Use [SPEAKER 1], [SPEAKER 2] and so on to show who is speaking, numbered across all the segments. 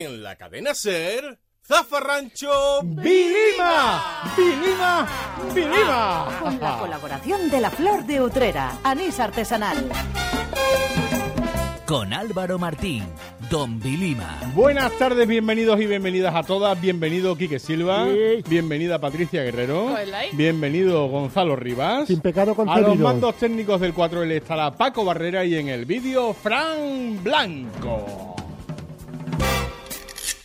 [SPEAKER 1] En la cadena Ser, Zafarrancho.
[SPEAKER 2] ¡Vilima! ¡Vilima!
[SPEAKER 3] con la
[SPEAKER 2] ¡Vilima!
[SPEAKER 3] colaboración de la Flor de Utrera, anís artesanal.
[SPEAKER 4] con Álvaro Martín, Don Vilima,
[SPEAKER 2] Buenas tardes, bienvenidos y bienvenidas a todas. Bienvenido Quique Silva. Bienvenida Patricia Guerrero.
[SPEAKER 5] Hola.
[SPEAKER 2] Bienvenido Gonzalo Rivas.
[SPEAKER 6] Sin pecado
[SPEAKER 2] a los
[SPEAKER 6] concebido.
[SPEAKER 2] mandos técnicos del 4L estará Paco Barrera y en el vídeo Fran Blanco.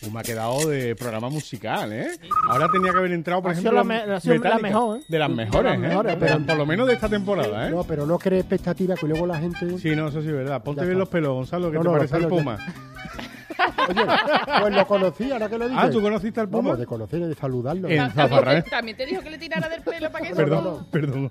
[SPEAKER 2] Uh, Me ha quedado de programa musical, ¿eh? Ahora tenía que haber entrado, por
[SPEAKER 6] Ha sido
[SPEAKER 2] ejemplo,
[SPEAKER 6] la me- ha sido la
[SPEAKER 2] Metallica.
[SPEAKER 6] mejor, ¿eh?
[SPEAKER 2] De las
[SPEAKER 6] De las
[SPEAKER 2] mejores, ¿eh?
[SPEAKER 6] mejores, pero-
[SPEAKER 2] Por lo menos de esta temporada, ¿eh?
[SPEAKER 6] No, pero no crees expectativa que luego la gente.
[SPEAKER 2] Sí, no, eso sí es verdad. Ponte
[SPEAKER 6] Ya
[SPEAKER 2] bien
[SPEAKER 6] está.
[SPEAKER 2] los pelos, Gonzalo, que
[SPEAKER 6] No,
[SPEAKER 2] te
[SPEAKER 6] no, los
[SPEAKER 2] parece al
[SPEAKER 6] pelos
[SPEAKER 2] Puma.
[SPEAKER 6] Oye, pues lo conocí, ahora que lo dices.
[SPEAKER 2] Ah, ¿tú conociste al Puma?
[SPEAKER 6] Vamos, de conocer y de saludarlo.
[SPEAKER 2] En
[SPEAKER 5] También te-
[SPEAKER 2] Zafarra, ¿eh?
[SPEAKER 5] También te dijo que le tirara del pelo para que eso
[SPEAKER 2] Perdón, perdón.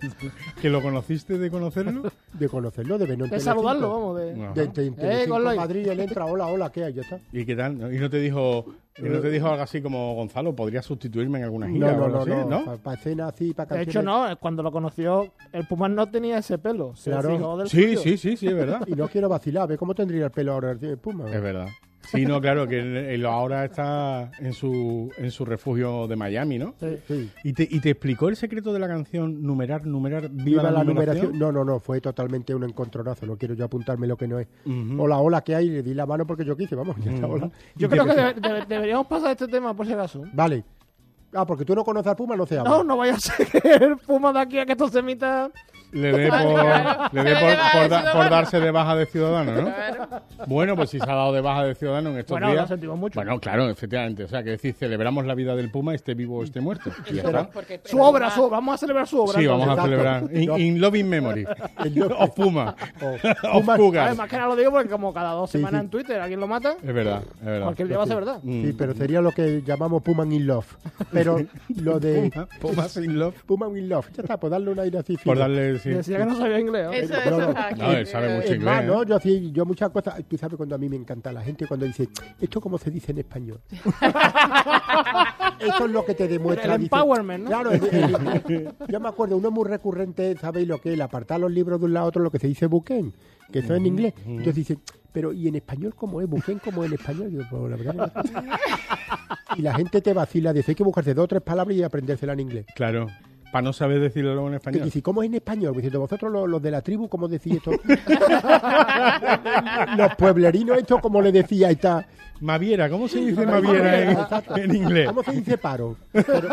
[SPEAKER 2] ¿Que lo conociste de conocerlo?
[SPEAKER 6] De conocerlo, de vernos en
[SPEAKER 7] De
[SPEAKER 6] Telecinco.
[SPEAKER 7] saludarlo, vamos. De...
[SPEAKER 2] Ajá.
[SPEAKER 6] De, de en Telecinco,
[SPEAKER 7] Goloi.
[SPEAKER 6] Madrid, él entra, hola, hola, ¿qué hay? Ya está.
[SPEAKER 2] ¿Y qué tal? ¿Y no te dijo, y no te dijo algo así como, Gonzalo, ¿podrías sustituirme en alguna gira?
[SPEAKER 6] No,
[SPEAKER 2] o
[SPEAKER 6] no,
[SPEAKER 2] algo
[SPEAKER 6] no,
[SPEAKER 2] así,
[SPEAKER 6] no.
[SPEAKER 2] ¿no?
[SPEAKER 6] Para escena así, para
[SPEAKER 7] De
[SPEAKER 6] canciones.
[SPEAKER 7] hecho, no, eh, cuando lo conoció, el Pumas no tenía ese pelo. Se
[SPEAKER 6] Claro.
[SPEAKER 7] fijó del
[SPEAKER 2] Sí,
[SPEAKER 7] suyo.
[SPEAKER 2] sí, sí, sí, es verdad.
[SPEAKER 6] Y no quiero vacilar, ¿ves cómo tendría el pelo ahora el Puma?
[SPEAKER 2] Es verdad. Sí, no, claro, que él- él ahora está en su, en su refugio de Miami, ¿no?
[SPEAKER 6] Sí, sí.
[SPEAKER 2] ¿Y te, ¿Y te explicó el secreto de la canción numerar, numerar, viva,
[SPEAKER 6] Viva la numeración. No, no, no, fue totalmente un encontronazo. No quiero yo apuntarme lo que no es.
[SPEAKER 2] Ujú.
[SPEAKER 6] Hola, hola, ¿qué hay? Le di la mano porque yo quise, vamos, ya está, hola.
[SPEAKER 7] Yo creo que de- de- deberíamos pasar este tema por si acaso.
[SPEAKER 6] Vale. Ah, porque tú no conoces al Puma, no se habla.
[SPEAKER 7] No, no vaya a ser que el Puma de aquí a que esto se emita.
[SPEAKER 2] Le dé por, le dé por, por da- por darse de baja de ciudadano, ¿no? Bueno, pues si se ha dado de baja de ciudadano en estos
[SPEAKER 7] Bueno,
[SPEAKER 2] días.
[SPEAKER 7] lo sentimos mucho.
[SPEAKER 2] Bueno, claro, efectivamente. O sea, que decir, celebramos la vida del Puma, esté vivo o esté muerto. Y ya está.
[SPEAKER 7] Su obra, su obra. Vamos a celebrar su obra.
[SPEAKER 2] Sí,
[SPEAKER 7] ¿no?
[SPEAKER 2] vamos a
[SPEAKER 6] Exacto.
[SPEAKER 2] celebrar. In,
[SPEAKER 6] No.
[SPEAKER 2] in loving memory. of Puma.
[SPEAKER 6] O
[SPEAKER 2] of
[SPEAKER 6] Puma.
[SPEAKER 2] Pugas.
[SPEAKER 7] Además, que ahora lo digo porque como cada dos
[SPEAKER 6] Sí,
[SPEAKER 7] semanas
[SPEAKER 6] sí.
[SPEAKER 7] en Twitter alguien lo mata,
[SPEAKER 2] Es verdad, es verdad.
[SPEAKER 7] cualquier día va a ser verdad.
[SPEAKER 2] Mm.
[SPEAKER 6] Sí, pero sería lo que llamamos Puma in Love. Pero lo de
[SPEAKER 2] Puma, Puma sin love.
[SPEAKER 6] Puma in Love, ya está, por darle un aire así. fino.
[SPEAKER 2] Por darle. sí.
[SPEAKER 7] Decía que no sabía inglés. ¿eh?
[SPEAKER 5] Eso,
[SPEAKER 6] Pero-
[SPEAKER 5] eso. ah,
[SPEAKER 2] No,
[SPEAKER 5] que-
[SPEAKER 2] él sabe mucho
[SPEAKER 6] Es más,
[SPEAKER 2] inglés.
[SPEAKER 6] ¿no?
[SPEAKER 2] ¿eh?
[SPEAKER 6] Yo, sí, yo muchas cosas. Tú sabes cuando a mí me encanta la gente cuando dice, ¿esto cómo se dice en español? Eso es lo que te demuestra.
[SPEAKER 7] El
[SPEAKER 6] dice-
[SPEAKER 7] empowerment, ¿no?
[SPEAKER 6] Claro, el- el- yo me acuerdo, uno muy recurrente, ¿sabéis lo que es? El apartar los libros de un lado a otro, lo que se dice buquen, que eso es en inglés. Entonces dicen, pero ¿y en español cómo es? ¿Buquen cómo es en español? Yo, pues, la verdad. que no sé. Y la gente te vacila, dice, hay que buscarse dos o tres palabras y aprendérsela en inglés.
[SPEAKER 2] Claro. Para no saber decirlo luego en
[SPEAKER 6] Que
[SPEAKER 2] español.
[SPEAKER 6] dice, ¿cómo es en español? Pues Diciendo, vosotros los, los de la tribu, ¿cómo decís esto? los pueblerinos, esto como le decía, ahí está.
[SPEAKER 2] Maviera, ¿cómo se dice Maviera en, en inglés?
[SPEAKER 6] ¿Cómo se dice paro? Pero-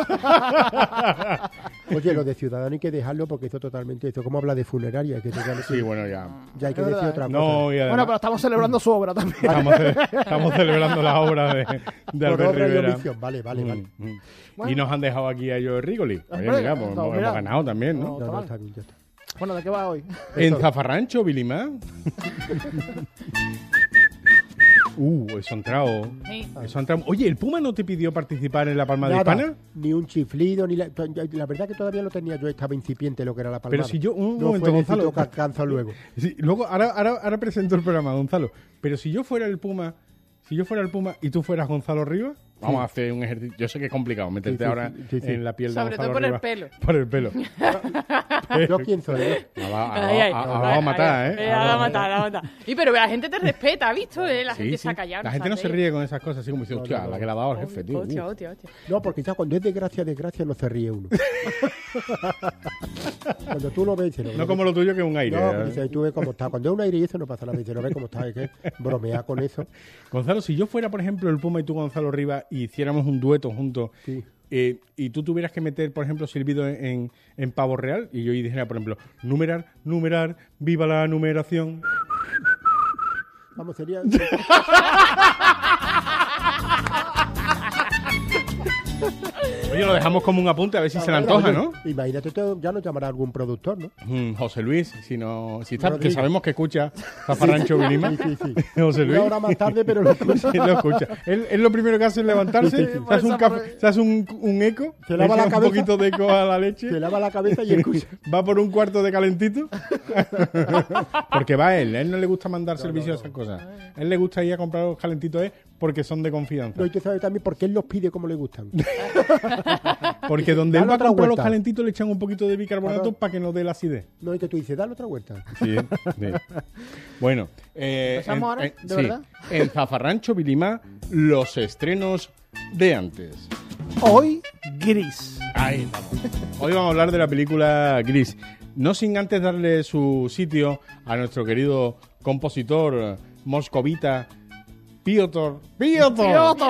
[SPEAKER 6] Oye, lo de ciudadano hay que dejarlo porque esto totalmente, esto como habla de funeraria, que total-
[SPEAKER 2] Sí, bueno, ya.
[SPEAKER 6] ya hay que decir otra cosa.
[SPEAKER 2] No, y
[SPEAKER 7] ¿eh? Bueno,
[SPEAKER 2] además,
[SPEAKER 7] pero estamos celebrando su obra también.
[SPEAKER 2] estamos, ce- estamos celebrando la obra de, de
[SPEAKER 6] Por
[SPEAKER 2] Albert
[SPEAKER 6] obra y
[SPEAKER 2] Rivera.
[SPEAKER 6] omisión, Vale, vale, vale.
[SPEAKER 2] Mm, mm. Y nos han dejado aquí a ellos Rigoli. Oye,
[SPEAKER 7] Hombre,
[SPEAKER 2] mira, pues,
[SPEAKER 7] no,
[SPEAKER 2] hemos
[SPEAKER 7] mira.
[SPEAKER 2] ganado también, ¿no?
[SPEAKER 7] No,
[SPEAKER 6] No, no,
[SPEAKER 7] vale.
[SPEAKER 6] está bien, ya está.
[SPEAKER 7] Bueno, ¿de qué va hoy?
[SPEAKER 2] En Zafarrancho, Vilimá. uh, eso ha entrado.
[SPEAKER 5] Sí.
[SPEAKER 2] Eso ha entrado. Oye, ¿el Puma no te pidió participar en la Palma de
[SPEAKER 6] Nada,
[SPEAKER 2] Hispana?
[SPEAKER 6] Ni un chiflido, ni la, la verdad que todavía lo tenía yo, estaba incipiente lo que era la palma.
[SPEAKER 2] Pero si yo- un
[SPEAKER 6] no
[SPEAKER 2] momento,
[SPEAKER 6] fue
[SPEAKER 2] Gonzalo.
[SPEAKER 6] necesito que alcanza luego.
[SPEAKER 2] Sí, luego, ahora, ahora, ahora presento el programa, Gonzalo. Pero si yo fuera el Puma, si yo fuera el Puma y tú fueras Gonzalo Rivas, vamos a hacer un ejercicio. Yo sé que es complicado meterte
[SPEAKER 6] sí,
[SPEAKER 2] ahora
[SPEAKER 6] sí, sí.
[SPEAKER 2] en la piel de
[SPEAKER 5] Sobre
[SPEAKER 2] Gonzalo
[SPEAKER 5] todo por el
[SPEAKER 2] Rivas.
[SPEAKER 5] pelo.
[SPEAKER 2] Por el pelo.
[SPEAKER 6] Yo quién soy, yo.
[SPEAKER 2] Ahora-
[SPEAKER 5] Ay,
[SPEAKER 2] ahora- ahora
[SPEAKER 5] ay, ay,
[SPEAKER 2] va ah, a
[SPEAKER 5] ay,
[SPEAKER 2] matar, ¿eh?
[SPEAKER 5] ay, ay, la va a matar, la va a matar. Y pero la gente te respeta, ¿has visto? eh? La
[SPEAKER 2] Sí,
[SPEAKER 5] gente
[SPEAKER 2] sí.
[SPEAKER 5] se ha callado.
[SPEAKER 2] La gente no se ríe con esas cosas así como dice, hostia, la que le ha dado el jefe, tío.
[SPEAKER 5] Hostia,
[SPEAKER 2] Uh.
[SPEAKER 5] hostia, hostia.
[SPEAKER 6] No, porque ya cuando es desgracia, desgracia no se ríe uno. cuando tú lo ves, dices,
[SPEAKER 2] No como lo tuyo que es un aire.
[SPEAKER 6] No,
[SPEAKER 2] ¿eh?
[SPEAKER 6] pero dices, tú ves cómo está. Cuando es un aire y eso no pasa nada. Dices, no ves cómo está. Es que bromea con eso.
[SPEAKER 2] Gonzalo, si yo fuera, por ejemplo, el Puma y tú, Gonzalo Rivas, y hiciéramos un dueto juntos,
[SPEAKER 6] Sí.
[SPEAKER 2] eh, y tú tuvieras que meter, por ejemplo, silbido en, en, en pavo real, y yo dijera, por ejemplo, numerar, numerar, viva la numeración.
[SPEAKER 6] Vamos, sería.
[SPEAKER 2] Oye, lo dejamos como un apunte, a ver si se le antoja, ¿no?
[SPEAKER 6] Imagínate, tú, ya nos llamará algún productor, ¿no?
[SPEAKER 2] Mm, José Luis, si no, si está, que
[SPEAKER 6] Rodrigo.
[SPEAKER 2] sabemos que escucha Zafarrancho Vilima.
[SPEAKER 6] Sí, sí, sí.
[SPEAKER 2] José Luis.
[SPEAKER 6] Una hora más tarde, pero lo escucha.
[SPEAKER 2] Sí, lo escucha. Él, él lo primero que hace es levantarse, se hace un, café- se hace un, un eco,
[SPEAKER 6] Se lava
[SPEAKER 2] echa
[SPEAKER 6] la
[SPEAKER 2] un
[SPEAKER 6] cabeza.
[SPEAKER 2] poquito de eco a la leche.
[SPEAKER 6] Se lava la cabeza y escucha.
[SPEAKER 2] va por un cuarto de calentito. Porque va él, a él no le gusta mandar servicio a esas cosas. A él le gusta ir a comprar los calentitos, eh, porque son de confianza.
[SPEAKER 6] No, y tú sabes también por qué él los pide como le gustan.
[SPEAKER 2] Porque donde él
[SPEAKER 6] Dale
[SPEAKER 2] va a
[SPEAKER 6] otra
[SPEAKER 2] comprar los
[SPEAKER 6] vuelta.
[SPEAKER 2] calentitos le echan un poquito de bicarbonato
[SPEAKER 6] Claro.
[SPEAKER 2] para que no dé la acidez.
[SPEAKER 6] No, y que tú dices, dale otra vuelta.
[SPEAKER 2] Sí, sí. Bueno, eh,
[SPEAKER 7] ¿Empezamos ahora? ¿De
[SPEAKER 2] sí.
[SPEAKER 7] verdad?
[SPEAKER 2] en Zafarrancho Vilima, los estrenos de antes.
[SPEAKER 7] Hoy, gris.
[SPEAKER 2] Ahí vamos. Hoy vamos a hablar de la película Gris. No sin antes darle su sitio a nuestro querido compositor moscovita Piotr. ¡Piotr!
[SPEAKER 5] Piotr,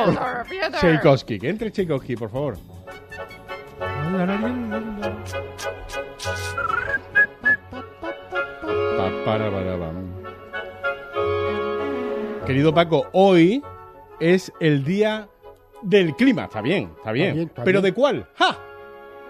[SPEAKER 5] Piotr.
[SPEAKER 2] Tchaikovsky. Que entre Tchaikovsky, por favor. Pa, para, para, pam. Querido Paco, hoy es el día del clima. Está bien, está bien.
[SPEAKER 6] bien, está
[SPEAKER 2] ¿Pero
[SPEAKER 6] bien.
[SPEAKER 2] de cuál? ¡Ja!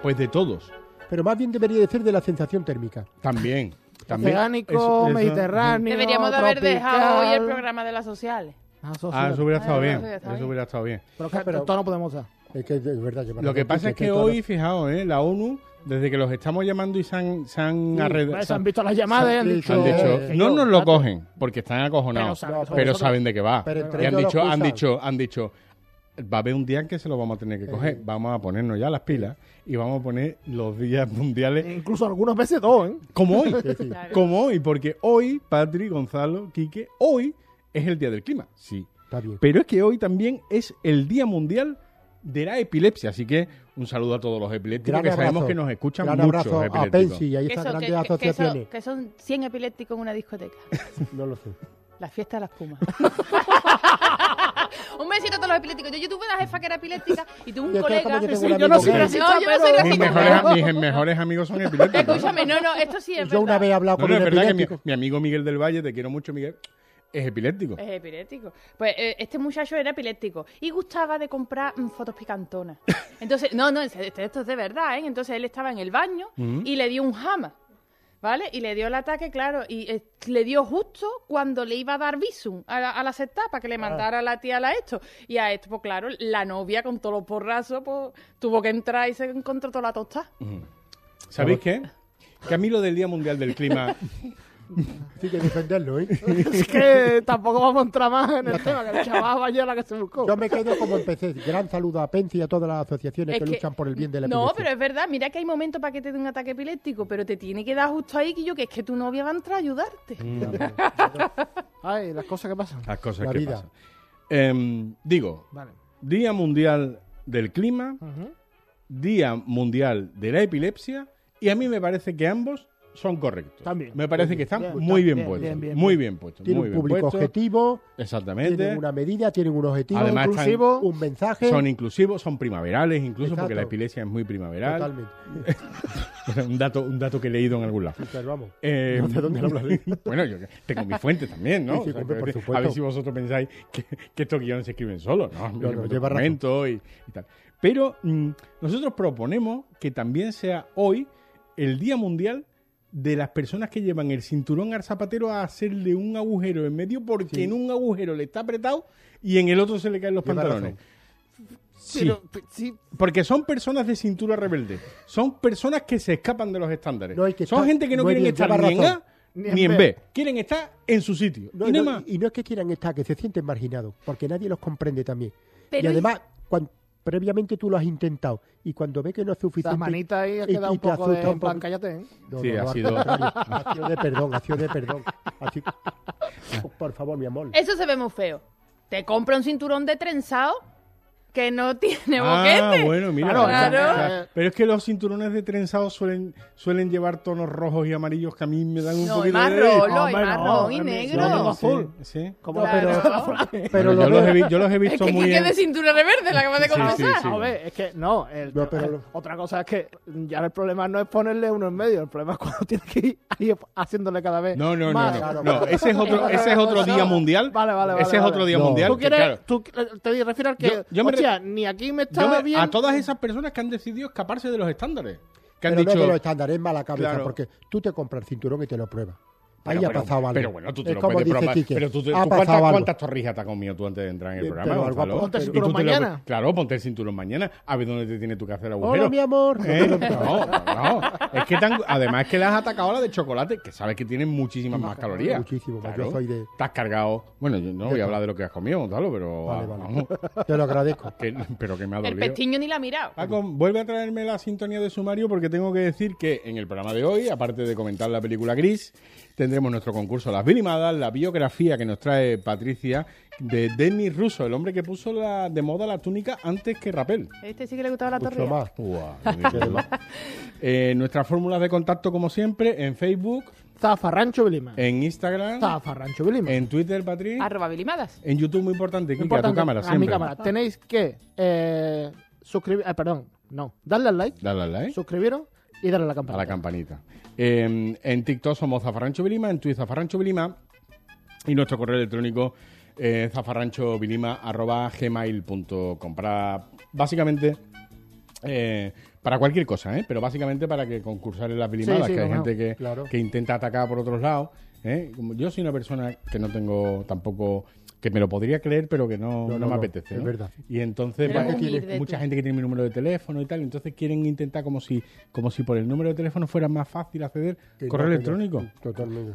[SPEAKER 2] Pues de todos.
[SPEAKER 6] Pero más bien debería decir de la sensación térmica.
[SPEAKER 2] También. también.
[SPEAKER 7] Oceánico,
[SPEAKER 2] Eso- eso-
[SPEAKER 7] mediterráneo.
[SPEAKER 5] Deberíamos de haber dejado hoy el
[SPEAKER 7] tropical.
[SPEAKER 5] programa de las sociales.
[SPEAKER 7] Ah, eso sí,
[SPEAKER 2] Ah, eso hubiera
[SPEAKER 5] Ah,
[SPEAKER 2] estado
[SPEAKER 5] eso
[SPEAKER 2] bien.
[SPEAKER 5] hubiera estado
[SPEAKER 2] Eso
[SPEAKER 5] bien.
[SPEAKER 2] hubiera estado bien.
[SPEAKER 7] Pero, que esto no podemos usar.
[SPEAKER 6] Es que es verdad que para
[SPEAKER 2] Lo que
[SPEAKER 6] nosotros
[SPEAKER 2] pasa es que
[SPEAKER 6] todo-
[SPEAKER 2] hoy, fijaos, eh, la ONU, desde que los estamos llamando y se han, se han arred-
[SPEAKER 7] Pues,
[SPEAKER 2] se han-
[SPEAKER 7] han visto las llamadas y han
[SPEAKER 6] se han
[SPEAKER 7] dicho...
[SPEAKER 2] han dicho,
[SPEAKER 7] eh,
[SPEAKER 2] no
[SPEAKER 7] yo,
[SPEAKER 2] nos lo
[SPEAKER 7] gato,
[SPEAKER 2] cogen, porque están acojonados,
[SPEAKER 7] saben que somos
[SPEAKER 2] pero
[SPEAKER 7] nosotros.
[SPEAKER 2] saben de qué va.
[SPEAKER 6] Pero entre
[SPEAKER 2] Y han
[SPEAKER 6] ellos
[SPEAKER 2] dicho,
[SPEAKER 6] lo
[SPEAKER 2] han
[SPEAKER 6] acusan.
[SPEAKER 2] dicho, han dicho, va a haber un día en que se lo vamos a tener que coger, vamos a ponernos ya las pilas y vamos a poner los días mundiales
[SPEAKER 7] Incluso algunas veces dos, ¿eh?
[SPEAKER 2] Como hoy. Como hoy, porque hoy, Patri, Gonzalo, Quique, hoy es el Día del Clima. Sí.
[SPEAKER 6] Está bien.
[SPEAKER 2] Pero es que hoy también es el Día Mundial de la Epilepsia. Así que un saludo a todos los epilépticos,
[SPEAKER 6] Gran
[SPEAKER 2] que sabemos
[SPEAKER 6] abrazo.
[SPEAKER 2] que nos escuchan
[SPEAKER 6] Gran
[SPEAKER 2] muchos
[SPEAKER 6] abrazo a
[SPEAKER 2] epilépticos.
[SPEAKER 6] Pensi, ahí
[SPEAKER 5] Que
[SPEAKER 6] están
[SPEAKER 5] eso-
[SPEAKER 6] grandes
[SPEAKER 5] que- que- que eso-
[SPEAKER 6] asociaciones.
[SPEAKER 5] que son 100 epilépticos en una discoteca.
[SPEAKER 6] No lo sé.
[SPEAKER 5] La fiesta de las pumas. un besito a todos los epilépticos. Yo, yo tuve una jefa que era epiléptica y tuve un
[SPEAKER 6] Yo,
[SPEAKER 5] colega.
[SPEAKER 6] tampoco, yo tengo
[SPEAKER 7] Sí,
[SPEAKER 6] un
[SPEAKER 7] yo
[SPEAKER 6] amigo
[SPEAKER 7] no
[SPEAKER 6] que-
[SPEAKER 7] soy racista,
[SPEAKER 5] No, yo no soy
[SPEAKER 7] pero-
[SPEAKER 5] racista.
[SPEAKER 2] Mis mejores, am- mis mejores amigos son epilépticos.
[SPEAKER 5] Escúchame, no, no, esto sí es
[SPEAKER 6] Yo una
[SPEAKER 5] verdad.
[SPEAKER 6] vez he hablado
[SPEAKER 2] No,
[SPEAKER 6] Ah, con
[SPEAKER 2] no,
[SPEAKER 6] un
[SPEAKER 2] es verdad que mi,
[SPEAKER 6] epiléptico.
[SPEAKER 2] mi amigo Miguel del Valle, te quiero mucho, Miguel, es epiléptico.
[SPEAKER 6] Eh,
[SPEAKER 5] Es epiléptico. Pues eh, este muchacho era epiléptico y gustaba de comprar mm, fotos picantonas. Entonces, no, no, en serio, esto esto es de verdad, ¿eh? Entonces él estaba en el baño y le dio un jama, ¿vale? Y le dio el ataque, claro, y eh, le dio justo cuando le iba a dar visum a la, a la sexta para que
[SPEAKER 6] Ah.
[SPEAKER 5] le mandara a la tía a la esto. Y a esto, pues claro, la novia con todos los porrazos, pues tuvo que entrar y se encontró toda la tostada.
[SPEAKER 2] ¿Sabéis qué? Que a mí lo del Día Mundial del Clima
[SPEAKER 6] Sí, que defenderlo, ¿eh?
[SPEAKER 7] Es que tampoco vamos a entrar más en el tema, que el chaval vaya la que se buscó.
[SPEAKER 6] Yo me quedo como empecé. Gran saludo a Pensi y a todas las asociaciones
[SPEAKER 5] Es
[SPEAKER 6] que,
[SPEAKER 5] que-
[SPEAKER 6] luchan por el bien de la
[SPEAKER 5] No,
[SPEAKER 6] epilepsia.
[SPEAKER 5] pero es verdad, mira que hay momentos para que te dé un ataque epiléptico, pero te tiene que dar justo ahí que yo, que es que tu novia va a entrar a ayudarte.
[SPEAKER 6] Mm.
[SPEAKER 7] Ay, las cosas que pasan.
[SPEAKER 2] Mm, Las cosas
[SPEAKER 6] La
[SPEAKER 2] que
[SPEAKER 6] vida.
[SPEAKER 2] pasan. Em, digo,
[SPEAKER 7] Vale.
[SPEAKER 2] Día Mundial del Clima, Día Mundial de la Epilepsia, y a mí me parece que ambos son correctos.
[SPEAKER 7] También.
[SPEAKER 2] Me parece que están
[SPEAKER 7] Bien,
[SPEAKER 2] muy bien,
[SPEAKER 7] bien,
[SPEAKER 2] puestos.
[SPEAKER 7] bien, bien,
[SPEAKER 2] muy
[SPEAKER 7] bien.
[SPEAKER 2] bien puestos.
[SPEAKER 6] Tiene
[SPEAKER 2] muy
[SPEAKER 6] un
[SPEAKER 2] bien
[SPEAKER 6] público
[SPEAKER 2] puestos.
[SPEAKER 6] objetivo,
[SPEAKER 2] Exactamente.
[SPEAKER 6] tienen una medida, tienen un objetivo,
[SPEAKER 2] Además, están-
[SPEAKER 7] inclusivo,
[SPEAKER 6] un mensaje.
[SPEAKER 2] son inclusivos, son primaverales, incluso porque
[SPEAKER 6] Exacto.
[SPEAKER 2] la epilepsia es muy primaveral.
[SPEAKER 6] Totalmente.
[SPEAKER 2] un, dato, un dato que he leído en algún lado.
[SPEAKER 6] Claro, vamos.
[SPEAKER 2] Eh,
[SPEAKER 6] No sé dónde lo hablaré.
[SPEAKER 2] bueno, yo tengo mi fuente también, ¿no?
[SPEAKER 6] Sí, sí, hombre, por
[SPEAKER 2] que-
[SPEAKER 6] supuesto.
[SPEAKER 2] A ver si vosotros pensáis que, que estos guiones se escriben solos, ¿no?
[SPEAKER 6] No, no,
[SPEAKER 2] Yo
[SPEAKER 6] lleva razón.
[SPEAKER 2] documento y, y tal. Pero mm, nosotros proponemos que también sea hoy el Día Mundial de las personas que llevan el cinturón al zapatero a hacerle un agujero en medio porque en un agujero le está apretado y en el otro se le caen los
[SPEAKER 6] Lleva
[SPEAKER 2] pantalones.
[SPEAKER 6] razón.
[SPEAKER 2] Sí.
[SPEAKER 7] Pero, p- sí,
[SPEAKER 2] Porque son personas de cintura rebelde. Son personas que se escapan de los estándares.
[SPEAKER 6] No, y que
[SPEAKER 2] son
[SPEAKER 6] está-
[SPEAKER 2] gente que no
[SPEAKER 6] muy
[SPEAKER 2] quieren
[SPEAKER 6] bien,
[SPEAKER 2] estar
[SPEAKER 6] lleva
[SPEAKER 2] ni en A
[SPEAKER 6] razón.
[SPEAKER 2] ni en, B. Quieren estar en su sitio.
[SPEAKER 6] No,
[SPEAKER 2] y nada
[SPEAKER 6] no,
[SPEAKER 2] más.
[SPEAKER 6] y no es que quieran estar, que se sienten marginados, porque nadie los comprende también.
[SPEAKER 5] Pero
[SPEAKER 6] y
[SPEAKER 5] y-
[SPEAKER 6] además, cuan- previamente tú lo has intentado, y cuando ve que no es
[SPEAKER 7] las
[SPEAKER 6] suficiente...
[SPEAKER 7] manitas ahí ha
[SPEAKER 6] y-
[SPEAKER 7] quedado
[SPEAKER 6] y
[SPEAKER 7] un
[SPEAKER 6] te
[SPEAKER 7] poco de...
[SPEAKER 6] asusta un
[SPEAKER 7] En plan,
[SPEAKER 6] poco.
[SPEAKER 7] cállate, ¿eh?
[SPEAKER 6] No, no,
[SPEAKER 2] Sí,
[SPEAKER 6] no,
[SPEAKER 2] ha
[SPEAKER 6] al
[SPEAKER 2] sido-
[SPEAKER 6] contrario, ha sido de perdón, ha sido de perdón. Ha sido-
[SPEAKER 2] Ah.
[SPEAKER 6] Por favor, mi amor.
[SPEAKER 5] Eso se ve muy feo. Te compra un cinturón de trenzado que no tiene
[SPEAKER 2] Ah,
[SPEAKER 5] boquete.
[SPEAKER 2] bueno, mira.
[SPEAKER 7] Claro,
[SPEAKER 2] ya-
[SPEAKER 7] claro.
[SPEAKER 2] ya- Pero es que los cinturones de trenzado suelen, suelen llevar tonos rojos y amarillos que a mí me dan un
[SPEAKER 5] No, es
[SPEAKER 2] poquito
[SPEAKER 5] más
[SPEAKER 2] de... Ah,
[SPEAKER 5] rolo, es
[SPEAKER 7] Hombre,
[SPEAKER 5] más
[SPEAKER 7] no,
[SPEAKER 5] rolo y
[SPEAKER 7] hombre,
[SPEAKER 5] negro.
[SPEAKER 7] no, no,
[SPEAKER 2] Sí,
[SPEAKER 7] azul.
[SPEAKER 2] sí.
[SPEAKER 7] Como
[SPEAKER 5] Claro.
[SPEAKER 6] Pero
[SPEAKER 2] Bueno,
[SPEAKER 6] lo
[SPEAKER 2] yo, los
[SPEAKER 6] veo-
[SPEAKER 2] he, vi- yo los he
[SPEAKER 5] Es
[SPEAKER 2] visto
[SPEAKER 5] que
[SPEAKER 2] muy...
[SPEAKER 5] Quique
[SPEAKER 2] en-
[SPEAKER 5] de cintura reverde la que de
[SPEAKER 2] Sí, sí,
[SPEAKER 5] conversar.
[SPEAKER 2] sí.
[SPEAKER 7] A ver, es que no, el-
[SPEAKER 6] No, pero lo-
[SPEAKER 7] otra cosa es que ya el problema no es ponerle uno en medio, el problema es cuando tienes que ir ahí haciéndole cada vez.
[SPEAKER 2] No, no, no,
[SPEAKER 7] más.
[SPEAKER 2] no,
[SPEAKER 6] Claro,
[SPEAKER 2] no,
[SPEAKER 6] claro.
[SPEAKER 2] Ese es otro, ese es otro día mundial.
[SPEAKER 7] Vale, vale, vale,
[SPEAKER 2] Ese es
[SPEAKER 7] vale.
[SPEAKER 2] otro día
[SPEAKER 6] No.
[SPEAKER 2] mundial.
[SPEAKER 7] ¿Tú
[SPEAKER 2] que,
[SPEAKER 7] quieres,
[SPEAKER 2] claro,
[SPEAKER 7] tú, eh, te refieres al que,
[SPEAKER 2] Yo- yo me re-
[SPEAKER 7] hostia, ni aquí me
[SPEAKER 2] Yo
[SPEAKER 7] está
[SPEAKER 2] me-
[SPEAKER 7] bien.
[SPEAKER 2] a todas esas personas que han decidido escaparse de los estándares. Que han
[SPEAKER 6] Pero no
[SPEAKER 2] dicho,
[SPEAKER 6] te lo estándares, es mala cabeza,
[SPEAKER 2] Claro.
[SPEAKER 6] porque tú te compras el cinturón y te lo pruebas. Ahí ha pasado algo.
[SPEAKER 2] Pero bueno, tú te
[SPEAKER 6] Es
[SPEAKER 2] lo
[SPEAKER 6] como
[SPEAKER 2] puedes
[SPEAKER 6] dice
[SPEAKER 2] probar.
[SPEAKER 6] Quique,
[SPEAKER 2] Pero tú, te-
[SPEAKER 6] ha
[SPEAKER 2] tú
[SPEAKER 6] pasado
[SPEAKER 2] cuántas,
[SPEAKER 6] algo.
[SPEAKER 2] cuántas torrijas te has comido tú antes de entrar en el
[SPEAKER 6] Eh,
[SPEAKER 2] programa,
[SPEAKER 6] pero algo
[SPEAKER 2] Gonzalo?
[SPEAKER 6] apunta el
[SPEAKER 2] Y tú
[SPEAKER 7] cinturón
[SPEAKER 2] te lo-
[SPEAKER 7] mañana.
[SPEAKER 2] claro, ponte el cinturón mañana. A ver dónde te tiene tu que hacer el agujero.
[SPEAKER 6] Hola, mi amor.
[SPEAKER 2] ¿Eh? No, no. Es que te han- además es que le has atacado a la de chocolate, que sabes que tienen muchísimas más calorías.
[SPEAKER 6] Muchísimo, más. Yo soy de-
[SPEAKER 2] Te has cargado. Bueno, yo no voy a hablar de lo que has comido, Gonzalo, pero.
[SPEAKER 6] Vale,
[SPEAKER 2] vamos,
[SPEAKER 6] vale. Te lo agradezco.
[SPEAKER 2] que- pero que me ha
[SPEAKER 5] El
[SPEAKER 2] dolido.
[SPEAKER 5] pestiño ni la ha mirado.
[SPEAKER 2] Paco, vuelve a traerme la sintonía de sumario porque tengo que decir que en el programa de hoy, aparte de comentar la película Gris, tendremos nuestro concurso Las Bilimadas, la biografía que nos trae Patricia de Denis Russo, el hombre que puso la, de moda la túnica antes que Rapel.
[SPEAKER 5] Este sí que le gustaba la
[SPEAKER 6] Mucho
[SPEAKER 5] torrija.
[SPEAKER 6] más. ah,
[SPEAKER 2] Eh, nuestras fórmulas de contacto, como siempre, en Facebook,
[SPEAKER 7] Zafarrancho Vilima.
[SPEAKER 2] en Instagram,
[SPEAKER 7] Zafarrancho Vilima.
[SPEAKER 2] en Twitter, Patricia,
[SPEAKER 5] Arroba bilimadas.
[SPEAKER 2] en YouTube, muy importante, Kika, a tu
[SPEAKER 7] Importante,
[SPEAKER 2] cámara,
[SPEAKER 7] A
[SPEAKER 2] siempre. Ah.
[SPEAKER 7] mi cámara. Tenéis que eh, suscribir, eh, perdón, no, darle al like,
[SPEAKER 2] Dale ¿eh? al like.
[SPEAKER 7] suscribiros y darle a la campana.
[SPEAKER 2] A la campanita. Eh, en TikTok somos Zafarrancho Vilima, en Twitter Zafarrancho Vilima y nuestro correo electrónico eh, zafarranchovilima.gmail.com para básicamente eh, para cualquier cosa, ¿eh? pero básicamente para que concursar en las vilimadas,
[SPEAKER 7] sí,
[SPEAKER 2] que hay
[SPEAKER 7] como no,
[SPEAKER 2] gente que,
[SPEAKER 6] claro.
[SPEAKER 2] que intenta atacar por otros lados. ¿eh? Como Yo soy una persona que no tengo tampoco que me lo podría creer, pero que no, no
[SPEAKER 6] no,
[SPEAKER 2] me
[SPEAKER 6] no,
[SPEAKER 2] apetece.
[SPEAKER 6] es
[SPEAKER 2] ¿no?
[SPEAKER 6] verdad.
[SPEAKER 2] Y entonces
[SPEAKER 5] Eres
[SPEAKER 2] pues,
[SPEAKER 5] muy humilde
[SPEAKER 2] mucha
[SPEAKER 5] tú.
[SPEAKER 2] gente que tiene mi número de teléfono y tal, entonces quieren intentar como si, como si por el número de teléfono fuera más fácil acceder
[SPEAKER 6] Que
[SPEAKER 2] correo
[SPEAKER 6] no, que no,
[SPEAKER 2] electrónico.
[SPEAKER 6] Totalmente.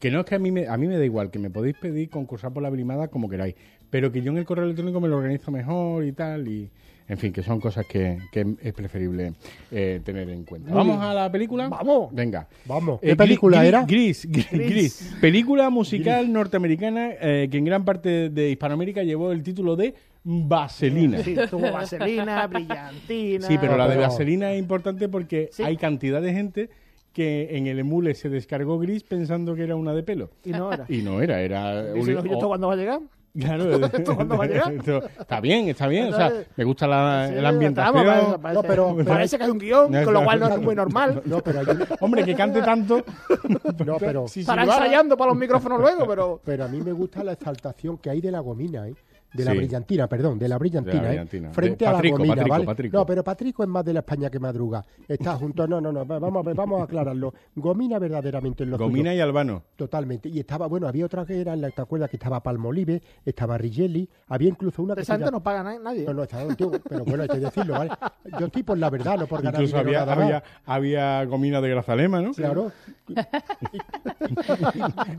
[SPEAKER 2] Que no es que a mí me, a mí me da igual, que me podéis pedir concursar por la brimada como queráis, pero que yo en el correo electrónico me lo organizo mejor y tal, y en fin, que son cosas que, que es preferible eh, tener en cuenta. ¿Vamos a la película?
[SPEAKER 7] Vamos.
[SPEAKER 2] Venga.
[SPEAKER 6] Vamos.
[SPEAKER 2] Eh,
[SPEAKER 6] ¿Qué
[SPEAKER 2] Gri-
[SPEAKER 6] película
[SPEAKER 2] Gri-
[SPEAKER 6] era?
[SPEAKER 2] Gris, gris, Gris. Película musical norteamericana eh, que en gran parte de Hispanoamérica llevó el título de Vaselina.
[SPEAKER 7] Sí, tuvo vaselina, brillantina.
[SPEAKER 2] Sí, pero la de
[SPEAKER 6] Pero-
[SPEAKER 2] Vaselina es importante porque
[SPEAKER 7] Sí.
[SPEAKER 2] hay cantidad de gente que en el emule se descargó gris pensando que era una de pelo.
[SPEAKER 7] Y no era.
[SPEAKER 2] Y no era, era...
[SPEAKER 7] Dice, no,
[SPEAKER 2] un-
[SPEAKER 7] ¿y esto cuándo va a llegar?
[SPEAKER 2] Claro,
[SPEAKER 7] ¿Esto cuándo va a llegar?
[SPEAKER 2] esto- está bien, está bien. O sea, me gusta la,
[SPEAKER 7] Sí,
[SPEAKER 2] Ah, el ambientación.
[SPEAKER 7] vamos, parece- parece-
[SPEAKER 6] No, pero- pero-
[SPEAKER 7] parece que hay un guión,
[SPEAKER 2] No,
[SPEAKER 7] con lo
[SPEAKER 2] no,
[SPEAKER 7] cual no
[SPEAKER 2] no,
[SPEAKER 7] es muy normal.
[SPEAKER 6] No, pero hay una-
[SPEAKER 2] Hombre, que cante tanto.
[SPEAKER 6] No, pero-
[SPEAKER 2] Si
[SPEAKER 7] Estará
[SPEAKER 2] silbara-
[SPEAKER 7] ensayando para los micrófonos luego, pero...
[SPEAKER 6] Pero a mí me gusta la exaltación que hay de la gomina, ¿eh? De la
[SPEAKER 2] Sí.
[SPEAKER 6] brillantina, perdón, de la brillantina,
[SPEAKER 2] De la
[SPEAKER 6] ¿eh?
[SPEAKER 2] brillantina.
[SPEAKER 6] Frente
[SPEAKER 2] De
[SPEAKER 6] a
[SPEAKER 2] Patrico,
[SPEAKER 6] la gomina,
[SPEAKER 2] Patrico,
[SPEAKER 6] ¿vale?
[SPEAKER 2] Patrico.
[SPEAKER 6] No, pero Patrico es más de la España que madruga. Está junto, no, no, no, va- vamos a ver, vamos a aclararlo. Gomina verdaderamente en los
[SPEAKER 2] Gomina y Albano.
[SPEAKER 6] Totalmente. Y estaba, bueno, había otra que era, en la- ¿te acuerdas? Que estaba Palmolive, estaba Rigelli, había incluso una que...
[SPEAKER 7] De
[SPEAKER 6] se
[SPEAKER 7] Santo
[SPEAKER 6] llama-
[SPEAKER 7] no paga na- nadie.
[SPEAKER 6] No, no, estaba un tío, pero bueno, hay que decirlo, ¿vale? Yo estoy por la verdad, no por ganar
[SPEAKER 2] Incluso
[SPEAKER 6] dinero
[SPEAKER 2] había,
[SPEAKER 6] nada más.
[SPEAKER 2] había, había gomina de Grazalema, ¿no?
[SPEAKER 6] Claro.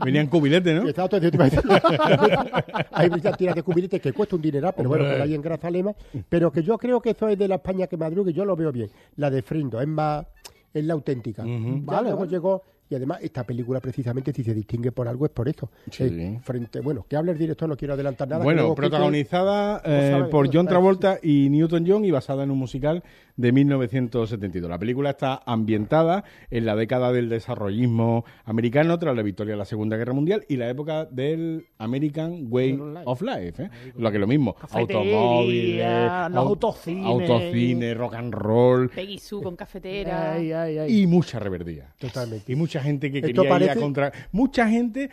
[SPEAKER 2] Venían cubilete, ¿no?
[SPEAKER 6] Y estaba todo diciendo- hay brillantinas de cubilete que cuesta un dineral, pero bueno, que la hay en Grazalema. Pero que yo creo que eso es de la España que madruga y yo lo veo bien. La de Frindo, es más, es la auténtica. Ya luego llegó. Y además, esta película precisamente, si se distingue por algo, es por eso.
[SPEAKER 2] Sí.
[SPEAKER 6] Eh, frente, bueno, que hable el director, no quiero adelantar nada. que
[SPEAKER 2] Bueno,
[SPEAKER 6] luego Quique-
[SPEAKER 2] protagonizada eh,
[SPEAKER 7] sabe,
[SPEAKER 2] por
[SPEAKER 7] no
[SPEAKER 2] John
[SPEAKER 7] sabe.
[SPEAKER 2] Travolta y Newton John y basada en un musical de 1972. La película está ambientada en la década del desarrollismo americano tras la victoria de la Segunda Guerra Mundial y la época del American Way of Life, ¿eh? lo que es lo mismo,
[SPEAKER 7] Cafetería,
[SPEAKER 2] automóviles,
[SPEAKER 7] los
[SPEAKER 2] au-
[SPEAKER 7] autocines.
[SPEAKER 2] autocine, rock and roll
[SPEAKER 5] Peggy Sue con cafetera.
[SPEAKER 7] Ay, ay, ay.
[SPEAKER 2] y mucha reverdía.
[SPEAKER 6] Totalmente.
[SPEAKER 2] Y mucha gente que quería
[SPEAKER 6] Esto
[SPEAKER 2] ir
[SPEAKER 6] parece-
[SPEAKER 2] a contra. Mucha gente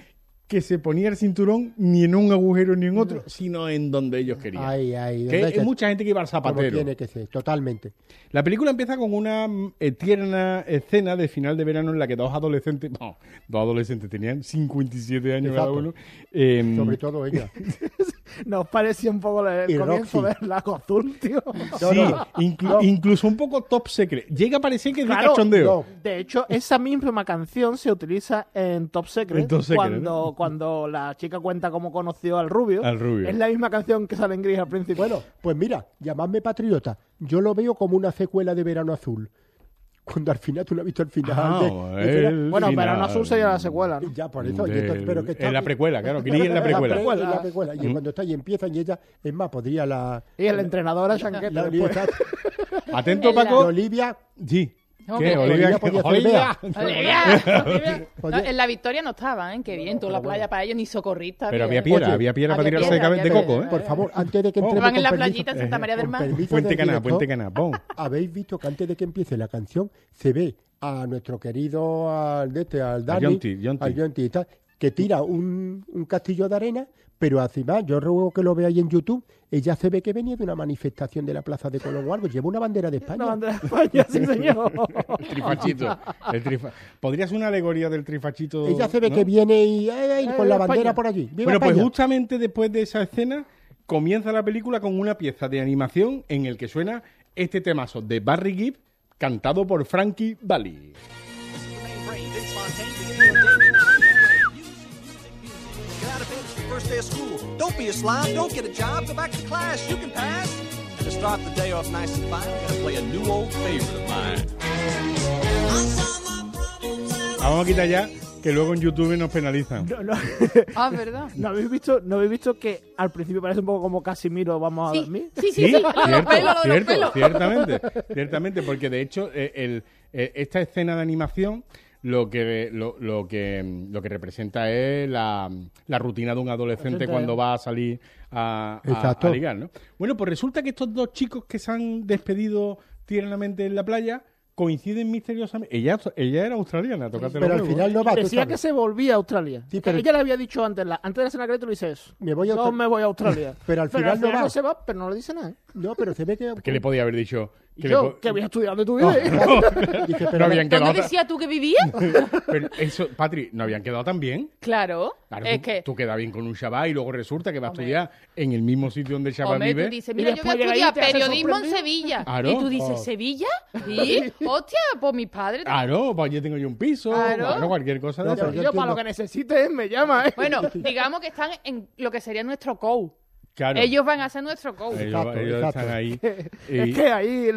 [SPEAKER 2] que se ponía el cinturón ni en un agujero ni en otro, sino en donde ellos querían.
[SPEAKER 6] Ay, ay,
[SPEAKER 2] Que
[SPEAKER 6] ¿dónde
[SPEAKER 2] hay
[SPEAKER 6] es?
[SPEAKER 2] mucha gente que iba al
[SPEAKER 6] Como
[SPEAKER 2] zapatero.
[SPEAKER 6] tiene que ser, totalmente.
[SPEAKER 2] La película empieza con una mm, eh, tierna escena de final de verano en la que dos adolescentes, no, dos adolescentes tenían 57 años cada
[SPEAKER 6] Exacto.
[SPEAKER 2] uno. eh,
[SPEAKER 6] Sobre todo ella.
[SPEAKER 7] Nos parecía un poco el
[SPEAKER 6] Y
[SPEAKER 7] comienzo
[SPEAKER 6] Roxy.
[SPEAKER 7] del Lago Azul, tío.
[SPEAKER 2] sí,
[SPEAKER 6] No, no,
[SPEAKER 2] inclu-
[SPEAKER 6] no.
[SPEAKER 2] incluso un poco top secret. Llega a parecer que es de
[SPEAKER 7] Claro,
[SPEAKER 2] cachondeo.
[SPEAKER 6] no.
[SPEAKER 7] De hecho, esa misma canción se utiliza en Top Secret,
[SPEAKER 2] En Top Secret,
[SPEAKER 7] cuando,
[SPEAKER 2] ¿no?
[SPEAKER 7] cuando la chica cuenta cómo conoció al rubio.
[SPEAKER 2] Al rubio.
[SPEAKER 7] Es la misma canción que sale en Gris al principio.
[SPEAKER 6] Bueno, pues mira, llamadme patriota. Yo lo veo como una secuela de Verano Azul. Cuando al final tú lo has visto al final.
[SPEAKER 2] Ah,
[SPEAKER 6] de- de-
[SPEAKER 2] el
[SPEAKER 7] bueno,
[SPEAKER 2] final.
[SPEAKER 7] Verano Azul sería la secuela, ¿no?
[SPEAKER 6] Ya, por eso. y
[SPEAKER 2] Del-
[SPEAKER 6] entonces- pero que está-
[SPEAKER 2] en la precuela, claro. Gris en la
[SPEAKER 6] En
[SPEAKER 2] precuela.
[SPEAKER 6] pre- en la precuela. Y cuando está y empiezan y ella, es más, podría la.
[SPEAKER 7] Y el entrenador es Chanquete.
[SPEAKER 6] la
[SPEAKER 7] después.
[SPEAKER 6] Olivia,
[SPEAKER 2] Atento,
[SPEAKER 6] la
[SPEAKER 2] Paco.
[SPEAKER 6] Olivia,
[SPEAKER 2] Sí.
[SPEAKER 5] No,
[SPEAKER 2] ¿Qué?
[SPEAKER 5] pero-
[SPEAKER 2] Olivia,
[SPEAKER 6] Olivia podía ser
[SPEAKER 2] Olivia.
[SPEAKER 5] Olivia, Olivia.
[SPEAKER 6] Oye.
[SPEAKER 5] No, en la victoria no estaban, ¿eh? Qué bien, toda la playa para ellos, ni socorristas.
[SPEAKER 2] Pero
[SPEAKER 5] ni-
[SPEAKER 2] había piedra,
[SPEAKER 6] Oye,
[SPEAKER 2] había piedra para
[SPEAKER 5] había
[SPEAKER 2] tirarse de
[SPEAKER 5] piedra,
[SPEAKER 2] cabe- de
[SPEAKER 5] había
[SPEAKER 2] coco,
[SPEAKER 5] piedra.
[SPEAKER 2] ¿eh?
[SPEAKER 6] por favor, antes de que
[SPEAKER 2] Oh.
[SPEAKER 6] entremos.
[SPEAKER 5] Estaban en
[SPEAKER 6] con
[SPEAKER 5] la
[SPEAKER 6] permiso- Eh,
[SPEAKER 5] playita en Santa María del
[SPEAKER 6] con
[SPEAKER 5] Mar.
[SPEAKER 6] permiso del
[SPEAKER 2] Puente Cana,
[SPEAKER 6] director,
[SPEAKER 2] Puente Cana, pon.
[SPEAKER 6] Habéis visto que antes de que empiece la canción se ve a nuestro querido al de este, al Dani,
[SPEAKER 2] Yonti, Yonti.
[SPEAKER 6] al Yonti y tal, que tira un, un castillo de arena, pero encima, yo ruego que lo veáis en YouTube, ella se ve que venía de una manifestación de la Plaza de Colón o algo, lleva una bandera de España.
[SPEAKER 7] La bandera de España, sí, señor.
[SPEAKER 2] El trifachito. El trifa- Podría ser una alegoría del trifachito.
[SPEAKER 6] Ella se ve
[SPEAKER 2] ¿no?
[SPEAKER 6] que viene y, eh, y
[SPEAKER 7] Eh,
[SPEAKER 6] con la
[SPEAKER 7] España.
[SPEAKER 6] bandera por allí. ¡Viva
[SPEAKER 2] Bueno, pues
[SPEAKER 6] España!
[SPEAKER 2] justamente después de esa escena comienza la película con una pieza de animación en el que suena este temazo de Barry Gibb cantado por Frankie Valli.
[SPEAKER 8] Get out of bed, it's the first day of school. Don't be a slob, don't get a job, go back to class, you can pass. And to start the day off nice and fine, I'm gonna play a new old favorite of mine.
[SPEAKER 2] La Vamos a quitar ya que luego en YouTube nos penalizan.
[SPEAKER 7] No, no.
[SPEAKER 5] Ah, ¿verdad?
[SPEAKER 7] ¿No habéis visto, ¿No habéis visto que al principio parece un poco como Casimiro, vamos a
[SPEAKER 5] Sí,
[SPEAKER 7] dormir?
[SPEAKER 5] sí, sí, sí, lo de los
[SPEAKER 2] cierto,
[SPEAKER 5] pelos, lo de los
[SPEAKER 2] cierto,
[SPEAKER 5] pelos.
[SPEAKER 2] ciertamente, ciertamente, porque de hecho eh, el, eh, esta escena de animación lo que lo, lo que lo que representa es la, la rutina de un adolescente
[SPEAKER 7] Resulta-
[SPEAKER 2] cuando va a salir a, a-
[SPEAKER 6] Exacto.
[SPEAKER 2] a ligar, ¿no? Bueno, pues resulta que estos dos chicos que se han despedido tiernamente en la playa coinciden misteriosamente. Ella, ella era australiana, tocate
[SPEAKER 6] Pero al final no va, Ah, tú
[SPEAKER 7] Decía que
[SPEAKER 6] sabes.
[SPEAKER 7] se volvía a Australia.
[SPEAKER 6] Sí, pero-
[SPEAKER 7] Ella le había dicho antes, la, antes de la cena crédito, le dice eso.
[SPEAKER 6] Me voy a
[SPEAKER 7] No
[SPEAKER 6] Australia.
[SPEAKER 7] me voy a Australia.
[SPEAKER 6] Pero al final no va.
[SPEAKER 7] se va, pero no le dice nada.
[SPEAKER 6] No, pero se ve que...
[SPEAKER 2] que le podía haber dicho
[SPEAKER 7] Y
[SPEAKER 2] que le
[SPEAKER 7] yo,
[SPEAKER 2] po-
[SPEAKER 7] que había estudiado de tu vida. ¿eh?
[SPEAKER 6] Dije,
[SPEAKER 2] no
[SPEAKER 6] pero
[SPEAKER 2] habían quedado
[SPEAKER 5] ¿Dónde
[SPEAKER 2] tan-
[SPEAKER 5] decías tú que vivías?
[SPEAKER 2] pero eso, Patri, no habían quedado tan bien.
[SPEAKER 5] Claro,
[SPEAKER 2] Claro,
[SPEAKER 5] es
[SPEAKER 2] tú,
[SPEAKER 5] que...
[SPEAKER 2] tú quedas bien con un chaval y luego resulta que va a estudiar en el mismo sitio donde el chaval
[SPEAKER 5] Hombre,
[SPEAKER 2] vive.
[SPEAKER 5] tú dices,
[SPEAKER 7] Y
[SPEAKER 5] mira, yo voy
[SPEAKER 7] después
[SPEAKER 5] a
[SPEAKER 7] llega ahí y
[SPEAKER 5] estudiar
[SPEAKER 7] te hace
[SPEAKER 5] periodismo en
[SPEAKER 7] sorprendido.
[SPEAKER 5] Sevilla.
[SPEAKER 2] Claro.
[SPEAKER 5] Y tú dices, ¿Sevilla? ¿Sí? Hostia, pues mis padres...
[SPEAKER 2] Claro, pues yo tengo yo un piso,
[SPEAKER 5] Claro.
[SPEAKER 2] claro, cualquier cosa de
[SPEAKER 6] No,
[SPEAKER 2] esa.
[SPEAKER 6] pero
[SPEAKER 7] yo,
[SPEAKER 6] yo
[SPEAKER 7] para
[SPEAKER 6] entiendo.
[SPEAKER 7] lo que necesites, me llama, ¿eh?
[SPEAKER 5] Bueno, digamos que están en lo que sería nuestro cow.
[SPEAKER 2] Claro.
[SPEAKER 5] Ellos van a ser nuestro cow.
[SPEAKER 2] Ellos-
[SPEAKER 6] Exacto,
[SPEAKER 2] ellos
[SPEAKER 6] exacto.
[SPEAKER 2] están ahí. Y
[SPEAKER 7] es que ahí...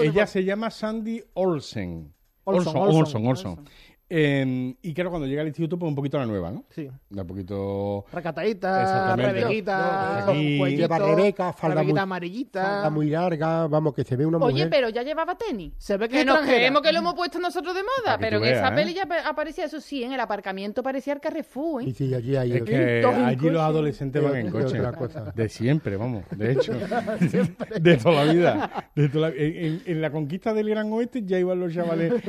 [SPEAKER 2] ella se llama Sandy Olsen.
[SPEAKER 7] Olson,
[SPEAKER 2] Olson, Olson.
[SPEAKER 7] Olson,
[SPEAKER 2] Olson. Eh, y claro, cuando llega al instituto, pues un poquito la nueva, ¿no?
[SPEAKER 7] sí.
[SPEAKER 2] Da Un poquito.
[SPEAKER 7] Recatadita,
[SPEAKER 2] Exactamente.
[SPEAKER 7] rebequita,
[SPEAKER 2] No,
[SPEAKER 7] con
[SPEAKER 2] aquí-
[SPEAKER 7] cuellito,
[SPEAKER 6] Lleva Rebeca, falda
[SPEAKER 7] rebequita
[SPEAKER 6] muy-
[SPEAKER 7] amarillita.
[SPEAKER 6] Está muy larga, vamos, que se ve una
[SPEAKER 5] Oye,
[SPEAKER 6] mujer...
[SPEAKER 5] pero ya llevaba tenis.
[SPEAKER 7] Se ve que,
[SPEAKER 5] Que
[SPEAKER 7] es
[SPEAKER 5] nos
[SPEAKER 7] extranjera.
[SPEAKER 5] creemos que lo hemos puesto nosotros de
[SPEAKER 2] Para
[SPEAKER 5] moda,
[SPEAKER 2] que
[SPEAKER 5] pero
[SPEAKER 2] tú
[SPEAKER 5] en esa
[SPEAKER 2] veas,
[SPEAKER 5] peli
[SPEAKER 2] ¿eh?
[SPEAKER 5] ya apa- aparecía, eso sí, en el aparcamiento parecía el Carrefour, ¿eh?
[SPEAKER 6] Y sí, allí hay...
[SPEAKER 2] Es
[SPEAKER 6] otro-
[SPEAKER 2] que
[SPEAKER 5] Dos en
[SPEAKER 2] allí
[SPEAKER 5] coche.
[SPEAKER 2] los adolescentes
[SPEAKER 6] De
[SPEAKER 2] van en
[SPEAKER 6] otra- de
[SPEAKER 2] coche.
[SPEAKER 6] otra cosa.
[SPEAKER 2] De siempre, vamos. De hecho, de toda la vida. De toda la- en, en- en la conquista del Gran Oeste ya iban los chavales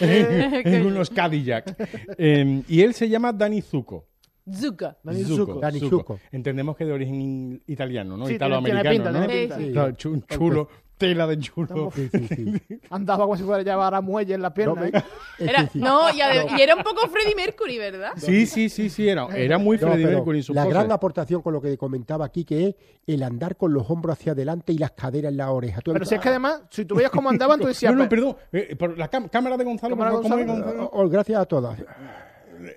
[SPEAKER 2] en, en unos Cadillac. Eh, y él se llama Dani Zuko.
[SPEAKER 5] Zucca.
[SPEAKER 7] Dani Zucco.
[SPEAKER 6] Dani Zucco.
[SPEAKER 2] Entendemos que de origen in- italiano, ¿no?
[SPEAKER 7] Sí, tiene- tiene
[SPEAKER 2] Italoamericano,
[SPEAKER 7] pinta,
[SPEAKER 2] ¿no?
[SPEAKER 7] tiene pinta.
[SPEAKER 6] Sí.
[SPEAKER 2] Claro, chu- un chulo, tela de chulo.
[SPEAKER 6] Sí, sí, sí.
[SPEAKER 7] Andaba como si fuera a llevar a muelle en la
[SPEAKER 6] No,
[SPEAKER 7] pierna.
[SPEAKER 6] me-
[SPEAKER 7] ¿eh?
[SPEAKER 6] es
[SPEAKER 5] Era-
[SPEAKER 6] que sí.
[SPEAKER 5] no, y, ade- y era un poco Freddie Mercury, ¿verdad?
[SPEAKER 2] Sí, sí, sí, sí, era, era muy
[SPEAKER 6] No,
[SPEAKER 2] Freddie
[SPEAKER 6] pero
[SPEAKER 2] Mercury en su
[SPEAKER 6] la
[SPEAKER 2] pose.
[SPEAKER 6] gran aportación con lo que comentaba aquí, que es el andar con los hombros hacia adelante y las caderas en la oreja. ¿Tú has
[SPEAKER 7] Pero si es
[SPEAKER 6] visto-
[SPEAKER 7] que además, si tú veías cómo andaban, tú decías...
[SPEAKER 2] No, no,
[SPEAKER 7] pero-
[SPEAKER 2] perdón, eh, por la cam- cámara de Gonzalo,
[SPEAKER 7] Cámara
[SPEAKER 2] por favor, ¿cómo
[SPEAKER 7] Gonzalo.
[SPEAKER 2] es Gonzalo?
[SPEAKER 6] Oh, gracias a
[SPEAKER 2] Eh,
[SPEAKER 6] todas. Ah,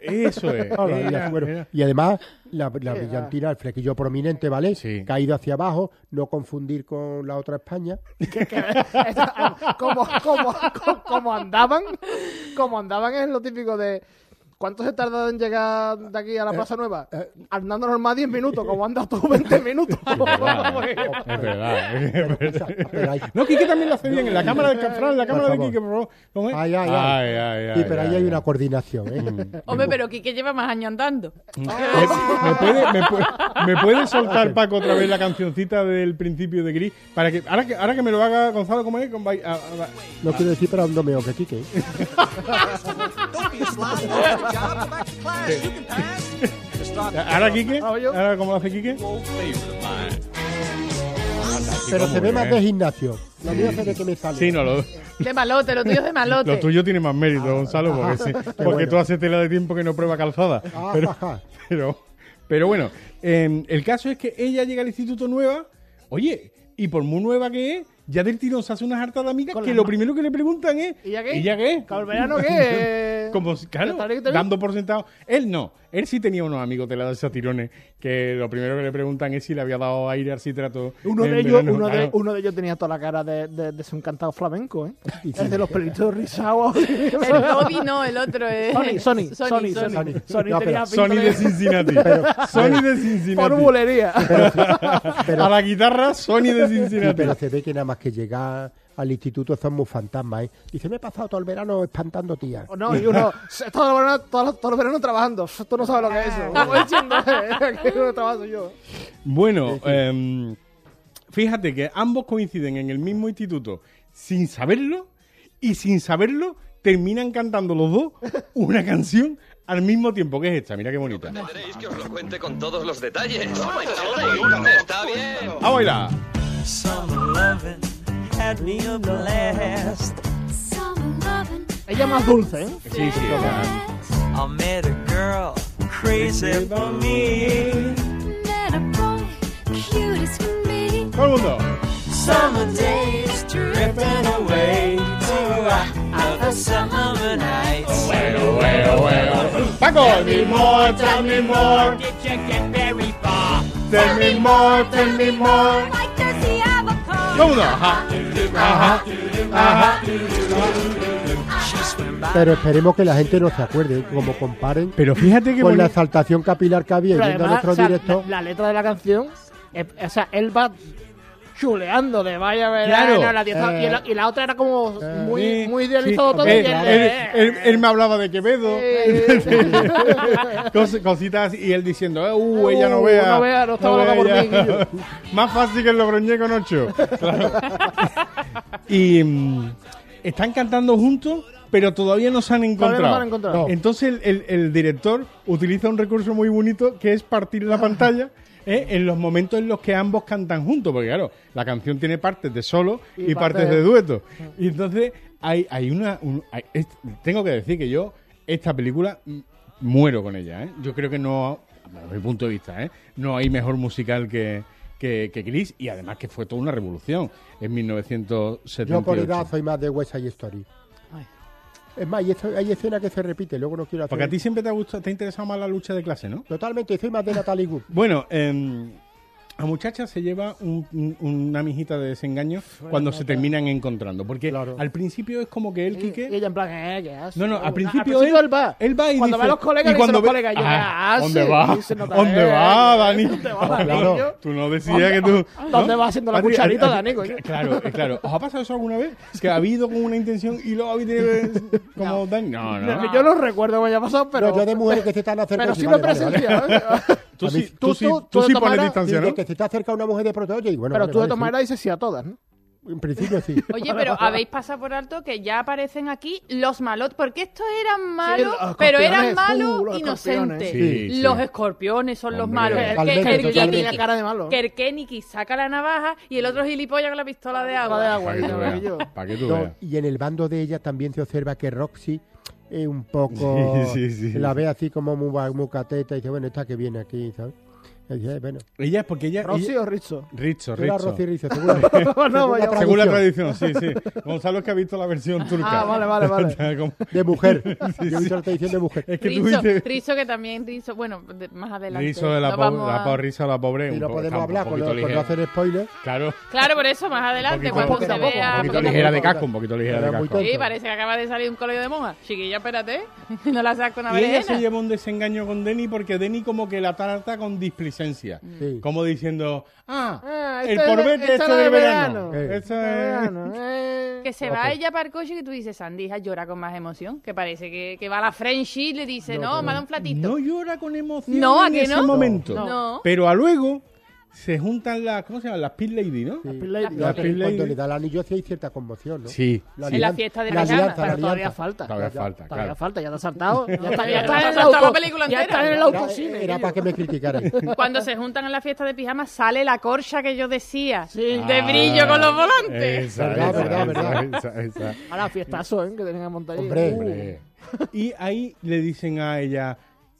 [SPEAKER 2] Eso es.
[SPEAKER 6] Hola,
[SPEAKER 2] Era,
[SPEAKER 6] las- bueno,
[SPEAKER 2] era.
[SPEAKER 6] Y además, la, la brillantina, el flequillo prominente, ¿vale?
[SPEAKER 2] Sí.
[SPEAKER 6] Caído hacia abajo, no confundir con la otra España.
[SPEAKER 7] como, como, como, como andaban, como andaban es lo típico de ¿cuánto se tarda en llegar de aquí a la Plaza Nueva? Andando normal 10 minutos, como andas tú 20 minutos.
[SPEAKER 2] Es verdad,
[SPEAKER 6] eh.
[SPEAKER 2] es verdad.
[SPEAKER 6] Pero hay-
[SPEAKER 2] No, Quique también lo hace bien. En la cámara de Canfrán, en la cámara de
[SPEAKER 6] favor.
[SPEAKER 2] Quique, por favor. ¿Cómo es?
[SPEAKER 6] Ay, ay, ay. sí, pero ahí hay una coordinación, ¿eh?
[SPEAKER 2] Mm.
[SPEAKER 5] Hombre, pero Quique lleva más años andando.
[SPEAKER 2] ¿Me, me puede, me, puede- me puede soltar, Paco, otra vez la cancioncita del principio de Gris? Para que, ahora, que, ahora que me lo haga Gonzalo, ¿cómo es? Con vai- ah, ah,
[SPEAKER 6] No quiero decir, pero no me que Quique. ¿eh?
[SPEAKER 8] Don't be a slob, don't get a job, go back to class, you can pass. And to start the
[SPEAKER 2] ah. ¿Ahora
[SPEAKER 8] day off
[SPEAKER 2] Quique?
[SPEAKER 7] Ahora yo.
[SPEAKER 2] ¿Ahora cómo lo hace Quique?
[SPEAKER 8] nice, new old favorite of mine.
[SPEAKER 6] Pero
[SPEAKER 2] cómo
[SPEAKER 6] se ve
[SPEAKER 2] es.
[SPEAKER 6] más de gimnasio. Lo mío se ve que me sale.
[SPEAKER 2] Sí, no, lo,
[SPEAKER 5] De malote, lo tuyo es de malote.
[SPEAKER 2] lo tuyo tiene más mérito, Gonzalo, porque, sí, porque
[SPEAKER 6] Ah. bueno.
[SPEAKER 2] tú haces tela de tiempo que no prueba calzada.
[SPEAKER 6] Ah,
[SPEAKER 2] Pero-
[SPEAKER 6] ajá.
[SPEAKER 2] Pero, pero bueno, eh, el caso es que ella llega al instituto nueva, oye, y por muy nueva que es, ya del tirón se hace unas hartas de amigas
[SPEAKER 7] Con
[SPEAKER 2] que
[SPEAKER 7] las
[SPEAKER 2] lo
[SPEAKER 7] ma-
[SPEAKER 2] primero que le preguntan es,
[SPEAKER 7] ¿Y ya qué?
[SPEAKER 2] ¿y ya qué?
[SPEAKER 7] ¿Con el verano qué?
[SPEAKER 2] Como, si- claro,
[SPEAKER 7] ¿Está bien, está bien?
[SPEAKER 2] dando por sentado. Él no, él sí tenía unos amigos de la de esos tirones que lo primero que le preguntan es si le había dado aire al citrato.
[SPEAKER 7] Uno
[SPEAKER 2] en
[SPEAKER 7] de, ellos,
[SPEAKER 2] verano,
[SPEAKER 7] uno, de,
[SPEAKER 2] claro.
[SPEAKER 7] uno de ellos tenía toda la cara de, de, de un cantado flamenco, ¿eh? Es de los pelitos rizados.
[SPEAKER 5] El Toby no, el otro es...
[SPEAKER 7] Sony, Sony, Sony,
[SPEAKER 5] Sony.
[SPEAKER 7] Sony. Sony tenía
[SPEAKER 6] No, pero-
[SPEAKER 2] Sony
[SPEAKER 7] pinta
[SPEAKER 2] de Cincinnati. Sony de Cincinnati.
[SPEAKER 7] Por bulería.
[SPEAKER 6] pero-
[SPEAKER 2] A la guitarra, Sony de
[SPEAKER 6] Sí,
[SPEAKER 2] Cincinnati.
[SPEAKER 6] pero se ve que nada más que llegar al instituto son muy fantasmas, ¿eh? Dice, me he pasado todo el verano espantando tías.
[SPEAKER 7] O No, y uno, se- todo el verano, todo, todo el verano trabajando. Tú no sabes lo que es eso. Como diciendo, eh, que uno trabajo yo.
[SPEAKER 2] Bueno, em, fíjate que ambos coinciden en el mismo instituto sin saberlo y sin saberlo terminan cantando los dos una canción al mismo tiempo que es esta. Mira qué bonita.
[SPEAKER 9] Queréis que os lo cuente con todos los detalles. Está bien.
[SPEAKER 2] ¡A bailar!
[SPEAKER 7] Ella más dulce, ¿eh?
[SPEAKER 2] Sí, sí. Todo el mundo. ¡Paco! Todo el mundo. Ajá.
[SPEAKER 6] Pero esperemos que la gente no se acuerde, ¿eh? como comparen
[SPEAKER 2] Pero fíjate que
[SPEAKER 6] con la exaltación capilar que había
[SPEAKER 7] Pero
[SPEAKER 6] yendo a
[SPEAKER 7] además,
[SPEAKER 6] nuestro
[SPEAKER 7] o sea,
[SPEAKER 6] directo.
[SPEAKER 7] la, la letra de la canción, eh, o sea, él va chuleando de vaya verano
[SPEAKER 2] Claro. eh,
[SPEAKER 7] la dieta-
[SPEAKER 6] Eh.
[SPEAKER 7] y, la, y la otra era como muy,
[SPEAKER 2] Sí,
[SPEAKER 7] muy
[SPEAKER 2] sí.
[SPEAKER 7] idealizado todo. y
[SPEAKER 2] Él,
[SPEAKER 7] él-
[SPEAKER 2] él-
[SPEAKER 7] eh,
[SPEAKER 2] él- él me hablaba de Quevedo.
[SPEAKER 7] eh,
[SPEAKER 2] Cos- cositas y él diciendo, eh, uh,
[SPEAKER 7] Uh,
[SPEAKER 2] ella no vea.
[SPEAKER 7] no vea, no estaba loca por mí,
[SPEAKER 2] ella". Más fácil que el Logroñé con ocho. Claro. y mm, están cantando juntos, pero todavía no se han encontrado.
[SPEAKER 7] se han encontrado.
[SPEAKER 2] No. Entonces el, el- el director utiliza un recurso muy bonito que es partir
[SPEAKER 7] Ah.
[SPEAKER 2] la pantalla. eh, en los momentos en los que ambos cantan juntos, porque claro, la canción tiene partes de solo y,
[SPEAKER 7] Y
[SPEAKER 2] partes,
[SPEAKER 7] partes-
[SPEAKER 2] de dueto. Y entonces hay, hay una... un- hay- es- tengo que decir que yo esta película mm, muero con ella. ¿eh? Yo creo que no, desde mi punto de vista, ¿eh? no hay mejor musical que, que, que Gris y además que fue toda una revolución en 1978.
[SPEAKER 6] Yo por edad soy más de West Side Story. Es más, hay, escena- hay escenas que se repite, luego no quiero hacer.
[SPEAKER 2] Porque a ti siempre te ha, gustado, te ha interesado más la lucha de clase, ¿no?
[SPEAKER 6] Totalmente, soy más de Natalie Wood.
[SPEAKER 2] Bueno, eh, a muchacha se lleva un- un- una mijita de desengaño cuando se terminan encontrando. Porque
[SPEAKER 6] Claro.
[SPEAKER 2] al principio es como que él, Quique...
[SPEAKER 7] Y ella en plan, eh, ¿qué haces?
[SPEAKER 2] No, no, al principio,
[SPEAKER 7] él, va.
[SPEAKER 2] Él va y
[SPEAKER 7] cuando
[SPEAKER 2] dice,
[SPEAKER 7] va a los colegas,
[SPEAKER 2] y
[SPEAKER 7] le
[SPEAKER 2] cuando
[SPEAKER 7] dice a los colegas, yo,
[SPEAKER 2] Ah,
[SPEAKER 7] ¿qué
[SPEAKER 2] ¿Dónde
[SPEAKER 7] haces?
[SPEAKER 2] va?
[SPEAKER 7] Dice, no te
[SPEAKER 2] ¿Dónde
[SPEAKER 7] ves,
[SPEAKER 2] va, Dani?
[SPEAKER 7] ¿Dónde va, Dani?
[SPEAKER 2] Claro,
[SPEAKER 7] Yo-
[SPEAKER 2] tú no decías que tú...
[SPEAKER 7] ¿Dónde
[SPEAKER 2] ¿no?
[SPEAKER 7] va haciendo la
[SPEAKER 2] A ti- a ti-
[SPEAKER 7] cucharita,
[SPEAKER 2] a ti-
[SPEAKER 7] Dani, coño?
[SPEAKER 2] Claro, eh, claro. ¿Os ha pasado eso alguna vez? Que ha habido como una intención y luego habéis tenido como Dani. No, no.
[SPEAKER 7] Yo no recuerdo que haya pasado, pero.
[SPEAKER 6] No, yo de mujeres que se están acercando.
[SPEAKER 7] pero sí lo he presenciado. ¿eh?
[SPEAKER 2] Tú
[SPEAKER 6] A
[SPEAKER 2] sí,
[SPEAKER 6] mí-
[SPEAKER 2] tú,
[SPEAKER 7] tú-
[SPEAKER 2] sí,
[SPEAKER 7] tú-
[SPEAKER 2] tú
[SPEAKER 7] tú
[SPEAKER 2] sí
[SPEAKER 7] de
[SPEAKER 2] pones
[SPEAKER 7] Tamara,
[SPEAKER 2] distancia,
[SPEAKER 6] Dice
[SPEAKER 2] ¿no?
[SPEAKER 6] que se está acerca una mujer de pronto, oye, y bueno,
[SPEAKER 7] Pero
[SPEAKER 6] vale,
[SPEAKER 7] tú de
[SPEAKER 6] vale,
[SPEAKER 7] tomar edad dices sí a todas, ¿no?
[SPEAKER 6] sí. En principio sí.
[SPEAKER 5] Oye,
[SPEAKER 7] eh,
[SPEAKER 5] pero habéis pasado por alto que ya aparecen aquí los malotes, porque estos eran malos,
[SPEAKER 7] los
[SPEAKER 5] pero
[SPEAKER 7] escorpiones,
[SPEAKER 5] eran malos
[SPEAKER 7] uh, los
[SPEAKER 5] inocentes.
[SPEAKER 2] escorpiones. Sí, sí.
[SPEAKER 5] Los escorpiones son los
[SPEAKER 2] Hombre.
[SPEAKER 5] malos.
[SPEAKER 6] Totalmente,
[SPEAKER 5] que, el
[SPEAKER 6] totalmente.
[SPEAKER 5] Keniki-
[SPEAKER 7] Cara de malo.
[SPEAKER 5] que el Keniki saca la navaja y el otro gilipollas con la pistola de agua.
[SPEAKER 7] de
[SPEAKER 2] Para
[SPEAKER 7] agua.
[SPEAKER 2] que tú
[SPEAKER 7] y yo-
[SPEAKER 2] veas. Para que tú
[SPEAKER 6] No,
[SPEAKER 2] veas.
[SPEAKER 6] y en el bando de ella también se observa que Roxy eh, un poco
[SPEAKER 2] Sí, sí, sí.
[SPEAKER 6] la ve así como muy, va- muy cateta y dice, bueno, esta que viene aquí, ¿sabes? Y dice, eh, bueno,
[SPEAKER 2] Ella, porque ella...
[SPEAKER 7] ¿Rossi
[SPEAKER 2] ella-
[SPEAKER 7] o Rizzo?
[SPEAKER 2] Richo,
[SPEAKER 6] era
[SPEAKER 2] Richo.
[SPEAKER 6] Roxy Rizzo, según la- según la
[SPEAKER 7] vaya-
[SPEAKER 2] Según la
[SPEAKER 6] traducción.
[SPEAKER 2] tradición, sí, sí. Gonzalo es que ha visto la versión turca.
[SPEAKER 7] Ah, vale, vale, vale.
[SPEAKER 2] Como-
[SPEAKER 6] De mujer.
[SPEAKER 2] Sí,
[SPEAKER 6] Yo he
[SPEAKER 2] sí.
[SPEAKER 6] visto la tradición de mujer.
[SPEAKER 2] Es que tú
[SPEAKER 5] Rizo,
[SPEAKER 2] viste...
[SPEAKER 5] Rizo que también Rizo, bueno, de- más adelante.
[SPEAKER 2] Rizo de la,
[SPEAKER 5] no
[SPEAKER 2] pobre,
[SPEAKER 5] vamos
[SPEAKER 2] la
[SPEAKER 5] a-
[SPEAKER 2] pobre Rizo de la pobre.
[SPEAKER 6] Y
[SPEAKER 2] un
[SPEAKER 6] no
[SPEAKER 2] po-
[SPEAKER 6] podemos
[SPEAKER 2] está un
[SPEAKER 6] hablar con,
[SPEAKER 2] poquito
[SPEAKER 6] los- con no
[SPEAKER 2] ligera.
[SPEAKER 6] hacer spoilers.
[SPEAKER 2] Claro.
[SPEAKER 5] Claro, por eso más adelante,
[SPEAKER 2] poquito-
[SPEAKER 5] cuando
[SPEAKER 6] poquito
[SPEAKER 5] se
[SPEAKER 6] a poco,
[SPEAKER 5] vea.
[SPEAKER 2] Un poquito
[SPEAKER 5] poco a
[SPEAKER 2] ligera
[SPEAKER 5] poco.
[SPEAKER 2] de casco, un poquito ligera de
[SPEAKER 6] Era muy
[SPEAKER 2] casco.
[SPEAKER 5] Sí, parece que acaba de salir un colorio de monja. Chiquilla, espérate. No la saco una
[SPEAKER 2] Y ella se
[SPEAKER 5] berenjena.
[SPEAKER 2] lleva un desengaño con Denny porque Denny como que la trata con displicencia.
[SPEAKER 6] Sí.
[SPEAKER 2] Como diciendo, ah,
[SPEAKER 7] Ah,
[SPEAKER 2] el
[SPEAKER 7] esta es de-
[SPEAKER 2] porvete
[SPEAKER 7] esta
[SPEAKER 2] este
[SPEAKER 7] es
[SPEAKER 2] del
[SPEAKER 7] de
[SPEAKER 2] verano.
[SPEAKER 7] verano.
[SPEAKER 2] Eso
[SPEAKER 7] De verano,
[SPEAKER 2] es...
[SPEAKER 7] eh.
[SPEAKER 5] Que se va ella para el coche y que tú dices, Sandy, hija, llora con más emoción. Que parece que, que va a la Frenchie y le dice, no, me ha dado un platito.
[SPEAKER 2] No llora con emoción
[SPEAKER 5] No, ¿a
[SPEAKER 2] en
[SPEAKER 5] que
[SPEAKER 2] ese
[SPEAKER 5] no?
[SPEAKER 2] momento.
[SPEAKER 5] No. No.
[SPEAKER 2] Pero a luego se juntan las, ¿cómo se llaman? Las Pit Lady, ¿no?
[SPEAKER 6] Sí.
[SPEAKER 7] Lady.
[SPEAKER 6] La-
[SPEAKER 2] La Pink
[SPEAKER 6] Cuando
[SPEAKER 2] Lady.
[SPEAKER 6] le da el anillo sí hay cierta conmoción, ¿no?
[SPEAKER 2] Sí.
[SPEAKER 5] En la
[SPEAKER 6] alianza-
[SPEAKER 5] fiesta de
[SPEAKER 6] la
[SPEAKER 5] la llama.
[SPEAKER 6] alianza, la
[SPEAKER 7] Pero todavía
[SPEAKER 6] alianza.
[SPEAKER 7] falta.
[SPEAKER 2] Todavía
[SPEAKER 6] Ya-
[SPEAKER 2] falta,
[SPEAKER 7] Todavía
[SPEAKER 2] claro.
[SPEAKER 7] falta, ya te has saltado. Ya está, ya
[SPEAKER 5] Ya
[SPEAKER 7] está
[SPEAKER 5] te
[SPEAKER 7] en
[SPEAKER 5] has
[SPEAKER 7] el
[SPEAKER 5] saltado
[SPEAKER 7] auto-
[SPEAKER 5] la película
[SPEAKER 7] Ya está
[SPEAKER 5] entera.
[SPEAKER 7] en el
[SPEAKER 6] Era-
[SPEAKER 7] autocine.
[SPEAKER 6] Era para que me criticaran.
[SPEAKER 5] Cuando se juntan en la fiesta de pijama sale la corcha que yo decía.
[SPEAKER 7] Sí.
[SPEAKER 5] De brillo con los volantes.
[SPEAKER 2] Esa,
[SPEAKER 6] Verdad,
[SPEAKER 2] esa,
[SPEAKER 6] verdad,
[SPEAKER 2] esa,
[SPEAKER 6] verdad.
[SPEAKER 2] esa, esa.
[SPEAKER 7] A la fiestazo, ¿eh? Que tenían a montar
[SPEAKER 6] Hombre.
[SPEAKER 2] Hombre. Y ahí le dicen a ella,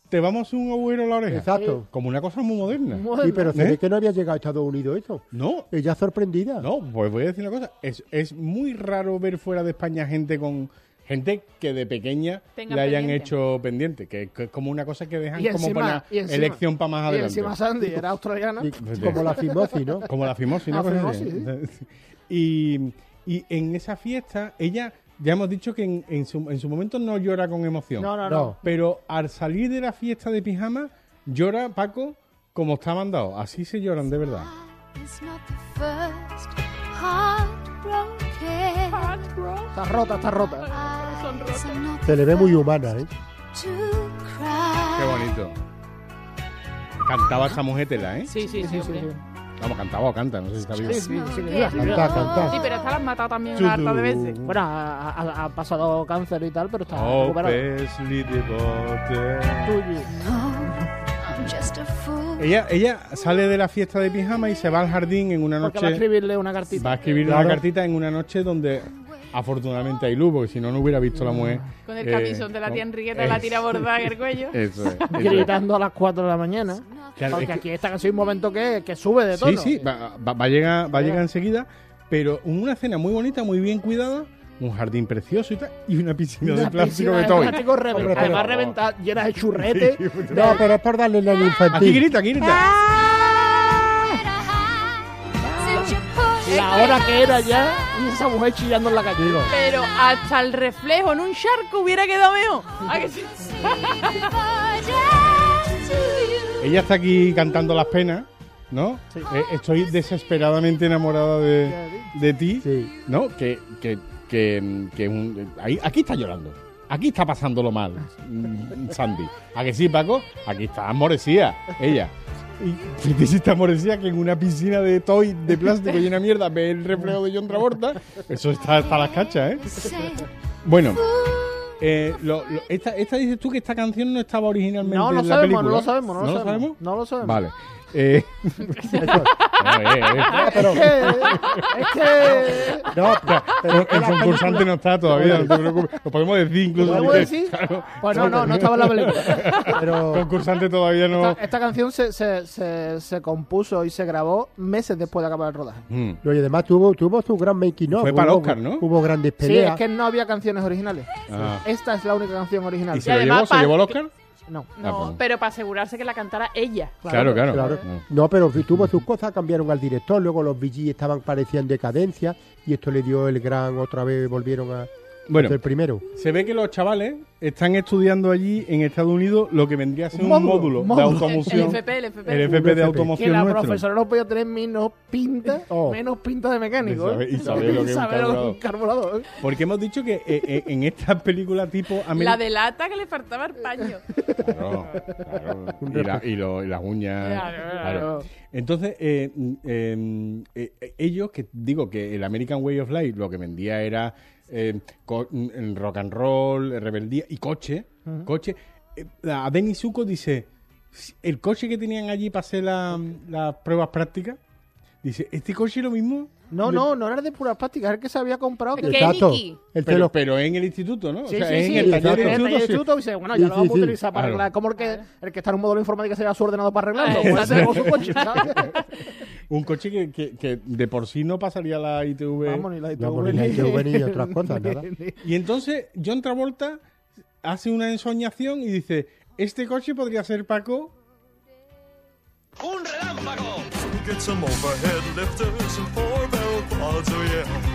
[SPEAKER 2] te vamos a hacer un agujero en la oreja.
[SPEAKER 6] Exacto.
[SPEAKER 2] Como una cosa muy moderna.
[SPEAKER 6] Sí, pero se
[SPEAKER 2] ¿Eh?
[SPEAKER 6] ve que no había llegado a Estados Unidos eso.
[SPEAKER 2] No,
[SPEAKER 6] Ella sorprendida.
[SPEAKER 2] no, pues voy a decir una cosa. Es, es muy raro ver fuera de España gente con gente que de pequeña
[SPEAKER 5] Tenga
[SPEAKER 2] le hayan
[SPEAKER 5] pendiente.
[SPEAKER 2] hecho pendiente, que, que es como una cosa que dejan
[SPEAKER 7] Y
[SPEAKER 2] como para
[SPEAKER 7] encima, y
[SPEAKER 2] la
[SPEAKER 7] encima-
[SPEAKER 2] elección para más
[SPEAKER 7] Y
[SPEAKER 2] adelante.
[SPEAKER 7] encima Sandy era australiana.
[SPEAKER 6] Y- Como la fimosis, ¿no?
[SPEAKER 2] Como la fimosis, ¿no?
[SPEAKER 7] La fimosis,
[SPEAKER 2] y, y en esa fiesta, ella, ya hemos dicho que en, en su, en su momento no llora con emoción.
[SPEAKER 7] No, no,
[SPEAKER 6] No.
[SPEAKER 7] no.
[SPEAKER 2] Pero al salir de la fiesta de pijama, llora Paco como está mandado. Así se lloran de verdad.
[SPEAKER 7] Está rota, está rota.
[SPEAKER 6] Se le ve muy humana, ¿eh?
[SPEAKER 2] Qué bonito. Cantaba esta mujer tela, ¿eh?
[SPEAKER 5] Sí, sí, sí, hombre.
[SPEAKER 2] Vamos, cantaba o canta, no sé si está vivo.
[SPEAKER 7] Sí, sí, sí,
[SPEAKER 6] Canta, canta.
[SPEAKER 5] Sí, pero esta la han matado también una harta de veces.
[SPEAKER 7] Bueno, ha, ha- ha pasado cáncer y tal, pero está
[SPEAKER 2] Oh,
[SPEAKER 7] recuperado.
[SPEAKER 2] Hopelessly devoted.
[SPEAKER 7] Tuyo.
[SPEAKER 2] Ella, ella sale de la fiesta de pijama y se va al jardín en una
[SPEAKER 7] Porque va a
[SPEAKER 2] noche.
[SPEAKER 7] escribirle una cartita.
[SPEAKER 2] Va a escribir una
[SPEAKER 6] Claro.
[SPEAKER 2] cartita en una noche donde afortunadamente hay luz, porque si no, no hubiera visto la mujer.
[SPEAKER 5] Con el
[SPEAKER 2] eh,
[SPEAKER 5] camisón de la tía
[SPEAKER 2] con-
[SPEAKER 5] Enriqueta, la tira bordada en el cuello.
[SPEAKER 2] Eso es. eso es.
[SPEAKER 7] Gritando a las 4 de la mañana.
[SPEAKER 2] Claro,
[SPEAKER 7] porque
[SPEAKER 2] es que-
[SPEAKER 7] aquí esta canción hay un momento que, que sube de tono.
[SPEAKER 2] Sí, sí, va, va- va a llegar, va a llegar enseguida, pero una cena muy bonita, muy bien cuidada, un jardín precioso y tal, y una piscina de plástico
[SPEAKER 7] de
[SPEAKER 2] de toy.
[SPEAKER 7] plástico reven-
[SPEAKER 2] Hombre, pero-
[SPEAKER 7] Además, reventar, llenas de churrete.
[SPEAKER 6] No, pero es por darle la
[SPEAKER 2] Ah. Aquí
[SPEAKER 6] infantil.
[SPEAKER 2] grita, aquí grita.
[SPEAKER 7] la hora que era ya y esa mujer chillando en la calle.
[SPEAKER 5] Pero hasta el reflejo en un charco hubiera quedado mejor.
[SPEAKER 2] Ah,
[SPEAKER 5] ¿A que sí?
[SPEAKER 2] Ella está aquí cantando las penas, ¿no? Eh, estoy desesperadamente enamorada de, de ti,
[SPEAKER 6] Sí.
[SPEAKER 2] ¿no? Que, que, que, que un- ahí- aquí está llorando. Aquí está pasándolo mal, mm, Sandy. ¿A que sí, Paco? Aquí está amorecía, ella. Y Fetish está amorecía que en una piscina de toy de plástico y una mierda ve el reflejo de John Travolta. Eso está hasta las cachas, ¿eh? Bueno, eh, lo- lo- esta, esta dices tú que esta canción no estaba originalmente
[SPEAKER 7] No, no
[SPEAKER 2] en la
[SPEAKER 7] sabemos, no
[SPEAKER 2] película.
[SPEAKER 7] lo sabemos, no lo sabemos. No lo sabemos.
[SPEAKER 2] Vale. Eh, no, eh, eh.
[SPEAKER 6] Pero,
[SPEAKER 7] Es que.
[SPEAKER 6] no, pero- pero
[SPEAKER 2] El concursante no está todavía, no te preocupes. Lo podemos decir incluso.
[SPEAKER 7] ¿Podemos
[SPEAKER 2] si
[SPEAKER 7] decir?
[SPEAKER 2] quieres. Claro.
[SPEAKER 7] Pues no, no, no estaba en la película.
[SPEAKER 2] El concursante todavía no.
[SPEAKER 7] Esta, esta canción se, se, se, se compuso y se grabó meses después de acabar el rodaje.
[SPEAKER 2] Mm.
[SPEAKER 6] No, y además tuvo, tuvo su gran making of.
[SPEAKER 2] Fue para
[SPEAKER 6] Hubo-
[SPEAKER 2] Oscar, ¿no?
[SPEAKER 6] Hubo grandes
[SPEAKER 7] Sí, es
[SPEAKER 6] peleas.
[SPEAKER 7] que no había canciones originales.
[SPEAKER 2] Ah.
[SPEAKER 7] Esta es la única canción original.
[SPEAKER 2] ¿Y se lo
[SPEAKER 5] además
[SPEAKER 2] llevó? ¿Se
[SPEAKER 5] pa-
[SPEAKER 2] llevó el Oscar?
[SPEAKER 7] No.
[SPEAKER 5] No, pero para asegurarse que la cantara ella.
[SPEAKER 2] Ah, Claro, claro.
[SPEAKER 6] Claro.
[SPEAKER 2] Mm.
[SPEAKER 6] No, pero tuvo sus cosas, cambiaron al director, luego los VG estaban parecían decadencia y esto le dio el gran otra vez, volvieron a
[SPEAKER 2] Bueno,
[SPEAKER 6] el primero.
[SPEAKER 2] se ve que los chavales están estudiando allí en Estados Unidos lo que vendría a ser un,
[SPEAKER 7] Un
[SPEAKER 2] módulo,
[SPEAKER 7] módulo, módulo.
[SPEAKER 2] de
[SPEAKER 5] El
[SPEAKER 2] automoción.
[SPEAKER 5] FP, el FP.
[SPEAKER 2] El FP de
[SPEAKER 6] Un FP.
[SPEAKER 7] Que
[SPEAKER 2] automoción
[SPEAKER 7] la
[SPEAKER 2] nuestro.
[SPEAKER 7] profesora no podía tener menos pinta,
[SPEAKER 6] Oh.
[SPEAKER 7] menos pinta de mecánico.
[SPEAKER 2] Y sabe-
[SPEAKER 7] ¿eh?
[SPEAKER 2] y sabe lo que es un
[SPEAKER 7] Sabe lo que es un carburador.
[SPEAKER 2] Porque hemos dicho que eh, eh, en esta película tipo
[SPEAKER 5] La
[SPEAKER 2] americana.
[SPEAKER 5] de lata que le faltaba el paño.
[SPEAKER 2] Claro, claro. Y, la- y lo- y las uñas.
[SPEAKER 5] Claro,
[SPEAKER 2] claro. Entonces, eh, mm, eh, eh, eh, ellos, que digo que el American Way of Life lo que vendía era eh, co- mm, el rock and roll, rebeldía y coche. coche. Eh, a Benny Zuko dice: el coche que tenían allí para hacer la- las pruebas prácticas, dice: este coche es lo mismo.
[SPEAKER 7] No, no, no era de puras prácticas, era el que se había comprado.
[SPEAKER 5] Es
[SPEAKER 7] Que...
[SPEAKER 5] que- Kenny
[SPEAKER 6] Tato,
[SPEAKER 5] E.
[SPEAKER 6] el
[SPEAKER 2] Pero,
[SPEAKER 6] pelo.
[SPEAKER 2] pero en el instituto, ¿no?
[SPEAKER 7] Sí,
[SPEAKER 2] o sea,
[SPEAKER 7] sí,
[SPEAKER 2] en
[SPEAKER 7] sí,
[SPEAKER 2] el taller
[SPEAKER 6] exacto.
[SPEAKER 2] del instituto.
[SPEAKER 7] en el taller de
[SPEAKER 2] sí.
[SPEAKER 7] instituto, dice, bueno, ya
[SPEAKER 6] Sí,
[SPEAKER 7] lo vamos
[SPEAKER 6] sí,
[SPEAKER 7] a
[SPEAKER 6] sí.
[SPEAKER 7] utilizar para
[SPEAKER 2] Claro.
[SPEAKER 7] arreglar. Como el que, el que está en un módulo informático se lleva su ordenador para arreglarlo.
[SPEAKER 5] Ah,
[SPEAKER 7] Pues
[SPEAKER 5] exacto.
[SPEAKER 7] hacemos su coche, ¿sabes?
[SPEAKER 2] Un coche que, que- que de por sí no pasaría la ITV.
[SPEAKER 7] Vamos, ni la ITV,
[SPEAKER 6] Pues, No, porque la ITV ni otras cosas, nada.
[SPEAKER 2] Y entonces John Travolta hace una ensoñación y dice, este coche podría ser Paco.
[SPEAKER 9] ¡Un relámpago!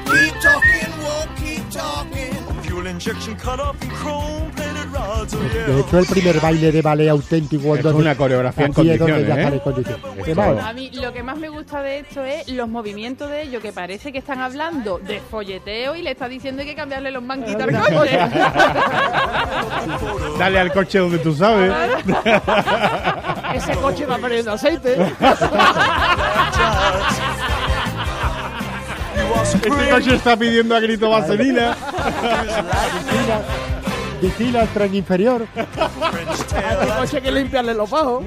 [SPEAKER 8] Keep talking, won't keep talking. Fuel injection cut off and chrome plated rods, oh
[SPEAKER 6] De hecho, el primer baile de ballet auténtico.
[SPEAKER 2] Esto es una coreografía en
[SPEAKER 6] aquí es donde
[SPEAKER 2] condiciones,
[SPEAKER 6] ya
[SPEAKER 2] ¿eh?
[SPEAKER 6] sale en condiciones.
[SPEAKER 2] Esto-
[SPEAKER 6] Además,
[SPEAKER 5] A mí lo que más me gusta de esto es los movimientos de ellos, que parece que están hablando de folleteo y le está diciendo que hay que cambiarle los manguitos al coche. Ah,
[SPEAKER 2] Dale al coche donde tú sabes.
[SPEAKER 7] Ese coche va perdiendo aceite.
[SPEAKER 2] Este coche está pidiendo a grito vaselina.
[SPEAKER 6] Vigila el tren inferior.
[SPEAKER 7] Ese coche hay que limpiarle los bajos.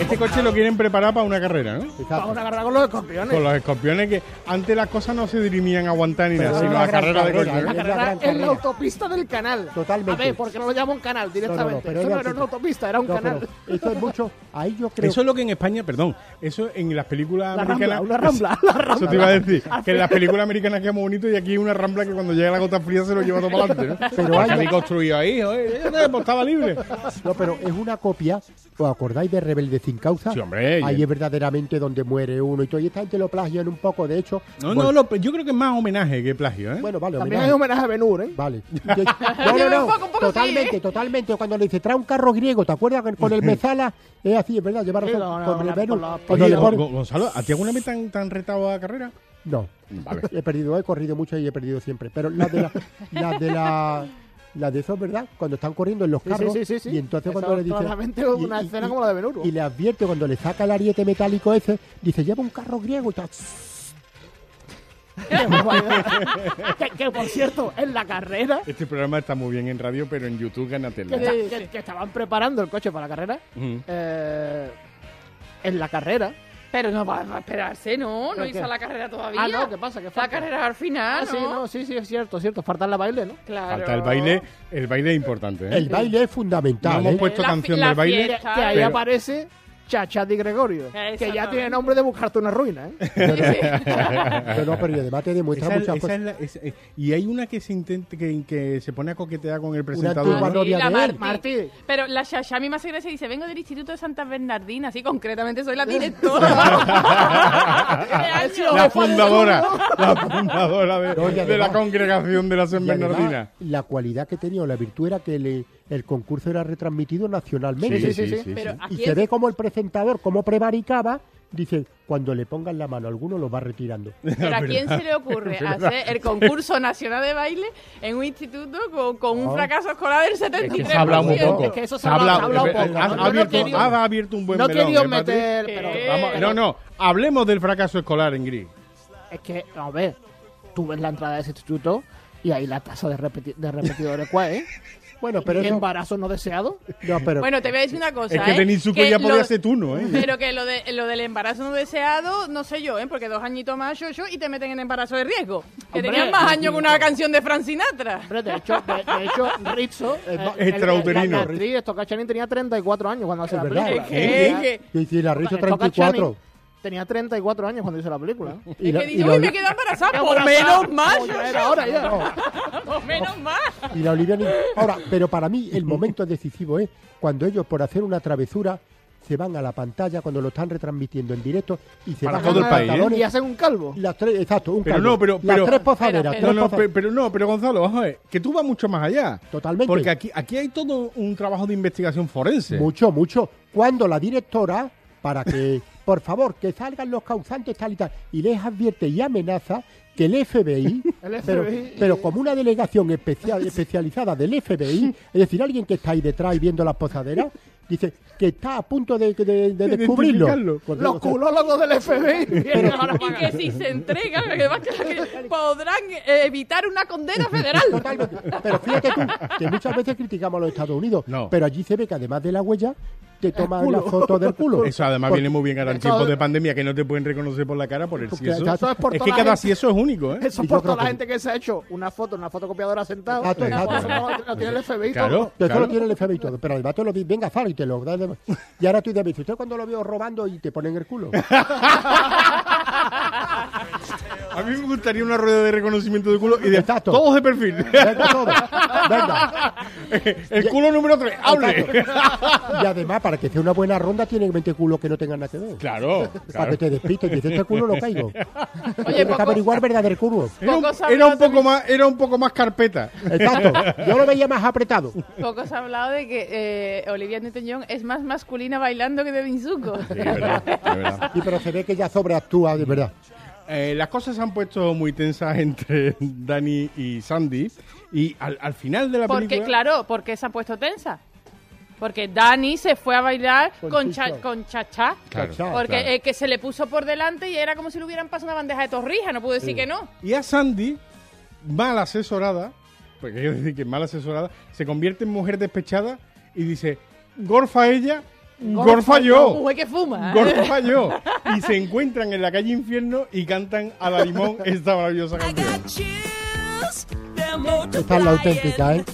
[SPEAKER 2] Este coche lo quieren preparar para una carrera, ¿no?
[SPEAKER 7] Vamos a agarrar con los escorpiones.
[SPEAKER 2] Con los escorpiones que antes las cosas no se dirimían a aguantar ni
[SPEAKER 6] Pero
[SPEAKER 2] nada,
[SPEAKER 6] es
[SPEAKER 2] sino
[SPEAKER 6] una
[SPEAKER 2] a
[SPEAKER 6] gran
[SPEAKER 2] carrera de
[SPEAKER 6] carrera,
[SPEAKER 2] coches.
[SPEAKER 6] ¿eh?
[SPEAKER 2] ¿no?
[SPEAKER 6] Es la gran
[SPEAKER 7] en
[SPEAKER 6] carrera.
[SPEAKER 7] la autopista del canal.
[SPEAKER 6] Totalmente.
[SPEAKER 7] A ver, porque no lo llaman canal directamente.
[SPEAKER 6] pero
[SPEAKER 7] Eso
[SPEAKER 6] era
[SPEAKER 7] no era
[SPEAKER 6] así.
[SPEAKER 7] una autopista, era un
[SPEAKER 6] No,
[SPEAKER 7] canal.
[SPEAKER 6] pero esto es mucho. Ahí yo creo.
[SPEAKER 2] Eso es lo que en España, perdón, eso en las películas
[SPEAKER 7] La
[SPEAKER 2] americanas.
[SPEAKER 7] rambla, una rambla, la rambla. Ah,
[SPEAKER 2] Eso te iba a decir, que en las películas americanas queda muy bonito y aquí hay una rambla que cuando llega la gota fría se lo lleva todo para adelante. ¿no?
[SPEAKER 6] Pero
[SPEAKER 2] Porque
[SPEAKER 6] hay-
[SPEAKER 2] habéis construido ahí, joder, eh, pues estaba libre.
[SPEAKER 6] No, pero es una copia. ¿Os acordáis de Rebelde sin causa?
[SPEAKER 2] Sí, hombre,
[SPEAKER 6] Ahí
[SPEAKER 2] y-
[SPEAKER 6] es verdaderamente donde muere uno y todo. Y esta gente lo plagian un poco, de hecho.
[SPEAKER 2] No,
[SPEAKER 6] Bueno,
[SPEAKER 2] no, lo- yo creo que es más homenaje que plagio, ¿eh?
[SPEAKER 6] Bueno, vale,
[SPEAKER 7] También
[SPEAKER 6] homenaje.
[SPEAKER 7] hay homenaje a Benur, ¿eh?
[SPEAKER 6] Vale. De- No, no, no.
[SPEAKER 5] Un poco, un poco
[SPEAKER 6] totalmente,
[SPEAKER 5] sí, ¿eh?
[SPEAKER 6] totalmente. Cuando le dice, trae un carro griego, ¿te acuerdas? Con- Con el Mezala. Es así, es verdad, llevar
[SPEAKER 7] Sí, no, no,
[SPEAKER 6] con el
[SPEAKER 7] la- con
[SPEAKER 6] Venus.
[SPEAKER 7] la-
[SPEAKER 5] pues
[SPEAKER 6] cuando le
[SPEAKER 2] Oye,
[SPEAKER 6] ponen-
[SPEAKER 2] Gon- Gonzalo, ¿a ti alguna vez tan, tan retado a carrera?
[SPEAKER 6] No,
[SPEAKER 2] Vale.
[SPEAKER 6] he perdido, he corrido mucho y he perdido siempre. Pero las de la, las de la Las de eso, ¿verdad? Cuando están corriendo en los
[SPEAKER 7] Sí,
[SPEAKER 6] carros.
[SPEAKER 7] sí, sí, sí, sí.
[SPEAKER 6] Y entonces
[SPEAKER 7] Eso
[SPEAKER 6] cuando le dice.
[SPEAKER 7] claramente es una escena como la de Benuro.
[SPEAKER 6] Y le advierte cuando le saca el ariete metálico ese, dice, lleva un carro griego y tal.
[SPEAKER 7] que, que, por cierto, en la carrera
[SPEAKER 2] Este programa está muy bien en radio, pero en YouTube gánatela.
[SPEAKER 7] que, esta- que- que estaban preparando el coche para la carrera,
[SPEAKER 2] Ujú.
[SPEAKER 7] eh, en la carrera.
[SPEAKER 5] Pero no va va a esperarse, ¿no? No
[SPEAKER 7] ¿Pero
[SPEAKER 5] hizo
[SPEAKER 7] qué?
[SPEAKER 5] la carrera todavía.
[SPEAKER 7] Ah, no, ¿qué pasa? ¿Qué
[SPEAKER 5] La
[SPEAKER 7] falta?
[SPEAKER 5] carrera es al final,
[SPEAKER 7] Ah, sí,
[SPEAKER 5] ¿no?
[SPEAKER 7] no, sí, sí, es cierto, es cierto. Falta la baile, ¿no?
[SPEAKER 5] Claro. Ah,
[SPEAKER 2] Falta el baile. El baile es importante, ¿eh?
[SPEAKER 6] El baile es
[SPEAKER 2] No
[SPEAKER 6] fundamental,
[SPEAKER 2] hemos
[SPEAKER 6] ¿eh?
[SPEAKER 7] pues.
[SPEAKER 2] puesto
[SPEAKER 5] La fi-
[SPEAKER 2] canción
[SPEAKER 5] la
[SPEAKER 2] del baile.
[SPEAKER 7] Que,
[SPEAKER 5] fiesta.
[SPEAKER 7] que ahí
[SPEAKER 2] Pero-
[SPEAKER 7] aparece Chacha Di Gregorio, que ya
[SPEAKER 5] Exactamente.
[SPEAKER 7] tiene nombre de buscarte una ruina, ¿eh?
[SPEAKER 6] No, no, pero y además te demuestra
[SPEAKER 2] Esa es-
[SPEAKER 6] muchas
[SPEAKER 2] esa
[SPEAKER 5] pues.
[SPEAKER 6] cosas.
[SPEAKER 2] es la- esa- eh, y hay una que se intenta, que, que se pone a coquetear con el
[SPEAKER 6] antigua
[SPEAKER 2] presentador.
[SPEAKER 6] no- novia
[SPEAKER 5] la
[SPEAKER 6] de él.
[SPEAKER 5] Martí.
[SPEAKER 7] Martí.
[SPEAKER 5] Pero la Shasha a mí me hace gracia y dice, vengo del Instituto de Santa Bernardina, así concretamente soy la directora. ¿Qué año?
[SPEAKER 2] La fundadora, la fundadora de,
[SPEAKER 6] No, y
[SPEAKER 2] de la
[SPEAKER 6] además-
[SPEAKER 2] congregación de la San
[SPEAKER 6] Y además,
[SPEAKER 2] Bernardina.
[SPEAKER 6] la cualidad que tenía o la virtud era que le- el concurso era retransmitido nacionalmente.
[SPEAKER 7] Sí, sí, sí, sí.
[SPEAKER 5] Pero aquí
[SPEAKER 6] Y se
[SPEAKER 5] es-
[SPEAKER 6] ve como el presentador, como prevaricaba, dice, cuando le pongan la mano, alguno lo va retirando.
[SPEAKER 5] Pero ¿a quién se le ocurre hacer el concurso nacional de baile en un instituto con, con un fracaso escolar del 73%?
[SPEAKER 2] Ah. Que se ha hablado muy poco.
[SPEAKER 7] Es que eso se ha
[SPEAKER 2] ha
[SPEAKER 7] hablado- se ha
[SPEAKER 2] eh,
[SPEAKER 7] hablado
[SPEAKER 2] eh,
[SPEAKER 7] poco,
[SPEAKER 2] ha-
[SPEAKER 7] ¿no?
[SPEAKER 2] ha
[SPEAKER 7] Yo no
[SPEAKER 2] abierto,
[SPEAKER 7] quería-
[SPEAKER 2] ha abierto un buen
[SPEAKER 7] No he
[SPEAKER 2] melón.
[SPEAKER 7] querido
[SPEAKER 2] ¿eh, Patrick?
[SPEAKER 7] meter...
[SPEAKER 5] ¿Qué?
[SPEAKER 7] pero-
[SPEAKER 2] Vamos, no, no. Hablemos del fracaso escolar en gris.
[SPEAKER 7] Es que, a ver, tú ves la entrada de ese instituto y ahí la tasa de, repeti- de repetidores, ¿cuál es?
[SPEAKER 6] Bueno, pero eso-
[SPEAKER 7] embarazo no deseado.
[SPEAKER 6] No, pero
[SPEAKER 5] Bueno, te voy a decir una cosa.
[SPEAKER 2] Es que
[SPEAKER 5] ¿eh?
[SPEAKER 2] Benizuco
[SPEAKER 5] Que
[SPEAKER 2] ya podía
[SPEAKER 5] lo-
[SPEAKER 2] ser tuno, ¿eh?
[SPEAKER 5] Pero que lo, de, lo del embarazo no deseado, no sé yo, ¿eh? porque dos añitos más, yo, yo, y te meten en embarazo de riesgo. Que
[SPEAKER 7] Hombre,
[SPEAKER 5] tenían más años que una canción de Frank Sinatra.
[SPEAKER 7] Hombre, de hecho, de, de hecho Rizzo, eh,
[SPEAKER 6] va-
[SPEAKER 7] el-
[SPEAKER 2] Extrauterino.
[SPEAKER 7] la- la actriz Stoccaccini tenía 34 años cuando hizo
[SPEAKER 6] Es
[SPEAKER 7] la
[SPEAKER 6] verdad.
[SPEAKER 7] película.
[SPEAKER 5] Es que- es que-
[SPEAKER 6] y si la Rizzo
[SPEAKER 7] Stoccaccini
[SPEAKER 6] 34.
[SPEAKER 7] Tenía 34 años cuando hizo la película.
[SPEAKER 6] Y
[SPEAKER 5] Es
[SPEAKER 6] la,
[SPEAKER 5] que
[SPEAKER 6] y
[SPEAKER 5] dice,
[SPEAKER 6] la
[SPEAKER 5] uy,
[SPEAKER 6] Oli-
[SPEAKER 5] me quedo embarazada.
[SPEAKER 7] Qué
[SPEAKER 5] Por
[SPEAKER 7] embarazada.
[SPEAKER 5] menos mal,
[SPEAKER 7] Oh, ya
[SPEAKER 5] yo,
[SPEAKER 7] era hora, ya.
[SPEAKER 5] yo, por menos mal.
[SPEAKER 6] y la Olivia Newton- Ahora, pero para mí el momento decisivo es cuando ellos, por hacer una travesura, se van a la pantalla cuando lo están retransmitiendo en directo y se
[SPEAKER 2] Para
[SPEAKER 6] bajan
[SPEAKER 2] todo el
[SPEAKER 6] los
[SPEAKER 2] país, ¿eh?
[SPEAKER 6] pantalones.
[SPEAKER 7] Y hacen un calvo.
[SPEAKER 6] Las tres, exacto, un
[SPEAKER 2] Pero
[SPEAKER 6] calvo.
[SPEAKER 2] no, pero- pero-
[SPEAKER 6] las tres pozaderas,
[SPEAKER 2] No,
[SPEAKER 5] Espera,
[SPEAKER 6] tres
[SPEAKER 2] no,
[SPEAKER 6] poza-
[SPEAKER 2] pe- pero no, pero Gonzalo, vamos a ver, que tú vas mucho más allá.
[SPEAKER 6] Totalmente.
[SPEAKER 2] Porque aquí, aquí hay todo un trabajo de investigación forense.
[SPEAKER 6] Mucho, mucho. Cuando la directora, para que, por favor, que salgan los causantes tal y tal, y les advierte y amenaza que el FBI,
[SPEAKER 7] El
[SPEAKER 6] pero,
[SPEAKER 7] FBI.
[SPEAKER 6] pero como una delegación especial, especializada del FBI, es decir, alguien que está ahí detrás y viendo las posaderas, dice que está a punto de, de- de descubrirlo.
[SPEAKER 2] identificarlo.
[SPEAKER 6] Porque,
[SPEAKER 7] Los
[SPEAKER 6] o sea,
[SPEAKER 7] culólogos del FBI. vienen ahora
[SPEAKER 5] Y
[SPEAKER 7] para
[SPEAKER 5] que
[SPEAKER 7] acá.
[SPEAKER 5] si se entregan, que va- que podrán eh, evitar una condena federal.
[SPEAKER 6] totalmente. Pero fíjate tú, que muchas veces criticamos a los Estados Unidos,
[SPEAKER 2] No.
[SPEAKER 6] pero allí se ve que además de la huella, te toman la foto del culo.
[SPEAKER 2] Eso además
[SPEAKER 6] Porque-
[SPEAKER 2] viene muy bien ahora en
[SPEAKER 7] Eso-
[SPEAKER 2] tiempos de pandemia que no te pueden reconocer por la cara por el
[SPEAKER 6] Porque
[SPEAKER 2] sieso.
[SPEAKER 6] eso
[SPEAKER 7] es por
[SPEAKER 2] Es que
[SPEAKER 7] toda la
[SPEAKER 2] cada
[SPEAKER 7] gente.
[SPEAKER 2] sieso es único, ¿eh?
[SPEAKER 7] Eso
[SPEAKER 6] Y
[SPEAKER 7] por
[SPEAKER 6] yo creo
[SPEAKER 7] toda la
[SPEAKER 6] que-
[SPEAKER 7] gente que se ha hecho una foto, una fotocopiadora sentada.
[SPEAKER 2] Ah,
[SPEAKER 6] Exacto,
[SPEAKER 7] una
[SPEAKER 6] exacto.
[SPEAKER 7] foto, no, no tiene el FBI. todo.
[SPEAKER 2] Claro,
[SPEAKER 6] Pero
[SPEAKER 2] claro.
[SPEAKER 6] lo tiene el FBI y todo. Pero el vato lo dice, venga, Zara, y te lo da. Y ahora tú dices, dice, ¿usted cuando lo veo robando y te ponen el culo?
[SPEAKER 2] A mí me gustaría una rueda de reconocimiento de culo y de
[SPEAKER 6] Exacto.
[SPEAKER 2] todos de perfil.
[SPEAKER 6] Venga, todo. Venga.
[SPEAKER 2] el culo número 3, hable.
[SPEAKER 6] Exacto. Y además, para que sea una buena ronda, tiene 20 culos que no tengan nada que ver.
[SPEAKER 2] Claro,
[SPEAKER 6] Para que
[SPEAKER 2] claro.
[SPEAKER 6] te despistes y dices, este culo no caigo. Tienes que
[SPEAKER 5] poco-
[SPEAKER 6] averiguar verdadero culo.
[SPEAKER 2] Era un,
[SPEAKER 5] Poco se ha
[SPEAKER 2] era un
[SPEAKER 5] hablado
[SPEAKER 2] poco más, era un poco más carpeta.
[SPEAKER 6] Exacto. Yo lo veía más apretado.
[SPEAKER 5] Poco se ha hablado de que eh, Olivia Newton-John es más masculina bailando que de Vinzuko.
[SPEAKER 6] Y pero se ve que ya sobreactúa, de verdad.
[SPEAKER 2] Eh, las cosas se han puesto muy tensas entre Dani y Sandy. Y al, al final de la
[SPEAKER 5] Porque,
[SPEAKER 2] película.
[SPEAKER 5] claro, porque se ha puesto tensa. Porque Dani se fue a bailar
[SPEAKER 6] Con
[SPEAKER 5] con,
[SPEAKER 6] Chicho.
[SPEAKER 5] cha- con Chachá.
[SPEAKER 2] Claro,
[SPEAKER 6] Chachá,
[SPEAKER 5] Porque
[SPEAKER 2] claro.
[SPEAKER 5] eh, que se le puso por delante y era como si le hubieran pasado una bandeja de torrija, no pudo decir que no.
[SPEAKER 2] Y a Sandy, mal asesorada, porque quiero decir que mal asesorada, se convierte en mujer despechada y dice: Gorfa ella, gorfa yo.
[SPEAKER 5] Uy, que fuma.
[SPEAKER 2] Gorfa yo. Y se encuentran en la calle Infierno y cantan a la limón esta maravillosa canción.
[SPEAKER 6] Esta es la auténtica, ¿eh?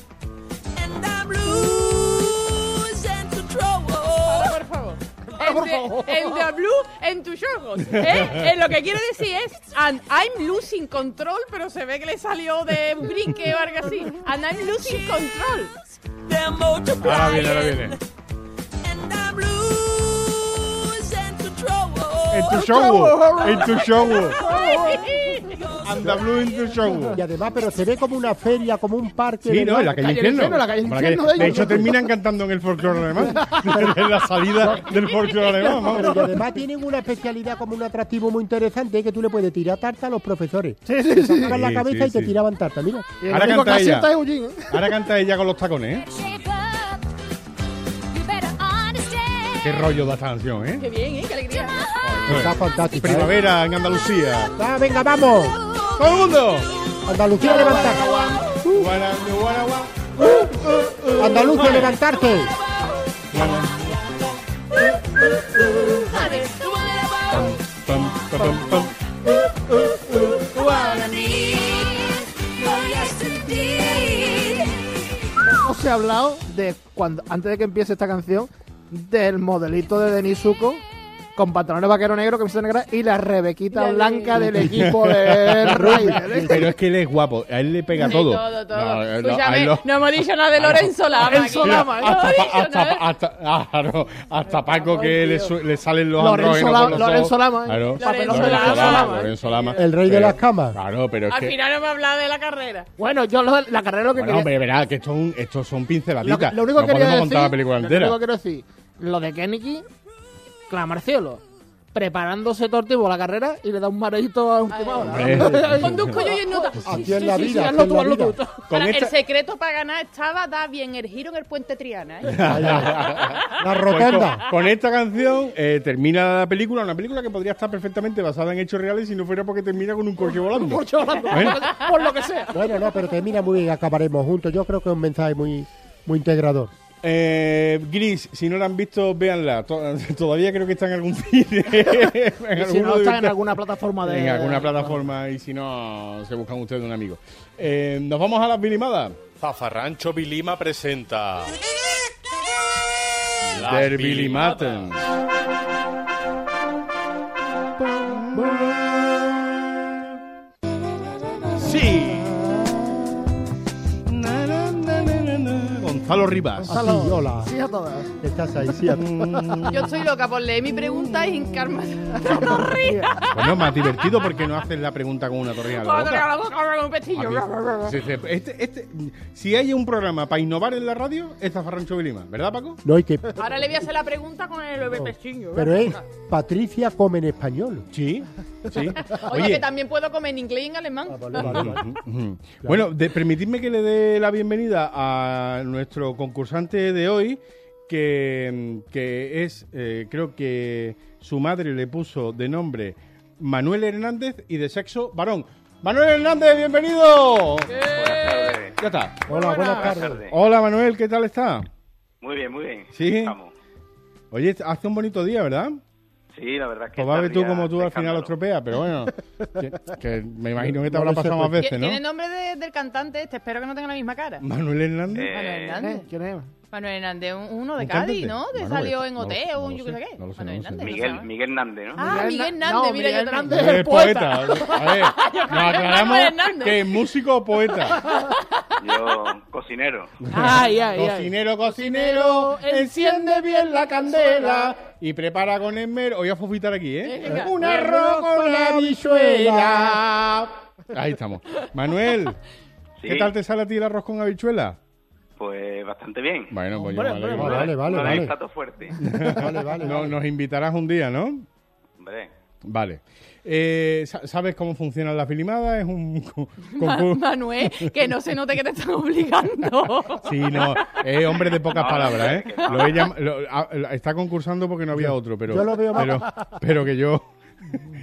[SPEAKER 5] Ahora, por favor. El de, el de Blue en tus ojos. ¿eh? Eh, lo que quiere decir es, and I'm losing control, pero se ve que le salió de un brinque o algo así. And I'm losing control.
[SPEAKER 2] Ahora viene, ahora viene. En tu show, en tu show.
[SPEAKER 5] Ay,
[SPEAKER 2] and the blue in the show.
[SPEAKER 6] Y además, pero se ve como una feria, como un parque.
[SPEAKER 2] Sí,
[SPEAKER 6] de
[SPEAKER 2] no, en la
[SPEAKER 6] barcas.
[SPEAKER 2] calle
[SPEAKER 7] Calle del
[SPEAKER 2] Infierno.
[SPEAKER 7] Infierno, la calle
[SPEAKER 2] Por
[SPEAKER 7] Infierno de
[SPEAKER 2] De
[SPEAKER 7] ellos.
[SPEAKER 2] hecho, terminan cantando en el folclore alemán. en la salida del folclore alemán.
[SPEAKER 6] Pero
[SPEAKER 2] vamos.
[SPEAKER 6] que además tienen una especialidad como un atractivo muy interesante que tú le puedes tirar tarta a los profesores. Te sacaban la
[SPEAKER 2] Sí,
[SPEAKER 6] cabeza
[SPEAKER 2] sí,
[SPEAKER 6] y te
[SPEAKER 2] sí.
[SPEAKER 6] tiraban tarta, mira.
[SPEAKER 7] Y el
[SPEAKER 2] Ahora
[SPEAKER 7] único
[SPEAKER 2] canta
[SPEAKER 7] que
[SPEAKER 2] ella.
[SPEAKER 7] acierta es Eugene, ¿eh?
[SPEAKER 2] Ahora canta ella con los tacones, ¿eh? Qué rollo da esta canción, ¿eh?
[SPEAKER 5] Qué bien, ¿eh? Qué alegría.
[SPEAKER 6] Está fantástico. ¿eh?
[SPEAKER 2] Primavera en Andalucía.
[SPEAKER 6] Ah, venga, vamos.
[SPEAKER 2] ¡Todo el mundo!
[SPEAKER 6] Andalucía, levantarse.
[SPEAKER 2] Guara, guara, guara.
[SPEAKER 6] Andalucía, levantarse.
[SPEAKER 2] Pam, pam, pam, pam.
[SPEAKER 7] Os he hablado de cuando antes de que empiece esta canción del modelito de Denis Suco con pantalones vaquero negro, camiseta negra y la rebequita
[SPEAKER 5] La
[SPEAKER 7] blanca del equipo de ¿eh? Raiders.
[SPEAKER 2] Pero es que él es guapo, a él le pega todo.
[SPEAKER 5] Todo, todo.
[SPEAKER 2] No, eh, no, a
[SPEAKER 5] Escúchame,
[SPEAKER 2] él
[SPEAKER 5] no,
[SPEAKER 2] lo-
[SPEAKER 5] hemos dicho nada de Lorenzo Lama.
[SPEAKER 7] Lorenzo
[SPEAKER 5] aquí.
[SPEAKER 2] Mira,
[SPEAKER 7] Lama,
[SPEAKER 5] No
[SPEAKER 2] hasta,
[SPEAKER 5] hemos
[SPEAKER 2] pa-
[SPEAKER 5] dicho
[SPEAKER 2] hasta-
[SPEAKER 5] nada.
[SPEAKER 2] hasta- ah, no, hasta Paco que le, su- le salen los
[SPEAKER 7] Lorenzo
[SPEAKER 2] andrógenos
[SPEAKER 7] Lama-
[SPEAKER 2] por los
[SPEAKER 7] Lorenzo
[SPEAKER 2] ojos.
[SPEAKER 7] Lama, ¿eh?
[SPEAKER 2] Claro,
[SPEAKER 5] Lorenzo
[SPEAKER 2] Lorenzo
[SPEAKER 5] Lama.
[SPEAKER 2] Lama, Lorenzo Lama.
[SPEAKER 6] El rey de
[SPEAKER 2] Pero-
[SPEAKER 6] las camas.
[SPEAKER 2] Claro, pero es
[SPEAKER 5] Al
[SPEAKER 2] ah, que...
[SPEAKER 5] final no me ha hablado de la carrera.
[SPEAKER 7] Bueno, yo lo- la carrera lo que
[SPEAKER 2] Bueno,
[SPEAKER 7] quería.
[SPEAKER 2] hombre, verá que esto, es un- esto son
[SPEAKER 7] lo,
[SPEAKER 2] pinceladitas.
[SPEAKER 7] que- lo único
[SPEAKER 2] no
[SPEAKER 7] que
[SPEAKER 2] podemos
[SPEAKER 7] quería decir,
[SPEAKER 2] contar la película entera.
[SPEAKER 7] Lo único que quiero decir, lo de Kennedy, clamar cielo, preparándose tortivo la carrera y le da un mareito a última hora.
[SPEAKER 2] Hombre.
[SPEAKER 5] Conduzco yo y en nota.
[SPEAKER 6] Así es la
[SPEAKER 7] sí, sí,
[SPEAKER 6] vida.
[SPEAKER 7] hazlo
[SPEAKER 6] así
[SPEAKER 7] tú,
[SPEAKER 6] es la
[SPEAKER 7] hazlo tú.
[SPEAKER 6] vida.
[SPEAKER 2] Con
[SPEAKER 5] Ahora,
[SPEAKER 2] esta-
[SPEAKER 5] El secreto para ganar estaba dar bien el giro en el puente Triana. ¿eh?
[SPEAKER 6] La
[SPEAKER 2] Pues
[SPEAKER 6] rotonda.
[SPEAKER 2] con, con esta canción eh, termina la película, una película que podría estar perfectamente basada en hechos reales si no fuera porque termina con un coche volando.
[SPEAKER 7] Por chorando,
[SPEAKER 2] Bueno.
[SPEAKER 7] por lo que sea.
[SPEAKER 6] Bueno, no, pero termina muy bien, acabaremos juntos. Yo creo que es un mensaje muy, muy integrador.
[SPEAKER 2] Eh, Gris, si no la han visto, véanla. To- todavía creo que está en algún cine. En
[SPEAKER 7] Y si
[SPEAKER 2] alguno
[SPEAKER 7] no
[SPEAKER 2] de
[SPEAKER 7] está en
[SPEAKER 2] ustedes-
[SPEAKER 7] alguna plataforma de.
[SPEAKER 2] en alguna plataforma y si no, se buscan ustedes un amigo. Eh, Nos vamos a las bilimadas.
[SPEAKER 1] Zafarrancho Vilima presenta. Las
[SPEAKER 2] Der
[SPEAKER 1] Bilimadas.
[SPEAKER 2] Bilimaten. Sí. Na, na, na, na, na, na. Gonzalo Rivas.
[SPEAKER 6] Así,
[SPEAKER 7] Salud.
[SPEAKER 6] hola.
[SPEAKER 7] Sí, a todas.
[SPEAKER 6] Estás ahí, sí. a-
[SPEAKER 5] Yo estoy loca por leer mi pregunta y encarma.
[SPEAKER 2] Bueno, más divertido porque no haces la pregunta con una torrija. en la boca. A mí- sí, sí, este- este- si hay un programa para innovar en la radio, es Zafarrancho Vilima, ¿verdad, Paco?
[SPEAKER 6] No, y que,
[SPEAKER 5] Ahora le voy a hacer la pregunta con el pechillo.
[SPEAKER 6] pero es Patricia come en español.
[SPEAKER 2] Sí, sí.
[SPEAKER 5] Oye, que también puedo comer en inglés y en alemán.
[SPEAKER 2] Ah, Bueno, de- permitidme que le dé la bienvenida a nuestro concursante de hoy, que, que es, eh, creo que su madre le puso de nombre Manuel Hernández y de sexo varón. Manuel Hernández, bienvenido.
[SPEAKER 9] Buenas tardes.
[SPEAKER 2] Ya está.
[SPEAKER 6] Hola, buenas tardes.
[SPEAKER 9] tardes.
[SPEAKER 2] Hola Manuel, ¿qué tal está?
[SPEAKER 9] Muy bien, muy bien.
[SPEAKER 2] Sí.
[SPEAKER 9] Estamos.
[SPEAKER 2] Oye, hace un bonito día, ¿verdad?
[SPEAKER 9] Sí, la verdad es que.
[SPEAKER 2] Pues va a ver tú
[SPEAKER 9] estaría
[SPEAKER 2] como tú
[SPEAKER 9] de
[SPEAKER 2] al final lo
[SPEAKER 9] escándalo.
[SPEAKER 2] estropeas, pero bueno, que, que me imagino que te
[SPEAKER 6] No
[SPEAKER 2] habrá
[SPEAKER 6] lo
[SPEAKER 2] pasado más
[SPEAKER 6] sé, pues.
[SPEAKER 2] veces, Este, ¿no?
[SPEAKER 5] Tiene nombre de- del cantante este, espero que no tenga la misma cara.
[SPEAKER 2] Manuel Hernández.
[SPEAKER 9] Eh,
[SPEAKER 5] Manuel Hernández.
[SPEAKER 7] ¿Quién es?
[SPEAKER 5] Manuel Hernández, un- uno de
[SPEAKER 2] Un cantante.
[SPEAKER 5] Cádiz, ¿no? Que
[SPEAKER 2] Manuel,
[SPEAKER 5] salió en
[SPEAKER 2] no lo
[SPEAKER 5] OT
[SPEAKER 2] sé,
[SPEAKER 5] o
[SPEAKER 2] no
[SPEAKER 5] en yo qué
[SPEAKER 2] lo
[SPEAKER 5] sé
[SPEAKER 2] sé,
[SPEAKER 5] qué.
[SPEAKER 2] no lo sé,
[SPEAKER 5] Manuel
[SPEAKER 2] no lo sé.
[SPEAKER 5] Hernández. ¿no
[SPEAKER 9] Miguel,
[SPEAKER 5] sabes?
[SPEAKER 9] Miguel Hernández, ¿no?
[SPEAKER 5] Ah,
[SPEAKER 7] Miguel
[SPEAKER 5] Miguel
[SPEAKER 7] Na-
[SPEAKER 5] Hernández,
[SPEAKER 7] no,
[SPEAKER 5] mira, yo
[SPEAKER 7] Miguel
[SPEAKER 5] también.
[SPEAKER 7] Hernández.
[SPEAKER 2] Es poeta. A ver, nos aclaramos
[SPEAKER 5] Manuel Hernández.
[SPEAKER 2] que es músico o poeta.
[SPEAKER 9] Yo, cocinero.
[SPEAKER 7] Ay, ay, ay.
[SPEAKER 2] Cocinero, cocinero, enciende bien la candela y prepara con esmero. Hoy a fufitar aquí,
[SPEAKER 5] Eh,
[SPEAKER 2] ¿eh?
[SPEAKER 5] venga.
[SPEAKER 2] Un arroz con habichuela. Ahí estamos. Manuel,
[SPEAKER 9] Sí.
[SPEAKER 2] ¿qué tal te sale a ti el arroz con habichuela?
[SPEAKER 9] Pues bastante bien.
[SPEAKER 2] Bueno, pues yo
[SPEAKER 7] Hombre,
[SPEAKER 2] me alegro.
[SPEAKER 7] hombre,
[SPEAKER 6] Vale, vale,
[SPEAKER 9] no
[SPEAKER 6] vale.
[SPEAKER 9] es plato fuerte.
[SPEAKER 6] Vale, vale.
[SPEAKER 2] No-
[SPEAKER 6] vale.
[SPEAKER 2] Nos invitarás un día, ¿no?
[SPEAKER 9] Hombre.
[SPEAKER 2] Vale. Eh, sa- ¿Sabes cómo funcionan las filimadas? Es un co- concurso.
[SPEAKER 5] Manuel, que no se note que te están obligando.
[SPEAKER 2] Sí, no, es hombre de pocas
[SPEAKER 9] No,
[SPEAKER 2] palabras, ¿eh?
[SPEAKER 9] que no.
[SPEAKER 2] Lo he llam- lo- a- lo- está concursando porque no había otro, pero,
[SPEAKER 6] yo lo veo más-
[SPEAKER 2] pero, pero que yo,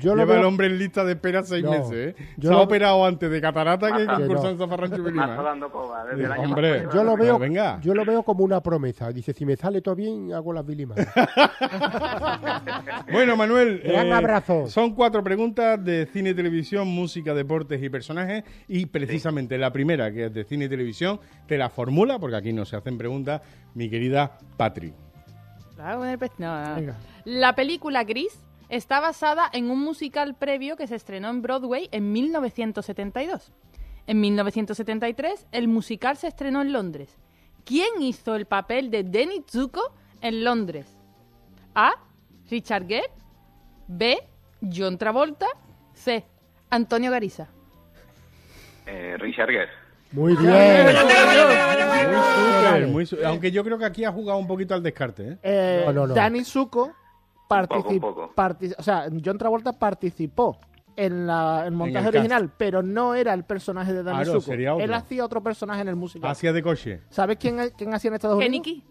[SPEAKER 6] Yo lo
[SPEAKER 2] lleva
[SPEAKER 6] veo-
[SPEAKER 2] el hombre en lista de espera seis
[SPEAKER 6] No,
[SPEAKER 2] meses, ¿eh?
[SPEAKER 6] yo
[SPEAKER 2] Se ha
[SPEAKER 6] lo-
[SPEAKER 2] operado antes de catarata que
[SPEAKER 6] no.
[SPEAKER 2] concursa en Zafarrancho
[SPEAKER 9] Más Ah, está
[SPEAKER 2] Vilima.
[SPEAKER 9] dando coba.
[SPEAKER 2] ¿eh?
[SPEAKER 9] Desde el año
[SPEAKER 2] Hombre,
[SPEAKER 9] pasado.
[SPEAKER 6] Yo lo
[SPEAKER 2] pero
[SPEAKER 6] veo,
[SPEAKER 2] Venga.
[SPEAKER 6] yo lo veo como una promesa. Dice, si me sale todo bien, hago las bilimas.
[SPEAKER 2] Bueno, Manuel. eh,
[SPEAKER 6] Gran abrazo.
[SPEAKER 2] Son cuatro preguntas de cine, televisión, música, deportes y personajes. Y precisamente la primera, que es de cine y televisión, te la formula, porque aquí no se hacen preguntas, mi querida Patri.
[SPEAKER 5] Claro, con el pez- no, no, no.
[SPEAKER 7] Venga.
[SPEAKER 5] La película Gris está basada en un musical previo que se estrenó en Broadway en 1972. En 1973, el musical se estrenó en Londres. ¿Quién hizo el papel de Danny Zuko en Londres? A. Richard Gere. B. John Travolta. C. Antonio Gariza.
[SPEAKER 10] Eh, Richard Gere.
[SPEAKER 6] Muy bien.
[SPEAKER 2] Muy súper, muy su- Aunque yo creo que aquí ha jugado un poquito al descarte, ¿eh?
[SPEAKER 7] Eh,
[SPEAKER 6] No, no, no.
[SPEAKER 7] Danny Zuko
[SPEAKER 10] Un
[SPEAKER 7] participó.
[SPEAKER 10] poco, un poco.
[SPEAKER 7] o sea, John Travolta participó en la, el montaje
[SPEAKER 2] el cast.
[SPEAKER 7] original, pero no era el personaje de Danny
[SPEAKER 2] Claro,
[SPEAKER 7] Zuko.
[SPEAKER 2] sería otro. Ah,
[SPEAKER 7] Él hacía otro personaje en el musical.
[SPEAKER 2] Hacia de coche.
[SPEAKER 7] ¿Sabes quién, quién hacía en Estados Unidos?
[SPEAKER 5] Keniki.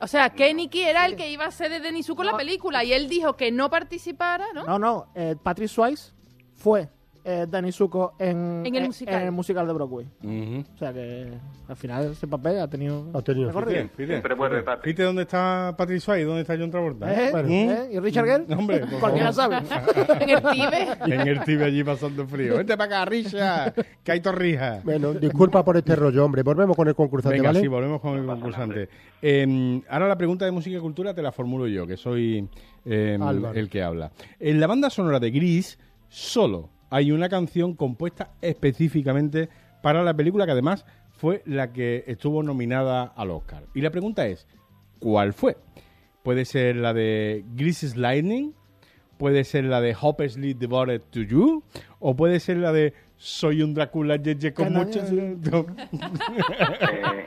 [SPEAKER 5] O sea, Keniki era el que iba a ser de Denizuko la película y él dijo que no participara, ¿no?
[SPEAKER 7] No, no, eh, Patrick Swayze fue eh, Danny Zuko en,
[SPEAKER 5] En el
[SPEAKER 7] eh,
[SPEAKER 5] musical.
[SPEAKER 7] en el musical de Broadway.
[SPEAKER 2] Ujú.
[SPEAKER 7] O sea que al final ese papel ha tenido...
[SPEAKER 2] Oh,
[SPEAKER 6] Ha tenido
[SPEAKER 7] recorrido.
[SPEAKER 2] Fíjate, fíjate.
[SPEAKER 10] Siempre vuelve Patrick.
[SPEAKER 2] Fíjate dónde está Patrick Swayze y dónde está John Travolta. ¿Mm?
[SPEAKER 7] ¿Eh?
[SPEAKER 6] Bueno.
[SPEAKER 7] ¿Eh? ¿Y Richard Gere?
[SPEAKER 2] Hombre, por
[SPEAKER 7] Cualquiera
[SPEAKER 2] favor.
[SPEAKER 7] sabe.
[SPEAKER 5] En el Tíbet.
[SPEAKER 2] En el tibio allí pasando frío. Vente para acá, Richard, que hay torrijas.
[SPEAKER 6] Bueno, disculpa por este rollo, hombre. Volvemos con el concursante,
[SPEAKER 2] Venga,
[SPEAKER 6] ¿vale?
[SPEAKER 2] sí, volvemos con el concursante. Eh, ahora la pregunta de música y cultura te la formulo yo, que soy eh,
[SPEAKER 6] Álvaro.
[SPEAKER 2] el que habla. En la banda sonora de Gris solo hay una canción compuesta específicamente para la película, que además fue la que estuvo nominada al Oscar. Y la pregunta es, ¿cuál fue? Puede ser la de Gris is Lightning, puede ser la de Hopelessly Devoted to You, o puede ser la de Soy un Drácula Yeye con muchas...
[SPEAKER 10] Eh,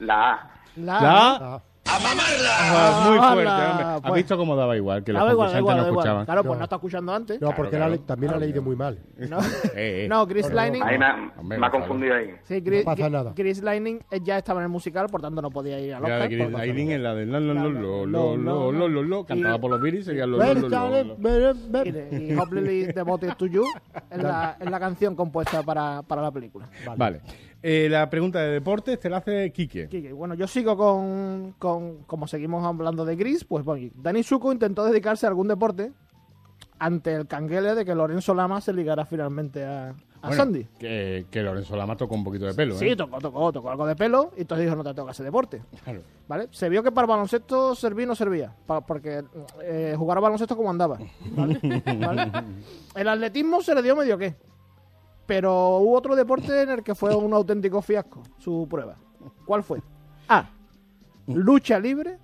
[SPEAKER 10] la A.
[SPEAKER 6] Ah,
[SPEAKER 7] La-
[SPEAKER 2] La- Ah, muy
[SPEAKER 7] Hola,
[SPEAKER 2] fuerte, hombre. ¿Has
[SPEAKER 7] pues.
[SPEAKER 2] visto cómo daba igual que los
[SPEAKER 7] Da igual, da
[SPEAKER 2] concursantes
[SPEAKER 7] igual,
[SPEAKER 2] no
[SPEAKER 7] da igual.
[SPEAKER 2] escuchaban?
[SPEAKER 7] Claro, pues no está escuchando antes.
[SPEAKER 6] No, porque
[SPEAKER 2] Claro,
[SPEAKER 6] la-
[SPEAKER 2] claro.
[SPEAKER 6] también la he leído muy mal.
[SPEAKER 7] No,
[SPEAKER 2] Eh, eh.
[SPEAKER 7] no Chris Lightning...
[SPEAKER 10] Ahí me, ha-
[SPEAKER 2] Hombre,
[SPEAKER 10] me ha
[SPEAKER 2] por favor.
[SPEAKER 10] confundido ahí.
[SPEAKER 7] Sí, Chris,
[SPEAKER 6] No pasa nada.
[SPEAKER 7] Chris Lightning eh, ya estaba en el musical, por tanto no podía ir al
[SPEAKER 2] Mira, la
[SPEAKER 7] Oscar.
[SPEAKER 2] de Green Lightning es la de lo, lo, lo, lo,
[SPEAKER 7] lo,
[SPEAKER 2] lo, lo, lo, lo, lo, cantada por los Beatles sería lo,
[SPEAKER 7] pues,
[SPEAKER 2] lo, lo, lo, lo.
[SPEAKER 7] Y, de- y Hopefully Devoted to You es la, es la canción compuesta para, para la película.
[SPEAKER 2] Vale. Eh, la pregunta de deportes te la hace Quique.
[SPEAKER 7] Quique, Bueno, yo sigo con, con- Como seguimos hablando de Gris, pues bueno, Dani Suco intentó dedicarse a algún deporte ante el canguele de que Lorenzo Lama se ligara finalmente a, a
[SPEAKER 2] Bueno,
[SPEAKER 7] Sandy.
[SPEAKER 2] Que, que Lorenzo Lama tocó un poquito de pelo,
[SPEAKER 7] Sí,
[SPEAKER 2] ¿eh?
[SPEAKER 7] tocó, tocó, tocó algo de pelo y entonces dijo, no te toca ese deporte.
[SPEAKER 2] Claro.
[SPEAKER 7] ¿Vale? Se vio que para el baloncesto servía y no servía, pa- porque eh, jugar al baloncesto como andaba. ¿vale? ¿Vale? El atletismo se le dio medio qué, pero hubo otro deporte en el que fue un auténtico fiasco su prueba. ¿Cuál fue? A. Lucha libre.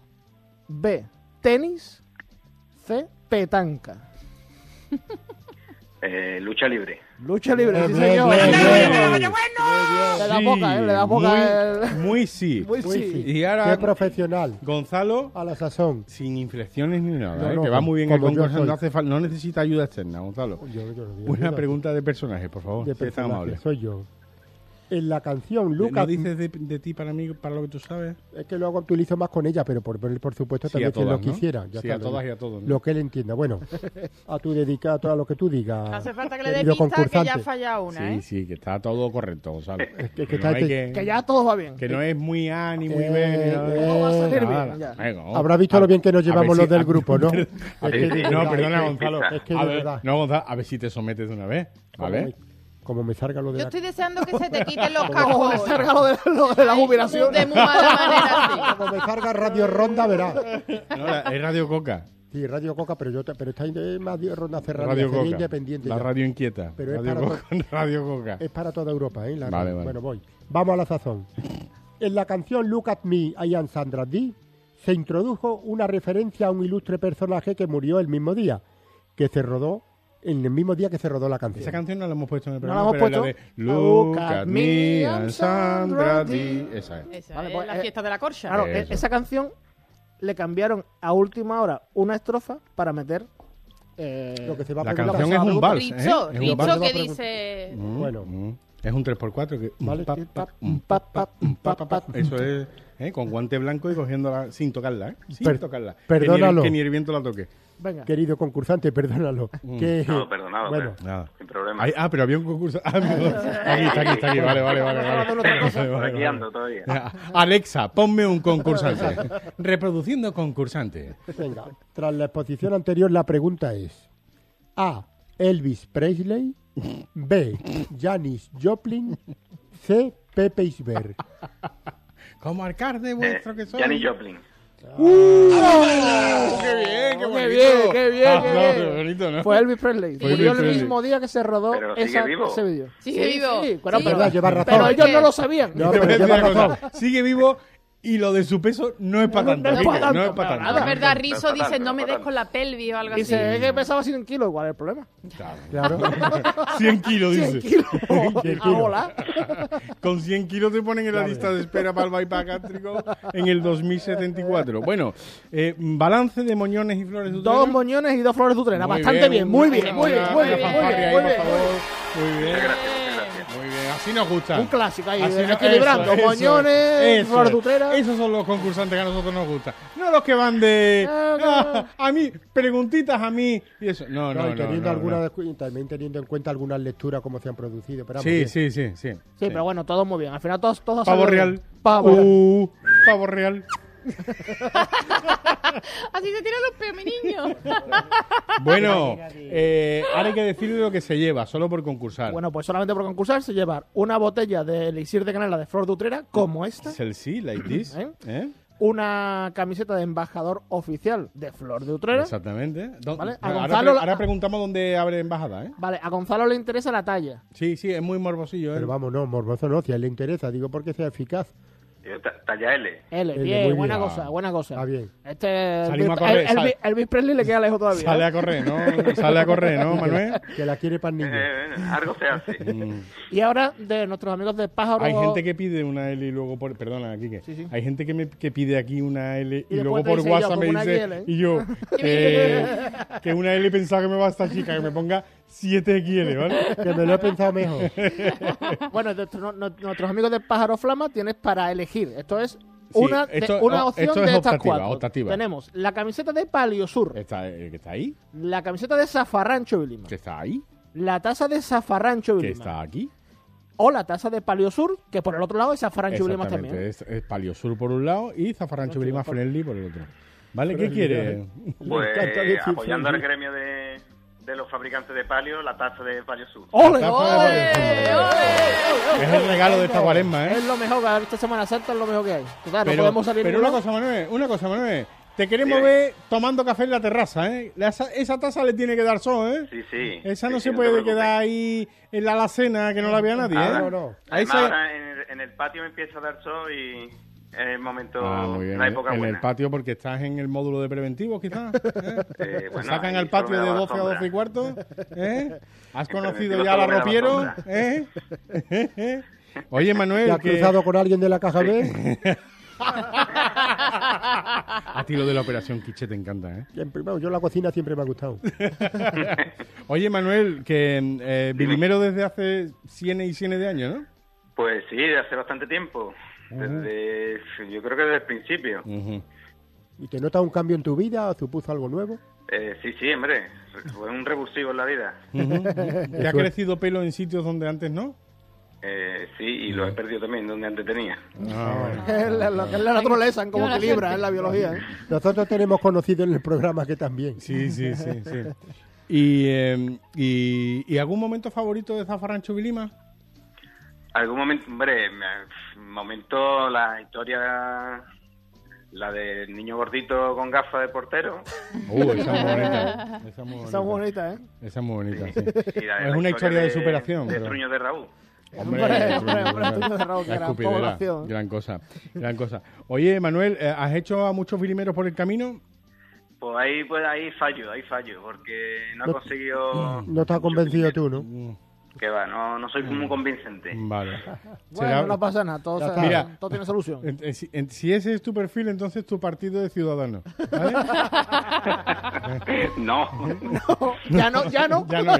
[SPEAKER 7] B. Tenis. C. Petanca.
[SPEAKER 10] Eh, lucha libre.
[SPEAKER 7] Lucha libre, sí, señor. Le da boca, ¿eh? Le da boca.
[SPEAKER 2] muy,
[SPEAKER 7] el-
[SPEAKER 2] muy sí.
[SPEAKER 7] Muy
[SPEAKER 6] Muy
[SPEAKER 7] sí.
[SPEAKER 2] Y
[SPEAKER 6] Qué
[SPEAKER 2] ahora
[SPEAKER 6] profesional.
[SPEAKER 2] Gonzalo,
[SPEAKER 6] A la sazón.
[SPEAKER 2] sin inflexiones ni nada,
[SPEAKER 6] No,
[SPEAKER 2] ¿eh?
[SPEAKER 6] no,
[SPEAKER 2] que va muy bien el
[SPEAKER 6] como yo
[SPEAKER 2] concurso,
[SPEAKER 6] soy.
[SPEAKER 2] no, hace fal- no necesita ayuda externa, Gonzalo.
[SPEAKER 6] Yo- yo no digo
[SPEAKER 2] Una
[SPEAKER 6] nada.
[SPEAKER 2] pregunta de personaje, por favor,
[SPEAKER 6] de
[SPEAKER 2] si es tan
[SPEAKER 6] personaje,
[SPEAKER 2] amable.
[SPEAKER 6] soy yo. En la canción, Lucas.
[SPEAKER 2] ¿No dices de, de ti para mí, para lo que tú sabes?
[SPEAKER 6] Es que luego utilizo más con ella, pero por, por, por supuesto
[SPEAKER 2] Sí,
[SPEAKER 6] también
[SPEAKER 2] a
[SPEAKER 6] quien
[SPEAKER 2] todas,
[SPEAKER 6] lo
[SPEAKER 2] ¿no?
[SPEAKER 6] quisiera. Ya
[SPEAKER 2] Sí,
[SPEAKER 6] está,
[SPEAKER 2] a
[SPEAKER 6] lo-
[SPEAKER 2] todas y a todos, ¿no?
[SPEAKER 6] Lo que él entienda. Bueno, a tu dedicado, a lo que tú digas.
[SPEAKER 5] Hace falta que le dé
[SPEAKER 6] querido
[SPEAKER 5] pista que ya ha
[SPEAKER 6] concursante.
[SPEAKER 5] fallado una,
[SPEAKER 2] Sí,
[SPEAKER 5] ¿eh?
[SPEAKER 2] sí, que está todo correcto, Gonzalo.
[SPEAKER 6] que
[SPEAKER 2] Que
[SPEAKER 6] está
[SPEAKER 2] no hay
[SPEAKER 6] este-
[SPEAKER 2] que-
[SPEAKER 7] Que ya todo va bien.
[SPEAKER 2] que no es muy A ni muy
[SPEAKER 6] Eh,
[SPEAKER 2] B. ni nada.
[SPEAKER 6] eh,
[SPEAKER 7] va a salir
[SPEAKER 2] Nada,
[SPEAKER 7] bien, ya.
[SPEAKER 2] venga, vamos.
[SPEAKER 6] Habrá visto
[SPEAKER 2] A-
[SPEAKER 6] lo bien que nos
[SPEAKER 2] a ver
[SPEAKER 6] llevamos
[SPEAKER 2] si-
[SPEAKER 6] los del
[SPEAKER 2] a-
[SPEAKER 6] grupo, ¿no? Es
[SPEAKER 2] A
[SPEAKER 6] que
[SPEAKER 2] ver si-
[SPEAKER 6] de
[SPEAKER 2] no,
[SPEAKER 6] verdad,
[SPEAKER 2] perdona,
[SPEAKER 6] es que-
[SPEAKER 2] Gonzalo.
[SPEAKER 6] Es que
[SPEAKER 2] a
[SPEAKER 6] de
[SPEAKER 2] ver,
[SPEAKER 6] verdad.
[SPEAKER 2] no, Gonzalo, a ver si te sometes de una vez,
[SPEAKER 6] como
[SPEAKER 2] ¿vale?
[SPEAKER 6] me- Como me salga lo de
[SPEAKER 5] Yo
[SPEAKER 6] la...
[SPEAKER 5] estoy deseando que se te quiten los
[SPEAKER 7] Como me
[SPEAKER 5] cascos.
[SPEAKER 7] salga lo de, lo de la jubilación.
[SPEAKER 5] De muy mala manera, sí.
[SPEAKER 6] Como me salga Radio Ronda, verás.
[SPEAKER 2] No, la- es Radio Coca.
[SPEAKER 6] Sí, Radio Coca, pero yo te- pero está es más de Ronda cerrada,
[SPEAKER 2] Radio
[SPEAKER 6] sería
[SPEAKER 2] Coca.
[SPEAKER 6] independiente.
[SPEAKER 2] La
[SPEAKER 6] ya.
[SPEAKER 2] radio inquieta.
[SPEAKER 6] Pero es
[SPEAKER 2] radio,
[SPEAKER 6] para
[SPEAKER 2] Coca, radio Coca.
[SPEAKER 6] Es para toda Europa, ¿eh? La-
[SPEAKER 2] Vale, vale.
[SPEAKER 6] Bueno, voy. Vamos a la sazón. En la canción Look at Me, I am Sandra D, se introdujo una referencia a un ilustre personaje que murió el mismo día, que se rodó, en el mismo día que se rodó la canción.
[SPEAKER 2] Esa canción no la hemos puesto en el
[SPEAKER 7] No
[SPEAKER 2] programa,
[SPEAKER 7] la hemos
[SPEAKER 2] pero
[SPEAKER 7] puesto.
[SPEAKER 2] la de Look
[SPEAKER 7] Look
[SPEAKER 2] at
[SPEAKER 7] at
[SPEAKER 2] me
[SPEAKER 7] me,
[SPEAKER 2] and
[SPEAKER 7] I'm
[SPEAKER 2] Sandra
[SPEAKER 7] Sandra
[SPEAKER 2] D.
[SPEAKER 7] Dee.
[SPEAKER 2] Esa es.
[SPEAKER 5] Esa
[SPEAKER 7] Vale,
[SPEAKER 5] es
[SPEAKER 7] pues,
[SPEAKER 5] la
[SPEAKER 7] eh,
[SPEAKER 5] fiesta de la corcha.
[SPEAKER 7] Claro, e-
[SPEAKER 2] Eso.
[SPEAKER 7] esa canción le cambiaron a última hora una estrofa para meter. eh,
[SPEAKER 6] Lo que se va a
[SPEAKER 2] La
[SPEAKER 6] preguntar-
[SPEAKER 2] canción es un vals, ¿eh?
[SPEAKER 5] Richo,
[SPEAKER 2] Es un
[SPEAKER 5] Richo,
[SPEAKER 2] vals.
[SPEAKER 5] que dice...
[SPEAKER 2] Mm,
[SPEAKER 6] Bueno.
[SPEAKER 2] mm. Es un 3x4 que...
[SPEAKER 6] Vale.
[SPEAKER 2] pa, pa, mm, pa, pa, mm, pa, pa, pa. Eso es ¿eh? con guante blanco y cogiéndola sin tocarla, ¿eh? Sin
[SPEAKER 6] Per-
[SPEAKER 2] tocarla. Que ni el-
[SPEAKER 6] perdónalo.
[SPEAKER 2] Que ni el viento la toque.
[SPEAKER 7] Venga.
[SPEAKER 6] Querido concursante, perdónalo.
[SPEAKER 2] Mm.
[SPEAKER 6] que-
[SPEAKER 10] No, perdonado.
[SPEAKER 6] Bueno,
[SPEAKER 10] pero-
[SPEAKER 2] Nada.
[SPEAKER 10] Sin problema.
[SPEAKER 2] Ay, ah, pero había un concurso. Ah, no. Aquí está, aquí está, aquí. Vale, vale, vale. vale. Vale,
[SPEAKER 10] Por
[SPEAKER 2] vale,
[SPEAKER 10] aquí
[SPEAKER 2] vale.
[SPEAKER 10] ando todavía.
[SPEAKER 2] Ah, Alexa, ponme un concursante. Reproduciendo concursante.
[SPEAKER 6] venga. Tras la exposición anterior, la pregunta es: A. Elvis Presley. B. Janis Joplin. C. Pepe Isberg.
[SPEAKER 2] Como alcalde
[SPEAKER 10] Eh,
[SPEAKER 2] vuestro que soy.
[SPEAKER 10] Janis Joplin.
[SPEAKER 2] Oh, ¡Qué bien, qué bonito!
[SPEAKER 7] bien, Oh, qué bien,
[SPEAKER 2] Ah,
[SPEAKER 7] qué
[SPEAKER 2] no,
[SPEAKER 7] bien. Pues,
[SPEAKER 2] pero bonito, ¿no?
[SPEAKER 7] Fue Elvis Presley.
[SPEAKER 2] Fue
[SPEAKER 7] Murió
[SPEAKER 2] Elvis
[SPEAKER 7] el
[SPEAKER 2] Presley.
[SPEAKER 7] mismo día que se rodó
[SPEAKER 10] Pero sigue
[SPEAKER 7] esa-
[SPEAKER 10] vivo.
[SPEAKER 7] ese vídeo.
[SPEAKER 5] Sigue vivo.
[SPEAKER 7] sí, bueno,
[SPEAKER 5] Sí.
[SPEAKER 7] pero,
[SPEAKER 6] Verdad, lleva razón.
[SPEAKER 7] pero ellos
[SPEAKER 5] ¿Qué?
[SPEAKER 7] no lo sabían.
[SPEAKER 6] No,
[SPEAKER 2] Te voy a
[SPEAKER 6] pero
[SPEAKER 2] decir
[SPEAKER 6] lleva
[SPEAKER 2] una cosa.
[SPEAKER 6] razón.
[SPEAKER 2] Sigue vivo Y lo de su peso no es para tanto.
[SPEAKER 7] no es pa'
[SPEAKER 2] Quique,
[SPEAKER 7] tanto,
[SPEAKER 2] No es para
[SPEAKER 7] para
[SPEAKER 2] tanto.
[SPEAKER 7] nada.
[SPEAKER 5] Es verdad, Rizo
[SPEAKER 10] no está
[SPEAKER 5] dice,
[SPEAKER 10] tan,
[SPEAKER 5] no
[SPEAKER 10] no
[SPEAKER 5] me
[SPEAKER 10] está
[SPEAKER 5] des
[SPEAKER 10] tan.
[SPEAKER 5] con la pelvis o algo así.
[SPEAKER 7] Dice, es que pesaba 100 kilos, ¿cuál es el problema?
[SPEAKER 6] Claro.
[SPEAKER 2] 100 kilos, dice.
[SPEAKER 7] 100 kilos.
[SPEAKER 6] 100
[SPEAKER 7] A
[SPEAKER 6] kilos.
[SPEAKER 7] volar.
[SPEAKER 2] Con 100 kilos te ponen en la lista de espera para el bypass gástrico en el 2074. Bueno, eh, balance de moñones y flores de
[SPEAKER 7] Dos moñones y dos flores de utrera.
[SPEAKER 2] Muy
[SPEAKER 7] Bastante bien, muy bien, muy bien,
[SPEAKER 2] una-
[SPEAKER 7] muy
[SPEAKER 2] una
[SPEAKER 7] bien, muy
[SPEAKER 2] fanfarria
[SPEAKER 7] bien,
[SPEAKER 2] ahí,
[SPEAKER 7] muy
[SPEAKER 2] por
[SPEAKER 7] bien.
[SPEAKER 2] favor. Muy bien,
[SPEAKER 10] Gracias, muchas gracias.
[SPEAKER 2] muy bien. Así nos gusta.
[SPEAKER 7] Un clásico ahí,
[SPEAKER 2] Ah. Así no- eso,
[SPEAKER 7] equilibrando.
[SPEAKER 2] eso,
[SPEAKER 7] moñones,
[SPEAKER 2] eso.
[SPEAKER 7] flores de utrera.
[SPEAKER 2] Esos son los concursantes que a nosotros nos gustan. No los que van de.
[SPEAKER 7] No, no.
[SPEAKER 2] "Ah, a mí, preguntitas a mí. Y eso. No, no,
[SPEAKER 6] No,
[SPEAKER 2] no.
[SPEAKER 6] y teniendo
[SPEAKER 2] no,
[SPEAKER 6] alguna
[SPEAKER 2] no.
[SPEAKER 6] descu- y también teniendo en cuenta algunas lecturas como se han producido. Pero vamos,
[SPEAKER 2] Sí,
[SPEAKER 6] bien.
[SPEAKER 2] sí, sí, sí.
[SPEAKER 7] Sí, pero bueno, todos muy bien. Al final todos, todos
[SPEAKER 2] Pavo
[SPEAKER 7] salieron
[SPEAKER 2] real.
[SPEAKER 7] bien. Pavo real.
[SPEAKER 2] Uh, pavo real.
[SPEAKER 5] Así se tiran los peos, mi niño.
[SPEAKER 2] Bueno, eh, ahora hay que decirle lo que se lleva, solo por concursar.
[SPEAKER 7] Bueno, pues solamente por concursar se llevar una botella de elixir de canela de flor de utrera, como esta,
[SPEAKER 2] Celsi, like this.
[SPEAKER 7] ¿Eh?
[SPEAKER 2] ¿eh?
[SPEAKER 7] una camiseta de embajador oficial de flor de utrera.
[SPEAKER 2] Exactamente. Do-
[SPEAKER 7] Vale, a
[SPEAKER 2] ahora,
[SPEAKER 7] Gonzalo
[SPEAKER 2] pre-
[SPEAKER 7] la-
[SPEAKER 2] ahora preguntamos dónde abre embajada, ¿eh?
[SPEAKER 7] Vale, a Gonzalo le interesa la talla.
[SPEAKER 2] Sí, sí, es muy morbosillo. ¿eh?
[SPEAKER 6] Pero vamos, no, morboso no, si a él le interesa, digo porque sea eficaz.
[SPEAKER 10] Yo ta- Talla L.
[SPEAKER 7] L,
[SPEAKER 6] L,
[SPEAKER 7] bien,
[SPEAKER 6] muy bien.
[SPEAKER 7] buena
[SPEAKER 6] Ah,
[SPEAKER 7] cosa, buena cosa.
[SPEAKER 6] está bien.
[SPEAKER 7] Este
[SPEAKER 2] Salimos
[SPEAKER 7] Elvis-
[SPEAKER 2] a correr,
[SPEAKER 7] El- Elvis-
[SPEAKER 2] sal-
[SPEAKER 7] Elvis Presley le queda lejos todavía.
[SPEAKER 2] Sale
[SPEAKER 7] ¿eh?
[SPEAKER 2] a correr, ¿no? Sale a correr, ¿no, Manuel?
[SPEAKER 6] Que la quiere para el niño.
[SPEAKER 10] Eh, bueno, algo se hace.
[SPEAKER 7] Y ahora de nuestros amigos de Pájaro.
[SPEAKER 2] Hay gente que pide una L y luego por... Perdona, Quique.
[SPEAKER 7] Sí, sí.
[SPEAKER 2] Hay gente que, me, que pide aquí una L y,
[SPEAKER 7] Y
[SPEAKER 2] luego
[SPEAKER 7] después
[SPEAKER 2] por
[SPEAKER 7] te dice,
[SPEAKER 2] WhatsApp
[SPEAKER 7] yo,
[SPEAKER 2] me
[SPEAKER 7] con una
[SPEAKER 2] dice...
[SPEAKER 7] L, ¿eh?
[SPEAKER 2] Y yo, que, que una L pensaba que me va esta chica, que me ponga 7XL, ¿vale?
[SPEAKER 6] Que me lo he pensado mejor.
[SPEAKER 7] Bueno, de nuestro- no- nuestros amigos de Pájaro Flama tienes para elegir. Esto es
[SPEAKER 2] Sí,
[SPEAKER 7] una, de-
[SPEAKER 2] esto-
[SPEAKER 7] una
[SPEAKER 2] o-
[SPEAKER 7] opción
[SPEAKER 2] esto es
[SPEAKER 7] de estas
[SPEAKER 2] optativa,
[SPEAKER 7] cuatro.
[SPEAKER 2] optativa.
[SPEAKER 7] Tenemos la camiseta de Palio Sur,
[SPEAKER 2] Está, eh, que está ahí,
[SPEAKER 7] la camiseta de Zafarrancho Vilima,
[SPEAKER 2] que está ahí,
[SPEAKER 7] la taza de Zafarrancho
[SPEAKER 2] que
[SPEAKER 7] Vilima,
[SPEAKER 2] está aquí.
[SPEAKER 7] o la taza de Palio Sur, que por el otro lado es Zafarrancho Vilima
[SPEAKER 2] Exactamente,
[SPEAKER 7] también.
[SPEAKER 2] Es, es Paliosur por un lado y Zafarrancho Brima Friendly por el otro. ¿Vale? ¿Qué quiere?
[SPEAKER 6] encanta decir
[SPEAKER 10] Pues apoyando al
[SPEAKER 2] ¿eh?
[SPEAKER 6] friendly.
[SPEAKER 10] gremio de, de los fabricantes de palio, la taza de palio sur.
[SPEAKER 7] ¡Ole!
[SPEAKER 2] Taza de
[SPEAKER 7] ¡Ole!
[SPEAKER 2] Paliosur. Es el regalo de esta cuaresma, ¿eh?
[SPEAKER 7] Es lo mejor que hay, esta Semana Santa es lo mejor que hay. Total, no
[SPEAKER 2] Pero,
[SPEAKER 7] podemos salir
[SPEAKER 2] pero una
[SPEAKER 7] ninguno.
[SPEAKER 2] cosa, Manuel, una cosa, Manuel. Te queremos
[SPEAKER 10] Sí.
[SPEAKER 2] ver tomando café en la terraza, ¿eh? La- esa, esa taza le tiene que dar sol, ¿eh?
[SPEAKER 10] Sí, sí.
[SPEAKER 2] Esa
[SPEAKER 10] Sí,
[SPEAKER 2] no
[SPEAKER 10] sí,
[SPEAKER 2] se
[SPEAKER 10] te
[SPEAKER 2] puede
[SPEAKER 10] preocupes.
[SPEAKER 2] quedar ahí en la alacena que no la vea nadie, ¿eh?
[SPEAKER 10] Ahora-
[SPEAKER 6] No, no.
[SPEAKER 2] Ahí
[SPEAKER 10] Además,
[SPEAKER 2] se-
[SPEAKER 10] ahora en el, en el patio me empieza a dar sol y es el momento,
[SPEAKER 2] Ah, muy bien.
[SPEAKER 10] la época
[SPEAKER 2] en
[SPEAKER 10] buena.
[SPEAKER 2] el patio porque estás en el módulo de preventivos, quizás. ¿eh?
[SPEAKER 10] Eh, bueno,
[SPEAKER 2] Sacan
[SPEAKER 10] ahí
[SPEAKER 2] al
[SPEAKER 10] solo
[SPEAKER 2] patio
[SPEAKER 10] me
[SPEAKER 2] de
[SPEAKER 10] daba
[SPEAKER 2] 12 a
[SPEAKER 10] sombra.
[SPEAKER 2] 12 y cuarto. ¿eh? ¿Has
[SPEAKER 10] En
[SPEAKER 2] conocido
[SPEAKER 10] preventiva
[SPEAKER 2] ya a la
[SPEAKER 10] solo me daba
[SPEAKER 2] ropiero?
[SPEAKER 10] sombra.
[SPEAKER 2] ¿eh? Oye,
[SPEAKER 6] ¿Te
[SPEAKER 2] Manuel,
[SPEAKER 6] has
[SPEAKER 2] que
[SPEAKER 6] cruzado con alguien de la caja B?
[SPEAKER 2] a ti lo de la operación Quiche te encanta. ¿eh?
[SPEAKER 6] Siempre, vamos, yo la cocina siempre me ha gustado.
[SPEAKER 2] Oye, Manuel, que eh, Bilimero desde hace 100 y 100 de años, ¿no?
[SPEAKER 10] Pues sí, de hace bastante tiempo. Desde, Yo creo que desde el principio.
[SPEAKER 6] ¿Y te notas un cambio en tu vida? ¿Supuso algo nuevo?
[SPEAKER 10] Eh, sí, sí, hombre. Fue un revulsivo en la vida.
[SPEAKER 6] Pues-
[SPEAKER 2] ¿Te ha crecido pelo en sitios donde antes no?
[SPEAKER 10] Eh, sí, y lo he perdido también donde antes tenía.
[SPEAKER 6] Ah,
[SPEAKER 7] Es la- lo que es la naturaleza, en cómo
[SPEAKER 5] Yo la
[SPEAKER 7] equilibra,
[SPEAKER 5] gente.
[SPEAKER 7] es la biología. ¿eh?
[SPEAKER 6] Nosotros tenemos conocido en el programa que también.
[SPEAKER 2] Sí, sí, sí. sí. ¿Y, eh, y, y algún momento favorito de Zafarrancho Vilima?
[SPEAKER 10] Algún momento, hombre, me- momento la historia, la del niño gordito con gafas de portero.
[SPEAKER 2] Uh, esa es muy bonita. Esa es muy bonita.
[SPEAKER 7] Esa es bonita, ¿eh?
[SPEAKER 2] Esa es muy bonita, sí.
[SPEAKER 10] y la de
[SPEAKER 2] Es
[SPEAKER 10] la
[SPEAKER 2] una historia de superación.
[SPEAKER 10] De
[SPEAKER 2] pero-
[SPEAKER 10] Truño de Raúl.
[SPEAKER 2] Hombre,
[SPEAKER 7] Hombre,
[SPEAKER 2] Truño,
[SPEAKER 7] hombre, hombre,
[SPEAKER 2] hombre.
[SPEAKER 7] Truño de Raúl,
[SPEAKER 2] La
[SPEAKER 7] gran
[SPEAKER 2] escupidera,
[SPEAKER 7] población.
[SPEAKER 2] gran cosa, gran cosa. Oye, Manuel, eh, ¿has hecho a muchos filimeros por el camino?
[SPEAKER 10] Pues ahí, pues ahí fallo, ahí fallo, porque no he
[SPEAKER 6] No-
[SPEAKER 10] conseguido...
[SPEAKER 6] No te has convencido tú, ¿no?
[SPEAKER 10] Que va, no, no soy muy convincente.
[SPEAKER 2] Vale. Será-
[SPEAKER 7] Bueno, no pasa nada, todo,
[SPEAKER 6] Ya
[SPEAKER 7] se-
[SPEAKER 6] está.
[SPEAKER 2] Mira.
[SPEAKER 7] todo tiene solución.
[SPEAKER 2] en- en- si, en- si ese es tu perfil, entonces tu partido de ciudadano. ¿vale?
[SPEAKER 10] no.
[SPEAKER 7] ya no,
[SPEAKER 2] ya
[SPEAKER 7] ya no,
[SPEAKER 2] no, ya, no.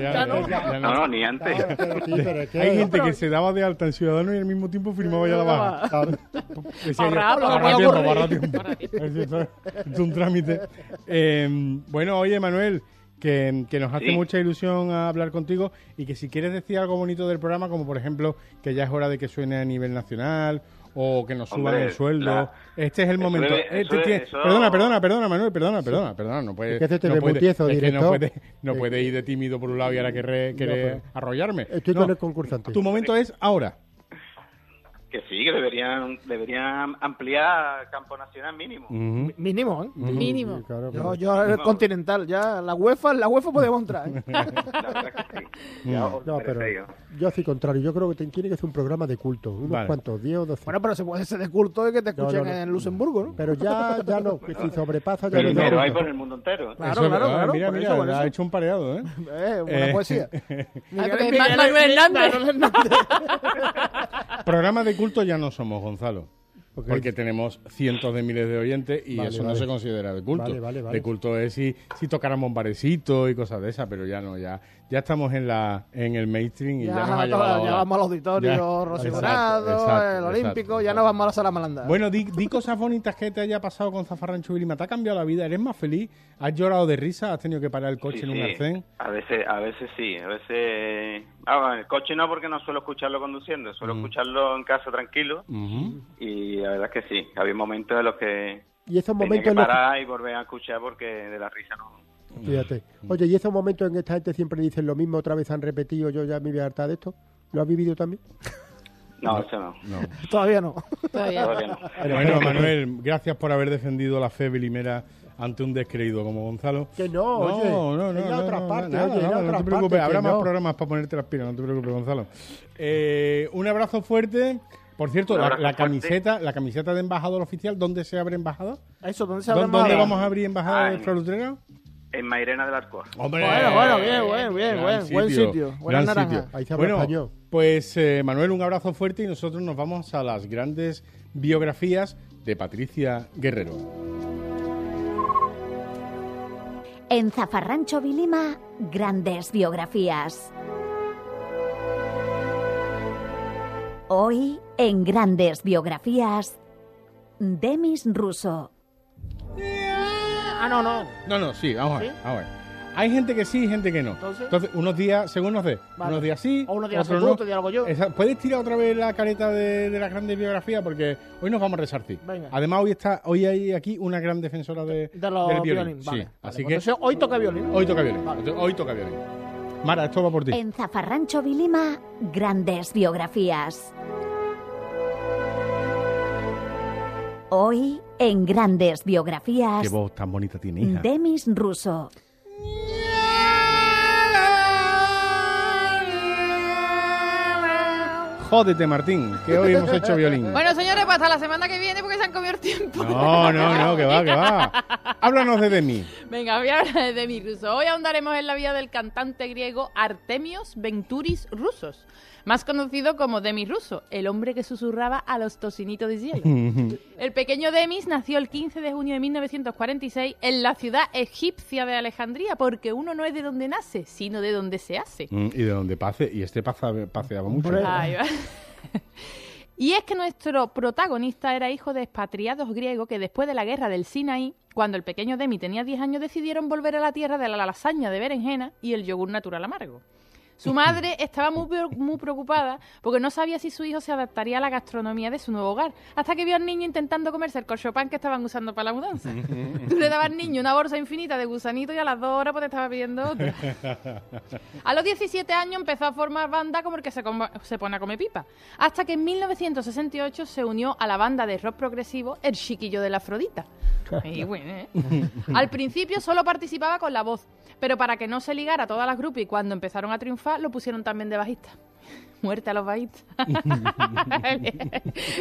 [SPEAKER 2] ya no.
[SPEAKER 10] no, no, ni antes.
[SPEAKER 6] Claro, pero sí, pero es que-
[SPEAKER 2] Hay gente que se daba de alta en ciudadano y al mismo tiempo firmaba ya la baja. Decía yo,
[SPEAKER 5] Ahorra,
[SPEAKER 2] ahorra
[SPEAKER 5] ahorra,
[SPEAKER 2] tiempo,
[SPEAKER 5] ahorra.
[SPEAKER 2] ahorra tiempo. Es- es- es un trámite. Eh, bueno, oye, Manuel, que, que nos hace
[SPEAKER 10] Sí.
[SPEAKER 2] mucha ilusión hablar contigo y que si quieres decir algo bonito del programa, como por ejemplo que ya es hora de que suene a nivel nacional o que nos suban
[SPEAKER 10] Hombre,
[SPEAKER 2] el sueldo.
[SPEAKER 10] la-
[SPEAKER 2] este es el
[SPEAKER 10] eso
[SPEAKER 2] momento.
[SPEAKER 10] es-
[SPEAKER 2] Este
[SPEAKER 10] eso es-
[SPEAKER 2] tiene-
[SPEAKER 10] eso-
[SPEAKER 2] Perdona, perdona, perdona, Manuel, perdona, perdona, perdona. No puede,
[SPEAKER 6] Es que se te
[SPEAKER 2] no
[SPEAKER 6] ve
[SPEAKER 2] puede-
[SPEAKER 6] mutiezo,
[SPEAKER 2] es que no
[SPEAKER 6] director.
[SPEAKER 2] puede, no puede ir de tímido por un lado y ahora querer, querer
[SPEAKER 6] pero-
[SPEAKER 2] arrollarme.
[SPEAKER 6] Estoy
[SPEAKER 2] No,
[SPEAKER 6] con el concursante.
[SPEAKER 2] Tu momento es ahora.
[SPEAKER 10] Que- Que sí, que deberían, deberían ampliar campo nacional mínimo.
[SPEAKER 2] Mm.
[SPEAKER 7] Mi- Mínimo, ¿eh?
[SPEAKER 10] Ujú. Mínimo.
[SPEAKER 7] Yo, yo el
[SPEAKER 10] No.
[SPEAKER 7] continental, ya la UEFA, la UEFA podemos entrar. ¿eh?
[SPEAKER 6] No, pero yo soy contrario. Yo creo que te- tiene que ser un programa de culto. Unos
[SPEAKER 7] Vale.
[SPEAKER 6] cuantos, 10 o 12.
[SPEAKER 7] Bueno, pero se puede ser de culto y que te
[SPEAKER 6] No,
[SPEAKER 7] escuchen
[SPEAKER 6] no, no.
[SPEAKER 7] en Luxemburgo, ¿no?
[SPEAKER 6] Pero ya, ya no, que si sobrepasa ya
[SPEAKER 7] Pero-
[SPEAKER 6] no.
[SPEAKER 7] pero
[SPEAKER 10] hay por el mundo entero.
[SPEAKER 7] Claro,
[SPEAKER 2] Eso-
[SPEAKER 7] claro,
[SPEAKER 2] ah,
[SPEAKER 7] claro,
[SPEAKER 2] Mira,
[SPEAKER 7] por
[SPEAKER 2] mira,
[SPEAKER 7] eso, por
[SPEAKER 2] ha
[SPEAKER 7] eso.
[SPEAKER 2] hecho un pareado, ¿eh?
[SPEAKER 7] Eh, una poesía.
[SPEAKER 5] Ah,
[SPEAKER 7] Miguel-
[SPEAKER 5] porque es
[SPEAKER 7] Miguel-
[SPEAKER 5] Ma- Manuel Hernández.
[SPEAKER 7] Manuel Hernández.
[SPEAKER 2] Programa de culto ya no somos, Gonzalo.
[SPEAKER 6] Ok.
[SPEAKER 2] Porque tenemos cientos de miles de oyentes y
[SPEAKER 6] Vale,
[SPEAKER 2] eso no
[SPEAKER 6] vale.
[SPEAKER 2] se considera de culto.
[SPEAKER 6] Vale, vale, vale.
[SPEAKER 2] De culto es si, si tocáramos barecitos y cosas de esas, pero ya no, ya ya estamos en la en el mainstream y ya,
[SPEAKER 7] Ya,
[SPEAKER 2] nos ha
[SPEAKER 7] to-
[SPEAKER 2] llevado.
[SPEAKER 7] ya
[SPEAKER 2] la-
[SPEAKER 7] vamos al auditorio,
[SPEAKER 2] Ya.
[SPEAKER 7] Rocío
[SPEAKER 2] Exacto,
[SPEAKER 7] Dorado,
[SPEAKER 2] exacto,
[SPEAKER 7] el
[SPEAKER 2] exacto,
[SPEAKER 7] Olímpico, ya
[SPEAKER 2] exacto.
[SPEAKER 7] no vamos a la sala malanda.
[SPEAKER 2] Bueno, di, di cosas bonitas que te haya pasado con Zafarrancho Chubilima. ¿Te ha cambiado la vida? ¿Eres más feliz? ¿Has llorado de risa? ¿Has tenido que parar el coche
[SPEAKER 10] Sí,
[SPEAKER 2] en un
[SPEAKER 10] sí.
[SPEAKER 2] arcén?
[SPEAKER 10] A veces, a veces sí, a veces... Ah, bueno, el coche no, porque no suelo escucharlo conduciendo, suelo escucharlo en casa tranquilo.
[SPEAKER 2] Mm.
[SPEAKER 10] Y la verdad es que sí, había momentos en los que
[SPEAKER 6] Y esos
[SPEAKER 10] tenía
[SPEAKER 6] momentos
[SPEAKER 10] que
[SPEAKER 6] en los que-
[SPEAKER 10] parar y volver a escuchar porque de la risa no...
[SPEAKER 6] Fíjate. Oye, ¿y esos momentos en que esta gente siempre dicen lo mismo, otra vez han repetido, yo ya me voy a hartar de esto? ¿Lo has vivido también?
[SPEAKER 10] No, eso no.
[SPEAKER 7] Todavía no.
[SPEAKER 10] Todavía no.
[SPEAKER 2] Bueno, Manuel, gracias por haber defendido la fe bilimera ante un descreído como Gonzalo.
[SPEAKER 6] Que no,
[SPEAKER 2] no,
[SPEAKER 6] oye,
[SPEAKER 2] no, no,
[SPEAKER 6] era
[SPEAKER 2] no,
[SPEAKER 6] otra
[SPEAKER 2] no,
[SPEAKER 6] parte,
[SPEAKER 2] nada,
[SPEAKER 6] oye, era
[SPEAKER 2] nada,
[SPEAKER 6] otra
[SPEAKER 2] no te preocupes,
[SPEAKER 6] parte,
[SPEAKER 2] habrá
[SPEAKER 6] que
[SPEAKER 2] más
[SPEAKER 6] no.
[SPEAKER 2] programas para ponerte las pilas, no te preocupes, Gonzalo. Eh, un abrazo fuerte. Por cierto,
[SPEAKER 10] Un
[SPEAKER 2] la,
[SPEAKER 10] abrazo
[SPEAKER 2] la
[SPEAKER 10] fuerte.
[SPEAKER 2] camiseta, la camiseta de embajador oficial, ¿dónde se abre embajada?
[SPEAKER 7] Eso, ¿dónde se
[SPEAKER 2] ¿Dónde,
[SPEAKER 7] habla más?
[SPEAKER 2] dónde vamos a abrir embajada de
[SPEAKER 10] Ay.
[SPEAKER 2] Flor Utrera?
[SPEAKER 10] En Mairena del Arcoa.
[SPEAKER 2] Hombre, eh,
[SPEAKER 7] Bueno, bueno, bien, bien, bien,
[SPEAKER 2] gran
[SPEAKER 7] buen, buen sitio. Buena
[SPEAKER 2] gran
[SPEAKER 7] naranja.
[SPEAKER 2] sitio.
[SPEAKER 6] Ahí se habla español.
[SPEAKER 2] Bueno, pues eh, Manuel, un abrazo fuerte y nosotros nos vamos a las grandes biografías de Patricia Guerrero.
[SPEAKER 11] En Zafarrancho Vilima, grandes biografías. Hoy, en grandes biografías, Demis Russo.
[SPEAKER 7] Ah, no, no.
[SPEAKER 2] No, no, sí, vamos a ver.
[SPEAKER 7] ¿Sí?
[SPEAKER 2] vamos a ver. Hay gente que sí y gente que no.
[SPEAKER 7] Entonces-
[SPEAKER 2] unos días, según nos dé,
[SPEAKER 7] Vale.
[SPEAKER 2] unos días sí,
[SPEAKER 7] O unos días
[SPEAKER 2] otros
[SPEAKER 7] tú,
[SPEAKER 2] no.
[SPEAKER 7] otro día lo hago yo.
[SPEAKER 2] Esa- ¿Puedes tirar otra vez la careta de, de las grandes biografías? Porque hoy nos vamos a resarcir.
[SPEAKER 7] Venga.
[SPEAKER 2] Además, hoy está, hoy hay aquí una gran defensora de,
[SPEAKER 7] De los
[SPEAKER 2] del
[SPEAKER 7] violín,
[SPEAKER 2] violín.
[SPEAKER 7] vale.
[SPEAKER 2] sí.
[SPEAKER 7] vale,
[SPEAKER 2] Así
[SPEAKER 7] pues
[SPEAKER 2] que
[SPEAKER 7] entonces hoy toca violín.
[SPEAKER 2] hoy toca violín. Hoy toca violín. Mara, esto va por ti.
[SPEAKER 11] En Zafarrancho Vilima, grandes biografías. Hoy, en grandes biografías,
[SPEAKER 2] Qué voz tan bonita tiene, hija.
[SPEAKER 11] Demis Russo.
[SPEAKER 2] Jódete, Martín, que hoy hemos hecho violín.
[SPEAKER 5] Bueno, señores, pues hasta la semana que viene porque se han comido el tiempo.
[SPEAKER 2] No, no, no, que va, que va. Háblanos de Demi.
[SPEAKER 5] Venga, voy a hablar de mi ruso. Hoy ahondaremos en la vida del cantante griego Artemios Venturis Rusos, más conocido como Demis Russo, el hombre que susurraba a los tocinitos de hielo. El pequeño Demis nació el 15 de junio de 1946 en la ciudad egipcia de Alejandría, porque uno no es de donde nace, sino de donde se hace.
[SPEAKER 2] Mm, Y de donde pase, y este pasa- paseaba mucho.
[SPEAKER 5] Ahí va. Y es que nuestro protagonista era hijo de expatriados griegos que después de la guerra del Sinaí, cuando el pequeño Demi tenía 10 años, decidieron volver a la tierra de la lasaña de berenjena y el yogur natural amargo. Su madre estaba muy, pre- muy preocupada porque no sabía si su hijo se adaptaría a la gastronomía de su nuevo hogar, hasta que vio al niño intentando comerse el corchopán que estaban usando para la mudanza. Tú le dabas al niño una bolsa infinita de gusanito y a las dos horas pues te estaba pidiendo otra. A los 17 años empezó a formar banda como el que se, coma- se pone a comer pipa, hasta que en 1968 se unió a la banda de rock progresivo El Chiquillo de la Afrodita. Y bueno, ¿eh? Al principio solo participaba con la voz, pero para que no se ligara a todas las grupos y cuando empezaron a triunfar lo pusieron también de bajista. Muerte a los bajistas.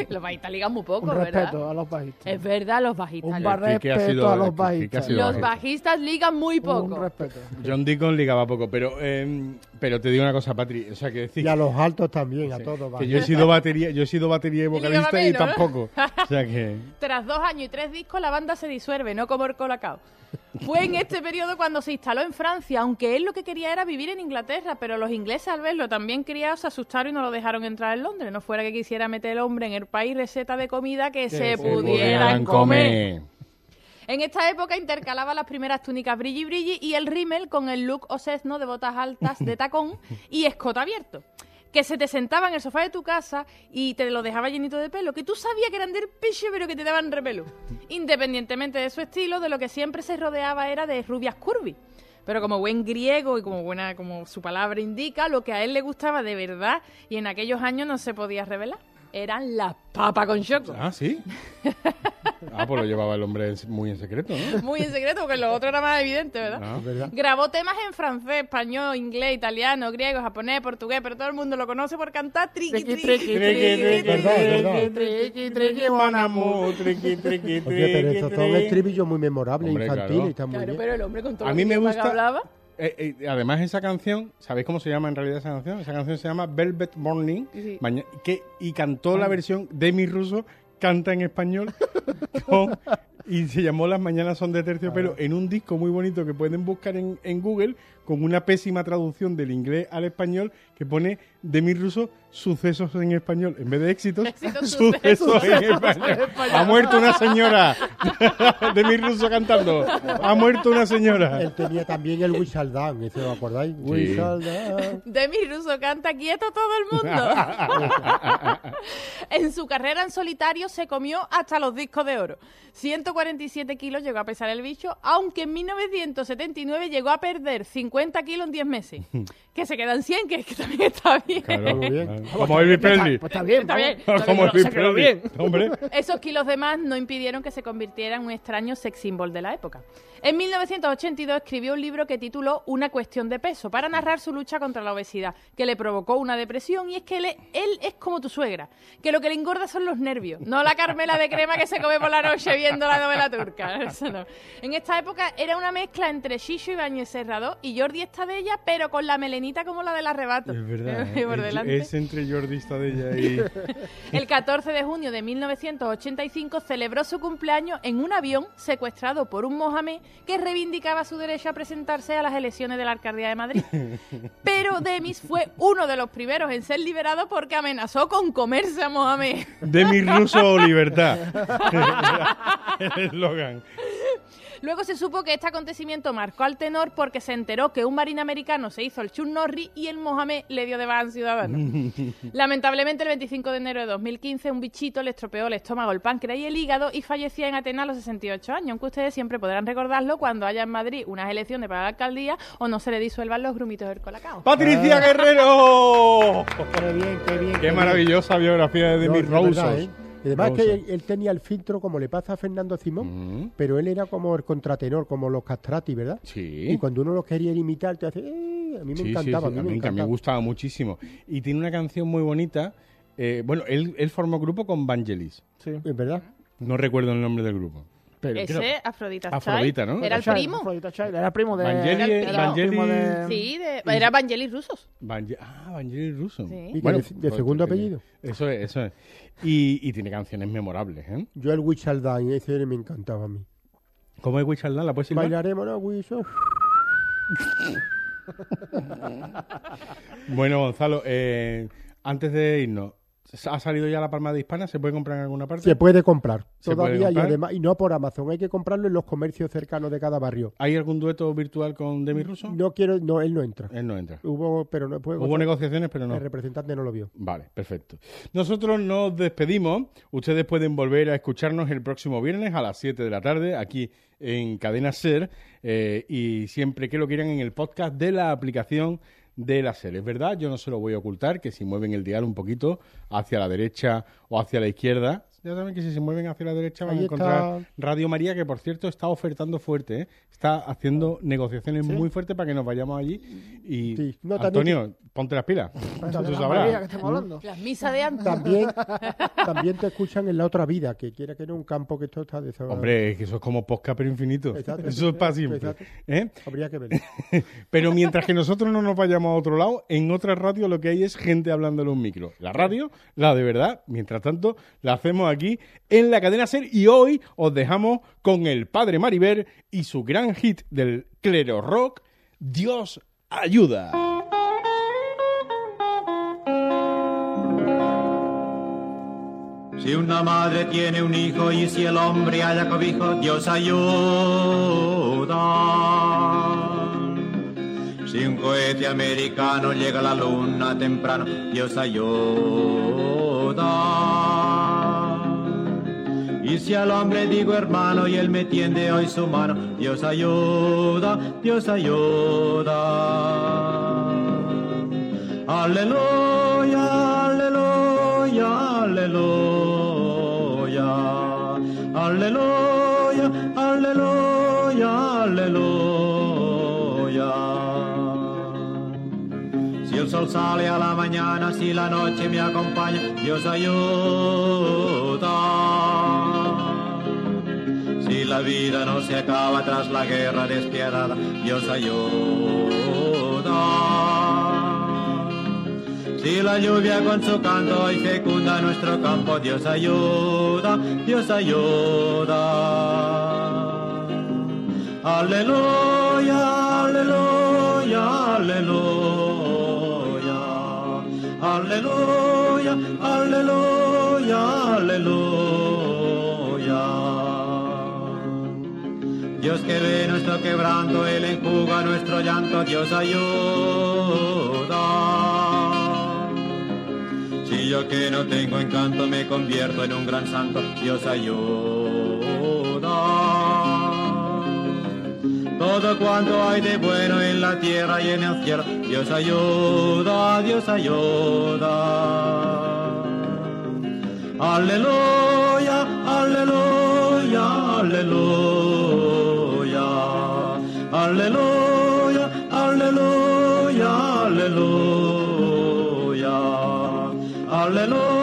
[SPEAKER 5] los bajistas ligan muy poco,
[SPEAKER 7] Un
[SPEAKER 5] ¿verdad?
[SPEAKER 7] respeto a los bajistas.
[SPEAKER 6] Eh,
[SPEAKER 5] Es verdad, los bajistas.
[SPEAKER 7] Un
[SPEAKER 5] ligan.
[SPEAKER 7] bar-
[SPEAKER 2] ¿Qué- qué Este, ha
[SPEAKER 7] Respeto
[SPEAKER 2] sido-
[SPEAKER 7] a los
[SPEAKER 2] qué- qué ha
[SPEAKER 7] bajistas.
[SPEAKER 2] sido
[SPEAKER 5] Los
[SPEAKER 2] bajista?
[SPEAKER 5] bajistas ligan muy
[SPEAKER 7] Un
[SPEAKER 5] poco.
[SPEAKER 7] respeto.
[SPEAKER 2] John Deacon ligaba poco, pero, eh, pero te digo una cosa, Patri. O sea, que decir
[SPEAKER 6] Y a los altos también, a todos.
[SPEAKER 2] que
[SPEAKER 6] vale.
[SPEAKER 2] yo he sido batería, yo he sido batería y vocalista y
[SPEAKER 5] ligaba menos,
[SPEAKER 2] tampoco. O sea que.
[SPEAKER 5] Tras dos años y tres discos, la banda se disuelve, no como el Colacao. Fue en este periodo cuando se instaló en Francia, aunque él lo que quería era vivir en Inglaterra, pero los ingleses al verlo también criado se asustaron y no lo dejaron entrar en Londres. No fuera que quisiera meter el hombre en el país receta de comida que, se, pudieran comer. En esta época intercalaba las primeras túnicas brilli brilli y el rímel con el look osesno de botas altas de tacón y escote abierto. Que se te sentaba en el sofá de tu casa y te lo dejaba llenito de pelo, que tú sabías que eran del piche pero que te daban repelo. Independientemente de su estilo, de lo que siempre se rodeaba era de rubias curvy. Pero como buen griego y como buena, como su palabra indica, lo que a él le gustaba de verdad y en aquellos años no se podía revelar. eran las papas con choco.
[SPEAKER 2] Ah, sí. Ah, pues lo llevaba el hombre en- muy en secreto, ¿no?
[SPEAKER 5] Muy en secreto, porque lo otro era más evidente, ¿verdad?
[SPEAKER 2] Ah, es verdad.
[SPEAKER 5] Grabó temas en francés, español, inglés, italiano, griego, japonés, portugués, pero todo el mundo lo conoce por cantar triqui triqui triqui triqui, triqui, triqui, triqui, mon amour.
[SPEAKER 6] Oye, pero estos son estribillos muy memorables,
[SPEAKER 2] Hombre,
[SPEAKER 6] infantiles,
[SPEAKER 2] claro.
[SPEAKER 6] están muy
[SPEAKER 5] Claro,
[SPEAKER 6] bien.
[SPEAKER 5] pero el hombre con todo
[SPEAKER 2] A
[SPEAKER 5] lo
[SPEAKER 2] mí
[SPEAKER 5] que
[SPEAKER 2] me
[SPEAKER 5] idioma
[SPEAKER 2] gusta-
[SPEAKER 5] que hablaba.
[SPEAKER 2] Eh, eh, además, esa canción, ¿sabéis cómo se llama en realidad esa canción? Esa canción se llama Velvet Morning
[SPEAKER 5] Sí.
[SPEAKER 2] maña- que, y cantó la versión de mi ruso, canta en español con- y se llamó Las Mañanas son de terciopelo en un disco muy bonito que pueden buscar en, en Google con una pésima traducción del inglés al español que pone de mi ruso sucesos en español en vez de éxitos,
[SPEAKER 5] Éxitos,
[SPEAKER 2] sucesos,
[SPEAKER 5] sucesos
[SPEAKER 2] en
[SPEAKER 5] en
[SPEAKER 2] español.
[SPEAKER 5] español.
[SPEAKER 2] Ha muerto una señora de mi ruso cantando. Ha muerto una señora.
[SPEAKER 6] Él tenía también el We Shall Down, ¿ese lo acordáis? We
[SPEAKER 2] Sí.
[SPEAKER 6] Shall Down.
[SPEAKER 5] Demi Russo canta quieto todo el mundo. en su carrera en solitario se comió hasta los discos de oro. 147 kilos llegó a pesar el bicho, aunque en 1979 llegó a perder 50 kilos en 10 meses. Que se quedan 100, que, que también está bien.
[SPEAKER 2] Claro,
[SPEAKER 6] Muy bien.
[SPEAKER 2] claro. Como Elvis Presley.
[SPEAKER 7] Pues está bien,
[SPEAKER 5] Está
[SPEAKER 7] vamos.
[SPEAKER 5] bien.
[SPEAKER 2] Como Elvis
[SPEAKER 7] quedó
[SPEAKER 2] Presley. Hombre.
[SPEAKER 5] Esos kilos de más no impidieron que se convirtiera en un extraño sex symbol de la época. En 1982 escribió un libro que tituló Una cuestión de peso para narrar su lucha contra la obesidad, que le provocó una depresión y es que él, es- él es como tu suegra, que lo que le engorda son los nervios, no la Carmela de crema que se come por la noche viendo la novela turca. Eso no. En esta época era una mezcla entre Chicho Ibáñez Serrador y Jordi Estadella, pero con la melenita como la del arrebato.
[SPEAKER 2] Es verdad.
[SPEAKER 5] Por
[SPEAKER 2] ¿eh?
[SPEAKER 5] delante.
[SPEAKER 2] Es, es entre Jordista de ella y.
[SPEAKER 5] El 14 de junio de 1985 celebró su cumpleaños en un avión secuestrado por un Mohamed que reivindicaba su derecho a presentarse a las elecciones de la alcaldía de Madrid. Pero Demis fue uno de los primeros en ser liberado porque amenazó con comerse a Mohamed.
[SPEAKER 2] De mi ruso o libertad. El eslogan.
[SPEAKER 5] Luego se supo que este acontecimiento marcó al tenor porque se enteró que un marino americano se hizo el Chun Norris y el Mohamed le dio de baja a un ciudadano. Lamentablemente, el 25 de enero de 2015, un bichito le estropeó el estómago, el páncreas y el hígado y fallecía en Atenas a los 68 años, aunque ustedes siempre podrán recordarlo cuando haya en Madrid unas elecciones para la alcaldía o no se le disuelvan los grumitos del colacao.
[SPEAKER 2] ¡Patricia Guerrero!
[SPEAKER 6] Qué bien, qué bien.
[SPEAKER 2] Ah. ¡Qué maravillosa biografía de
[SPEAKER 6] No,
[SPEAKER 2] Demi
[SPEAKER 6] es verdad,
[SPEAKER 2] Rusos!
[SPEAKER 6] ¿eh? Y Además que
[SPEAKER 2] Rusos. Mm.
[SPEAKER 6] él, él tenía el filtro como le pasa a Fernando Simón, pero él era como el contratenor, como los castrati, ¿verdad? Y
[SPEAKER 2] Sí.
[SPEAKER 6] cuando uno los quería imitar, te hace... "Eh", a mí me
[SPEAKER 2] Sí, sí,
[SPEAKER 6] encantaba,
[SPEAKER 2] sí,
[SPEAKER 6] a mí me
[SPEAKER 2] que
[SPEAKER 6] encantaba.
[SPEAKER 2] gustaba muchísimo. Y tiene una canción muy bonita. eh, bueno, él, él formó grupo con Vangelis.
[SPEAKER 7] Sí.
[SPEAKER 6] Es verdad.
[SPEAKER 2] No recuerdo el nombre del grupo. Pero
[SPEAKER 5] Ese, Afrodita, Child,
[SPEAKER 2] Afrodita, ¿no?
[SPEAKER 5] Era el
[SPEAKER 7] Child,
[SPEAKER 5] primo.
[SPEAKER 7] Afrodita Child, Era primo de...
[SPEAKER 2] Vangelis-
[SPEAKER 7] era el
[SPEAKER 2] Vangelis-
[SPEAKER 7] primo de-
[SPEAKER 5] Sí, de- era Vangelis Rusos.
[SPEAKER 2] Vange- ah, Vangelis Russo.
[SPEAKER 5] Sí.
[SPEAKER 6] Y que de- de segundo apellido.
[SPEAKER 2] pues, Eso es, eso es. Y, y tiene canciones memorables, ¿eh?
[SPEAKER 6] Yo el We Shall Down, ese me encantaba a mí.
[SPEAKER 2] ¿Cómo es Wichardan? ¿La puedes silbar?
[SPEAKER 6] Bailaremos, ¿no? We Shall-
[SPEAKER 2] Bueno, Gonzalo, eh, antes de irnos, ¿ha salido ya la palma de hispana? ¿Se puede comprar en alguna parte?
[SPEAKER 6] Se puede comprar.
[SPEAKER 2] Se puede
[SPEAKER 6] Todavía
[SPEAKER 2] comprar.
[SPEAKER 6] y además, y no por Amazon, hay que comprarlo en los comercios cercanos de cada barrio.
[SPEAKER 2] ¿Hay algún dueto virtual con Demi Russo?
[SPEAKER 6] No quiero, no, él no entra.
[SPEAKER 2] Él no entra.
[SPEAKER 6] Hubo, pero no puede.
[SPEAKER 2] Eh. Hubo negociaciones, pero no.
[SPEAKER 6] El representante no lo vio.
[SPEAKER 2] Vale, perfecto. Nosotros nos despedimos. Ustedes pueden volver a escucharnos el próximo viernes a las 7 de la tarde aquí en Cadena Ser eh, y siempre que lo quieran en el podcast de la aplicación de la Ser. Es verdad, yo no se lo voy a ocultar que si mueven el dial un poquito hacia la derecha o hacia la izquierda, ya saben que si se mueven hacia la derecha van
[SPEAKER 6] Ahí
[SPEAKER 2] a encontrar
[SPEAKER 6] está.
[SPEAKER 2] Radio María, que por cierto está ofertando fuerte, ¿eh? está haciendo negociaciones muy fuertes para que nos vayamos allí. Y
[SPEAKER 6] Sí. No, también
[SPEAKER 2] Antonio, ponte las pilas. Tú
[SPEAKER 7] de la
[SPEAKER 2] sabrás.
[SPEAKER 7] María que estamos hablando.
[SPEAKER 5] Las misas de antes.
[SPEAKER 6] También, también te escuchan en la otra vida, que quiera que no un campo que esto está de esa-
[SPEAKER 2] Hombre, es que eso es como podcast pero infinito.
[SPEAKER 6] Exacto.
[SPEAKER 2] Eso es para siempre.
[SPEAKER 6] Exacto.
[SPEAKER 2] ¿eh?
[SPEAKER 6] Habría que ver.
[SPEAKER 2] Pero mientras que nosotros no nos vayamos a otro lado, en otra radio lo que hay es gente hablando en un micro. La radio, la de verdad, mientras tanto, la hacemos aquí en la cadena Ser. Y hoy os dejamos con el padre Mariver y su gran hit del clero rock, Dios ayuda.
[SPEAKER 12] Si una madre tiene un hijo y si el hombre haya cobijo, Dios ayuda. Si un cohete americano llega a la luna temprano, Dios ayuda. Y si al hombre digo hermano y él me tiende hoy su mano, Dios ayuda, Dios ayuda. Aleluya, aleluya, aleluya.
[SPEAKER 2] Si el sol sale a la mañana, si la noche me acompaña, Dios ayuda. Si la vida no se acaba tras la guerra despiadada, Dios ayuda. Si la lluvia con su canto hoy fecunda nuestro campo, Dios ayuda, Dios ayuda. Aleluya, aleluya, aleluya. Aleluya, aleluya, aleluya. Dios que ve nuestro quebranto, Él enjuga nuestro llanto, Dios ayuda. Si yo que no tengo encanto me convierto en un gran santo, Dios ayuda. Todo cuanto hay de bueno en la tierra y en el cielo, Dios ayuda, Dios ayuda. Aleluya, aleluya, aleluya. Aleluya, aleluya, aleluya. Aleluya.